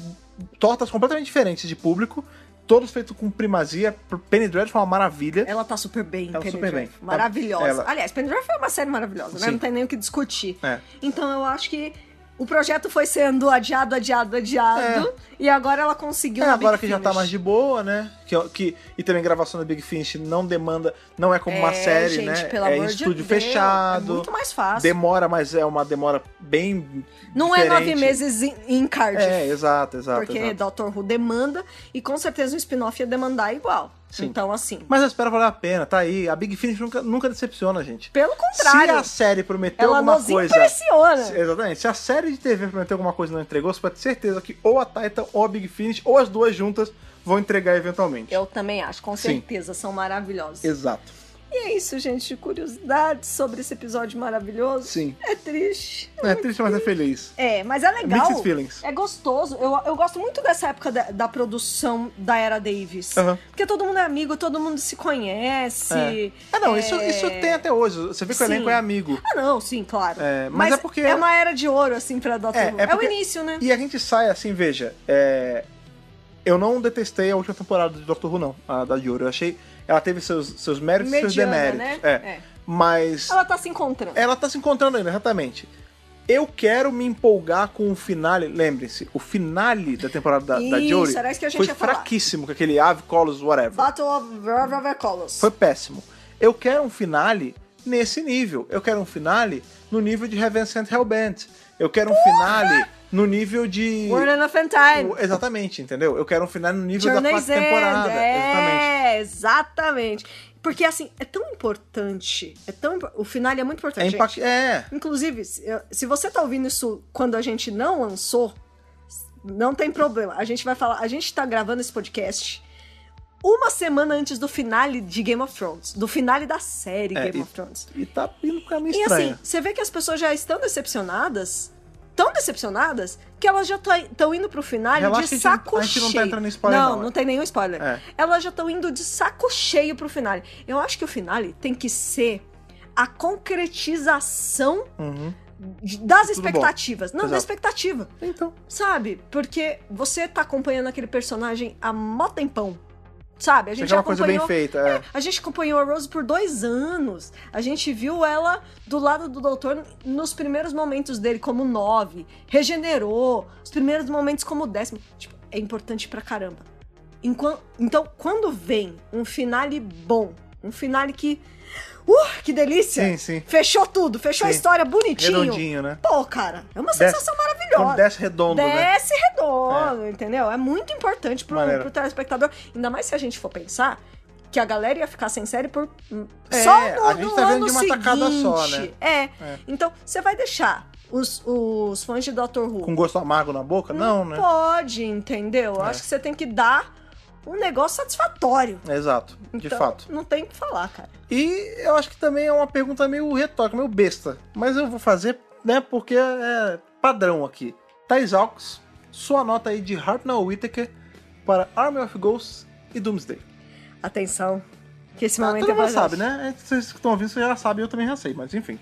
B: tortas completamente diferentes de público, todos feitos com primazia. Penny Dreadful é uma maravilha.
A: Ela tá super bem,
B: Ela
A: Penny
B: super bem. Tá-
A: Dreadful. Maravilhosa.
B: Ela-
A: Aliás, Penny Dreadful é uma série maravilhosa, né?
B: Sim.
A: Não tem nem o que discutir.
B: É.
A: Então eu acho que o projeto foi sendo adiado, adiado, adiado. E agora ela conseguiu.
B: É,
A: na
B: agora
A: Big
B: que já tá
A: Finish.
B: mais de boa, né? Que, que, e também gravação da Big Finish não demanda, não é como uma
A: É,
B: série,
A: gente,
B: né?
A: pelo
B: é em
A: amor de
B: estúdio
A: Deus,
B: fechado.
A: É muito mais fácil.
B: demora, mas é uma demora bem.
A: Não é nove
B: diferente.
A: meses em, em Cardiff.
B: É, exato, exato.
A: porque é
B: exato.
A: Doctor Who demanda e com certeza o spin-off ia demandar igual.
B: Sim.
A: Então, assim.
B: Mas eu espero valer a pena, tá aí. A Big Finish nunca, nunca decepciona, gente.
A: Pelo
B: Se
A: contrário,
B: a série prometeu
A: ela
B: alguma
A: nos
B: coisa.
A: impressiona.
B: Se- Exatamente. Se a série de TV prometeu alguma coisa e não entregou, você pode ter certeza que ou a Titan ou a Big Finish ou as duas juntas vão entregar eventualmente.
A: Eu também acho, com
B: Sim.
A: certeza, são maravilhosos.
B: Exato.
A: E é isso, gente. de Curiosidades sobre esse episódio maravilhoso.
B: Sim.
A: É triste.
B: É triste, mas é feliz.
A: É, mas é legal.
B: Mixed feelings.
A: É gostoso. Eu, eu gosto muito dessa época da, da produção da Era Davis.
B: Aham.
A: Porque todo mundo é amigo, todo mundo se conhece.
B: É. Ah, não, isso,
A: É.
B: isso tem até hoje. Você vê que o
A: Sim.
B: elenco é amigo.
A: Ah, não, sim, claro.
B: É, mas é porque-
A: É uma era de ouro, assim, pra Doctor
B: É,
A: Who.
B: é
A: É, o
B: porque-
A: início, né?
B: E a gente sai assim, veja, é, eu não detestei a última temporada de Doctor Who, não, a da Yuri. Eu achei. Ela teve seus, seus méritos e seus
A: Mediana,
B: deméritos.
A: né?
B: É. Mas.
A: Ela tá se encontrando.
B: Ela tá se encontrando ainda, exatamente. Eu quero me empolgar com o finale. Lembrem-se, o finale da temporada da, da
A: Isso,
B: Jory
A: era isso que a gente
B: foi
A: ia falar.
B: fraquíssimo com aquele Ave Colors, whatever.
A: Battle of River Colors.
B: Foi péssimo. Eu quero um finale nesse nível. Eu quero um finale no nível de Heaven Sent Hellbent. Eu quero um finale no nível de.
A: World in a Fan Time.
B: O- Exatamente, entendeu? Eu quero um finale no nível da
A: Journey's
B: quarta
A: End,
B: temporada. Exatamente.
A: É, exatamente. Porque, assim, é tão importante. É tão, impo- o final é muito
B: É,
A: importante. gente.
B: impact... é.
A: Inclusive, se eu- se você tá ouvindo isso quando a gente não lançou, não tem problema. A gente vai falar. A gente tá gravando esse podcast uma semana antes do finale de Game of Thrones. Do finale da série
B: É,
A: Game
B: e-
A: of Thrones.
B: E tá indo pra caminho
A: E
B: estranho.
A: assim, você vê que as pessoas já estão decepcionadas. Tão decepcionadas que elas já estão indo pro final
B: Relaxa, a
A: de
B: gente não-
A: saco
B: a gente não tá
A: cheio.
B: entrando em spoiler,
A: não,
B: não, é.
A: tem nenhum spoiler.
B: É.
A: Elas já estão indo de saco cheio pro final. Eu acho que o final tem que ser a concretização
B: Uhum.
A: de- das
B: Tudo bom.
A: expectativas. Não, da
B: Exato.
A: expectativa.
B: Então.
A: Sabe? Porque você tá acompanhando aquele personagem há mó tempão. Sabe? A gente
B: Seja uma coisa
A: acompanhou.
B: bem feita. É.
A: A gente acompanhou a Rose por dois anos. A gente viu ela do lado do doutor nos primeiros momentos dele como nove. Regenerou. Os primeiros momentos como décimo. Tipo, é importante pra caramba. Enquan- então, quando vem um finale bom, um finale que. Uh, que delícia!
B: Sim, sim.
A: Fechou tudo, fechou a
B: Sim.
A: história bonitinho.
B: Redondinho, né?
A: Pô, cara, é uma
B: Desce-
A: sensação
B: Quando
A: maravilhosa.
B: desce redondo, né?
A: Desce redondo, entendeu? É muito importante pro,
B: Maneiro.
A: pro telespectador. Ainda mais se a gente for pensar que a galera ia ficar sem série por hum,
B: É,
A: só no,
B: a gente
A: no
B: tá vendo
A: ano
B: de uma
A: seguinte.
B: tacada só, né?
A: É.
B: É.
A: Então, você vai deixar os, os fãs de Doctor Who.
B: Com gosto amargo na boca? Não, né?
A: Pode, entendeu? Eu
B: É.
A: acho que você tem que dar um negócio satisfatório.
B: Exato, de
A: Então,
B: fato.
A: Não tem o que falar, cara.
B: E eu acho que também é uma pergunta meio retórica, meio besta. Mas eu vou fazer, né? Porque é padrão aqui. Thais Alks, sua nota aí de Hartnell Whittaker para Army of Ghosts e Doomsday.
A: Atenção. Que esse
B: Ah,
A: momento
B: todo
A: é
B: mundo
A: mais
B: sabe, né? Vocês que estão ouvindo, vocês já sabem, eu também já sei, mas enfim.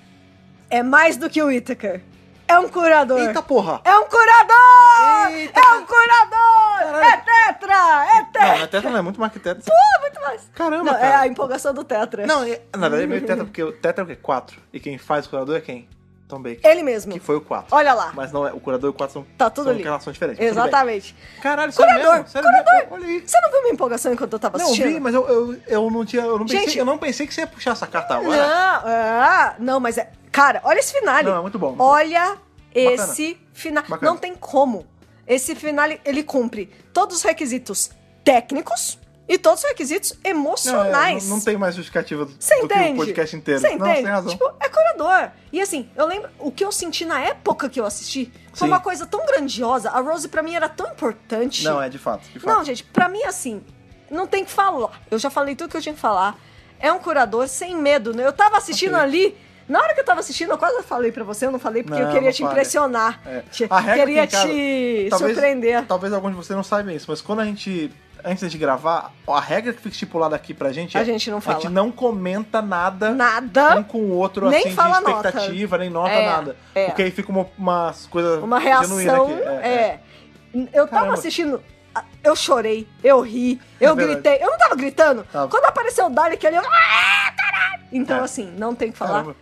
A: É mais do que o
B: Então,
A: Whittaker. É um curador.
B: Eita porra!
A: É um curador!
B: Eita,
A: É um curador! É tetra! É
B: Não,
A: tetra!
B: não é tetra, não, é muito mais que tetra.
A: Pô, muito mais!
B: Caramba,
A: Não, é
B: cara.
A: a empolgação do tetra.
B: Não, é- na verdade é meio tetra, porque o tetra é o quê? 4. E quem faz o curador é quem? Tom Baker.
A: Ele mesmo.
B: Que foi o 4.
A: Olha lá.
B: Mas não é, o curador e o 4 são,
A: Tá tudo
B: são
A: ali.
B: encarnações diferentes. mas tudo bem.
A: Exatamente.
B: Caralho, sério
A: Curador,
B: mesmo? Sério mesmo? Olha aí.
A: Você não viu minha empolgação enquanto eu tava
B: Não, eu
A: assistindo?
B: vi, mas eu, eu, eu não tinha. Eu não, pensei,
A: Gente-
B: eu não pensei que você ia puxar essa carta agora.
A: Não, ah, não, mas é. Cara, olha esse finale.
B: Não, é muito bom.
A: Olha esse final.
B: Bacana.
A: Não tem como. Esse finale, ele cumpre todos os requisitos técnicos e todos os requisitos
B: Não, é,
A: emocionais.
B: não, não tem mais justificativa do,
A: Você
B: do que
A: entende?
B: o podcast inteiro.
A: Você
B: não,
A: entende?
B: você tem razão.
A: Tipo, é curador. E assim, eu lembro. O que eu senti na época que eu assisti foi
B: Sim.
A: uma coisa tão grandiosa. A Rose, pra mim, era tão importante.
B: não, é de fato. De fato.
A: Não, gente, pra mim, assim, não tem o que falar. Eu já falei tudo que eu tinha que falar. É um curador sem medo, né? Eu tava assistindo
B: Ok.
A: ali. Na hora que eu tava assistindo, eu quase falei pra você, eu não falei porque
B: Não,
A: eu queria
B: não
A: te
B: fale.
A: impressionar.
B: É.
A: Te-
B: A regra
A: queria
B: aqui em casa,
A: te
B: talvez-
A: surpreender.
B: Talvez alguns de vocês não saibam isso, mas quando a gente. Antes de gravar, a regra que fica estipulada aqui pra gente é.
A: A gente não
B: A
A: fala.
B: gente não comenta nada. Um
A: Nada.
B: com o outro,
A: Nem
B: assim,
A: fala
B: de expectativa, nem nota,
A: É,
B: nada.
A: é.
B: Porque aí fica uma, uma coisa
A: Uma
B: genuína
A: reação.
B: aqui.
A: É. Eu tava
B: Caramba.
A: assistindo. a- Eu chorei, eu ri, eu
B: Verdade.
A: gritei. Eu não tava gritando.
B: Tava.
A: Quando apareceu o Dalek ali, eu. Ah, caralho! Então,
B: É.
A: assim, não tem o que falar.
B: Caramba.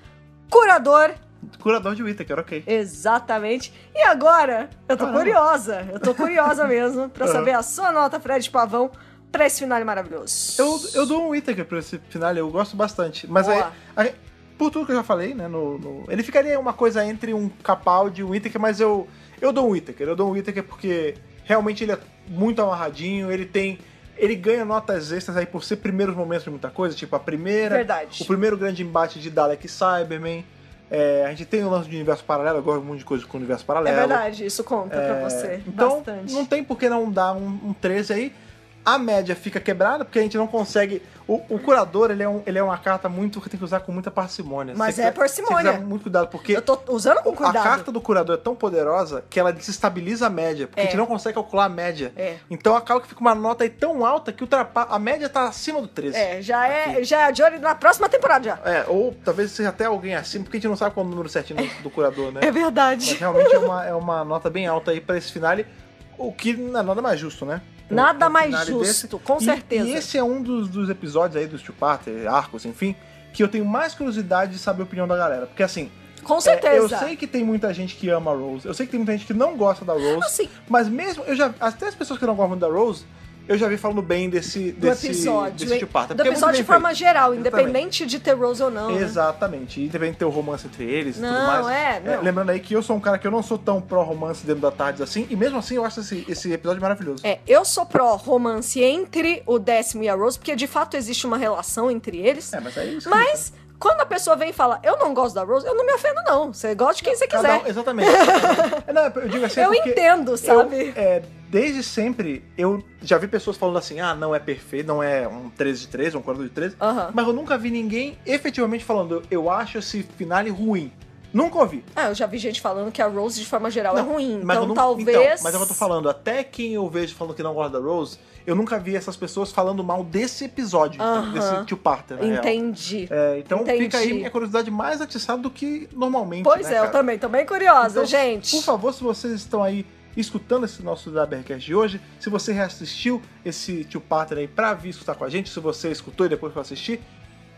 A: Curador,
B: Curador de Whittaker, ok.
A: Exatamente. E agora, eu tô
B: Caramba.
A: curiosa. Eu tô curiosa mesmo pra
B: Aham.
A: saber a sua nota, Fred Pavão, pra esse final maravilhoso.
B: Eu, eu dou um Whittaker pra esse final, eu gosto bastante. Mas aí,
A: Boa.
B: aí- por tudo que eu já falei, né? No, no- ele ficaria uma coisa entre um Capaldi e um Whittaker, mas eu, eu dou um Whittaker. Eu dou um Whittaker porque realmente ele é muito amarradinho, ele tem. Ele ganha notas extras aí por ser primeiros momentos de muita coisa, tipo a primeira.
A: Verdade.
B: O primeiro grande embate de Dalek e Cyberman. É, a gente tem o lance de universo paralelo, eu gosto muito de coisas com universo
A: É
B: paralelo.
A: verdade, isso conta
B: É,
A: pra você.
B: Então,
A: bastante.
B: não tem por que não dar um, um 13 aí. A média fica quebrada, porque a gente não consegue. O, o curador, ele é, um- ele é uma carta muito que tem que usar com muita parcimônia.
A: Mas
B: Você
A: é
B: tem que-
A: parcimônia.
B: Tem que usar muito cuidado, porque
A: Eu tô usando com
B: a
A: cuidado.
B: carta do curador é tão poderosa que ela desestabiliza a média, porque
A: É.
B: a gente não consegue calcular a média.
A: É.
B: Então acaba que fica uma nota aí tão alta que ultrapa- a média tá acima do 13.
A: É, já é, já é a Jory na próxima temporada já.
B: É, ou talvez seja até alguém acima, porque a gente não sabe qual é o número certinho do- do curador, né?
A: É verdade.
B: Mas realmente é uma, é uma nota bem alta aí pra esse finale, o que não é nada mais justo, né? Um-
A: Nada
B: um
A: mais
B: finale
A: justo, com
B: E-
A: certeza.
B: E esse é um dos, dos episódios aí dos Two Parter, arcos, enfim, que eu tenho mais curiosidade de saber a opinião da galera. Porque assim,
A: Com
B: é,
A: certeza.
B: eu sei que tem muita gente que ama a Rose, eu sei que tem muita gente que não gosta da Rose,
A: Assim,
B: mas mesmo, eu já, até as pessoas que não gostam da Rose, eu já vi falando bem desse,
A: do
B: desse,
A: episódio.
B: desse
A: hein?
B: Two Parter.
A: do
B: porque é muito
A: episódio de
B: bem
A: forma
B: feito.
A: geral,
B: Exatamente.
A: independente de ter Rose ou não. né?
B: Exatamente, e também ter o romance entre eles e tudo mais.
A: Não, é, não.
B: É, lembrando aí que eu sou um cara que eu não sou tão pró-romance dentro da tarde assim, e mesmo assim eu acho esse, esse episódio maravilhoso.
A: É, eu sou pró romance entre o décimo e a Rose, porque de fato existe uma relação entre eles.
B: É, mas aí é isso que
A: mas quando a pessoa vem e fala, eu não gosto da Rose, eu não me ofendo, não. Você gosta de quem você
B: Cada
A: quiser.
B: um- exatamente. É, não, eu digo assim
A: eu
B: porque
A: entendo, sabe?
B: eu, é, desde sempre eu já vi pessoas falando assim: ah, não é perfeito, não é um 13 de 13, um 4 de 13.
A: Aham.
B: Mas eu nunca vi ninguém efetivamente falando, eu acho esse finale ruim. Nunca ouvi.
A: Ah, eu já vi gente falando que a Rose, de forma geral, é
B: Não,
A: ruim.
B: mas eu
A: Então,
B: nunca-
A: talvez.
B: então, mas é o que eu tô falando, até quem eu vejo falando que não gosta da Rose, eu nunca vi essas pessoas falando mal desse episódio, né,
A: Aham.
B: desse tio Parter, na real.
A: Entendi.
B: É, então
A: Entendi.
B: fica aí minha curiosidade mais atiçada do que normalmente.
A: pois
B: né,
A: é, eu
B: cara?
A: também tô bem curiosa,
B: Então,
A: gente.
B: Por favor, se vocês estão aí escutando esse nosso WBRCast de hoje, se você reassistiu esse Tio Pater aí pra vir escutar com a gente, se você escutou e depois foi assistir,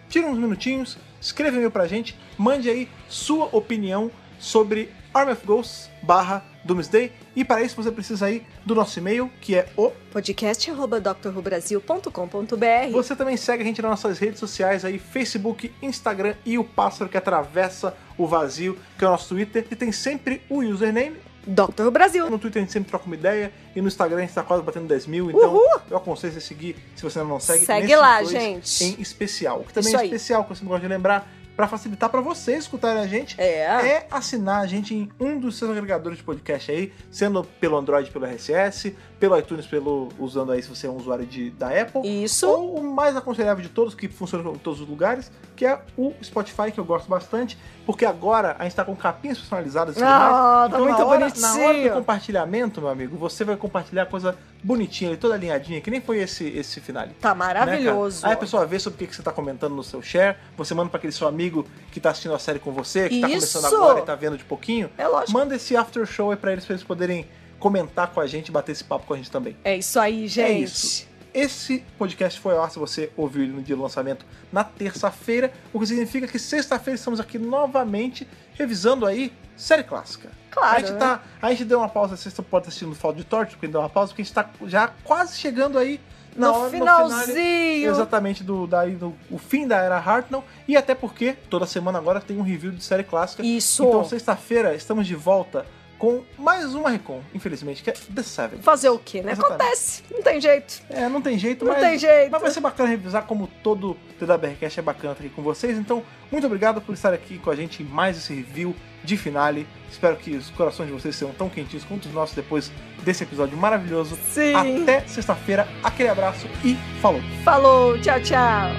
B: tira uns minutinhos, escreve um e-mail pra gente, mande aí sua opinião sobre Arm of Ghosts barra Doomsday, e para isso você precisa aí do nosso e-mail, que é o
A: podcast.drrubrasil.com.br.
B: Você também segue a gente nas nossas redes sociais aí, Facebook, Instagram e o pássaro que atravessa o vazio, que é o nosso Twitter, que tem sempre o username.
A: Dr. Brasil.
B: Então, No Twitter a gente sempre troca uma ideia e no Instagram a gente tá quase batendo 10 mil, então
A: Uhul!
B: eu aconselho você seguir, se você ainda não segue,
A: Segue
B: nesses
A: lá,
B: dois
A: gente.
B: em especial. O que também
A: Isso
B: é
A: aí.
B: especial, que eu sempre gosto de lembrar, pra facilitar pra vocês escutarem a gente,
A: É.
B: é assinar a gente em um dos seus agregadores de podcast aí, sendo pelo Android, pelo RSS, pelo iTunes, pelo usando aí se você é um usuário de, da Apple,
A: Isso.
B: ou o mais aconselhável de todos, que funciona em todos os lugares, que é o Spotify, que eu gosto bastante, porque agora a gente tá com capinhas personalizadas e tudo mais.
A: Ah, tá
B: Então,
A: muito
B: na hora, Na hora do
A: bonitinho.
B: compartilhamento, meu amigo, você vai compartilhar coisa bonitinha ali, toda alinhadinha, que nem foi esse, esse finale.
A: Tá
B: né, cara?
A: maravilhoso.
B: Aí a pessoa vê sobre o que que você tá comentando no seu share, você manda pra aquele seu amigo que tá assistindo a série com você, que tá
A: Isso!
B: começando agora e tá vendo de pouquinho.
A: É lógico.
B: Manda esse after show aí pra eles, pra eles poderem comentar com a gente, bater esse papo com a gente também.
A: É isso aí, gente.
B: É isso. Esse podcast foi ao ar se você ouviu ele no dia do lançamento na terça-feira, o que significa que sexta-feira estamos aqui novamente revisando aí série clássica.
A: Claro, né?
B: A gente, tá, a gente deu uma pausa, vocês podem estar assistindo Fall de Torte, porque deu uma pausa, porque a gente tá já quase chegando aí na
A: né? No
B: hora, no finale-
A: finalzinho.
B: Exatamente, do, daí do o fim da era Hartnell. E até porque toda semana agora tem um review de série clássica.
A: Isso.
B: Então, sexta-feira, estamos de volta com mais uma Recon, infelizmente, que é The Seven.
A: Fazer o quê, né?
B: Exatamente.
A: Acontece. Não tem jeito.
B: É, não tem jeito,
A: Não
B: mas.
A: tem jeito.
B: Mas vai ser bacana revisar como todo TWRcast é bacana estar aqui com vocês. Então, muito obrigado por estar aqui com a gente em mais esse review de finale. Espero que os corações de vocês sejam tão quentinhos quanto os nossos depois desse episódio maravilhoso.
A: Sim.
B: Até sexta-feira, aquele abraço e falou!
A: Falou. Tchau, tchau.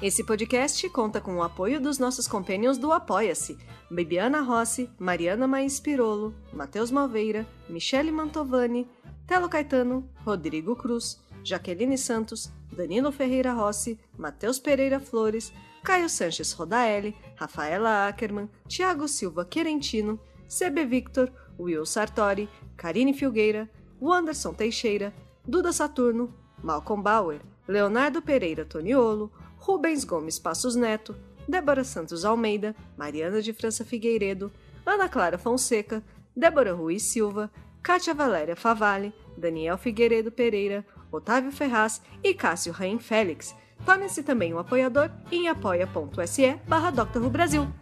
A: Esse podcast conta com o apoio dos nossos companions do Apoia-se: Bibiana Rossi, Mariana Maes Pirolo, Matheus Malveira, Michele Mantovani, Telo Caetano, Rodrigo Cruz, Jaqueline Santos, Danilo Ferreira Rossi, Matheus Pereira Flores, Caio Sanches Rodaelli, Rafaela Ackerman, Tiago Silva Querentino, CB Victor, Will Sartori, Karine Filgueira, Wanderson Teixeira, Duda Saturno, Malcolm Bauer, Leonardo Pereira Toniolo, Rubens Gomes Passos Neto, Débora Santos Almeida, Mariana de França Figueiredo, Ana Clara Fonseca, Débora Ruiz Silva, Kátia Valéria Favalli, Daniel Figueiredo Pereira, Otávio Ferraz e Cássio Rain Félix. Torne-se também um apoiador em apoia.se barra Dr. Who Brasil.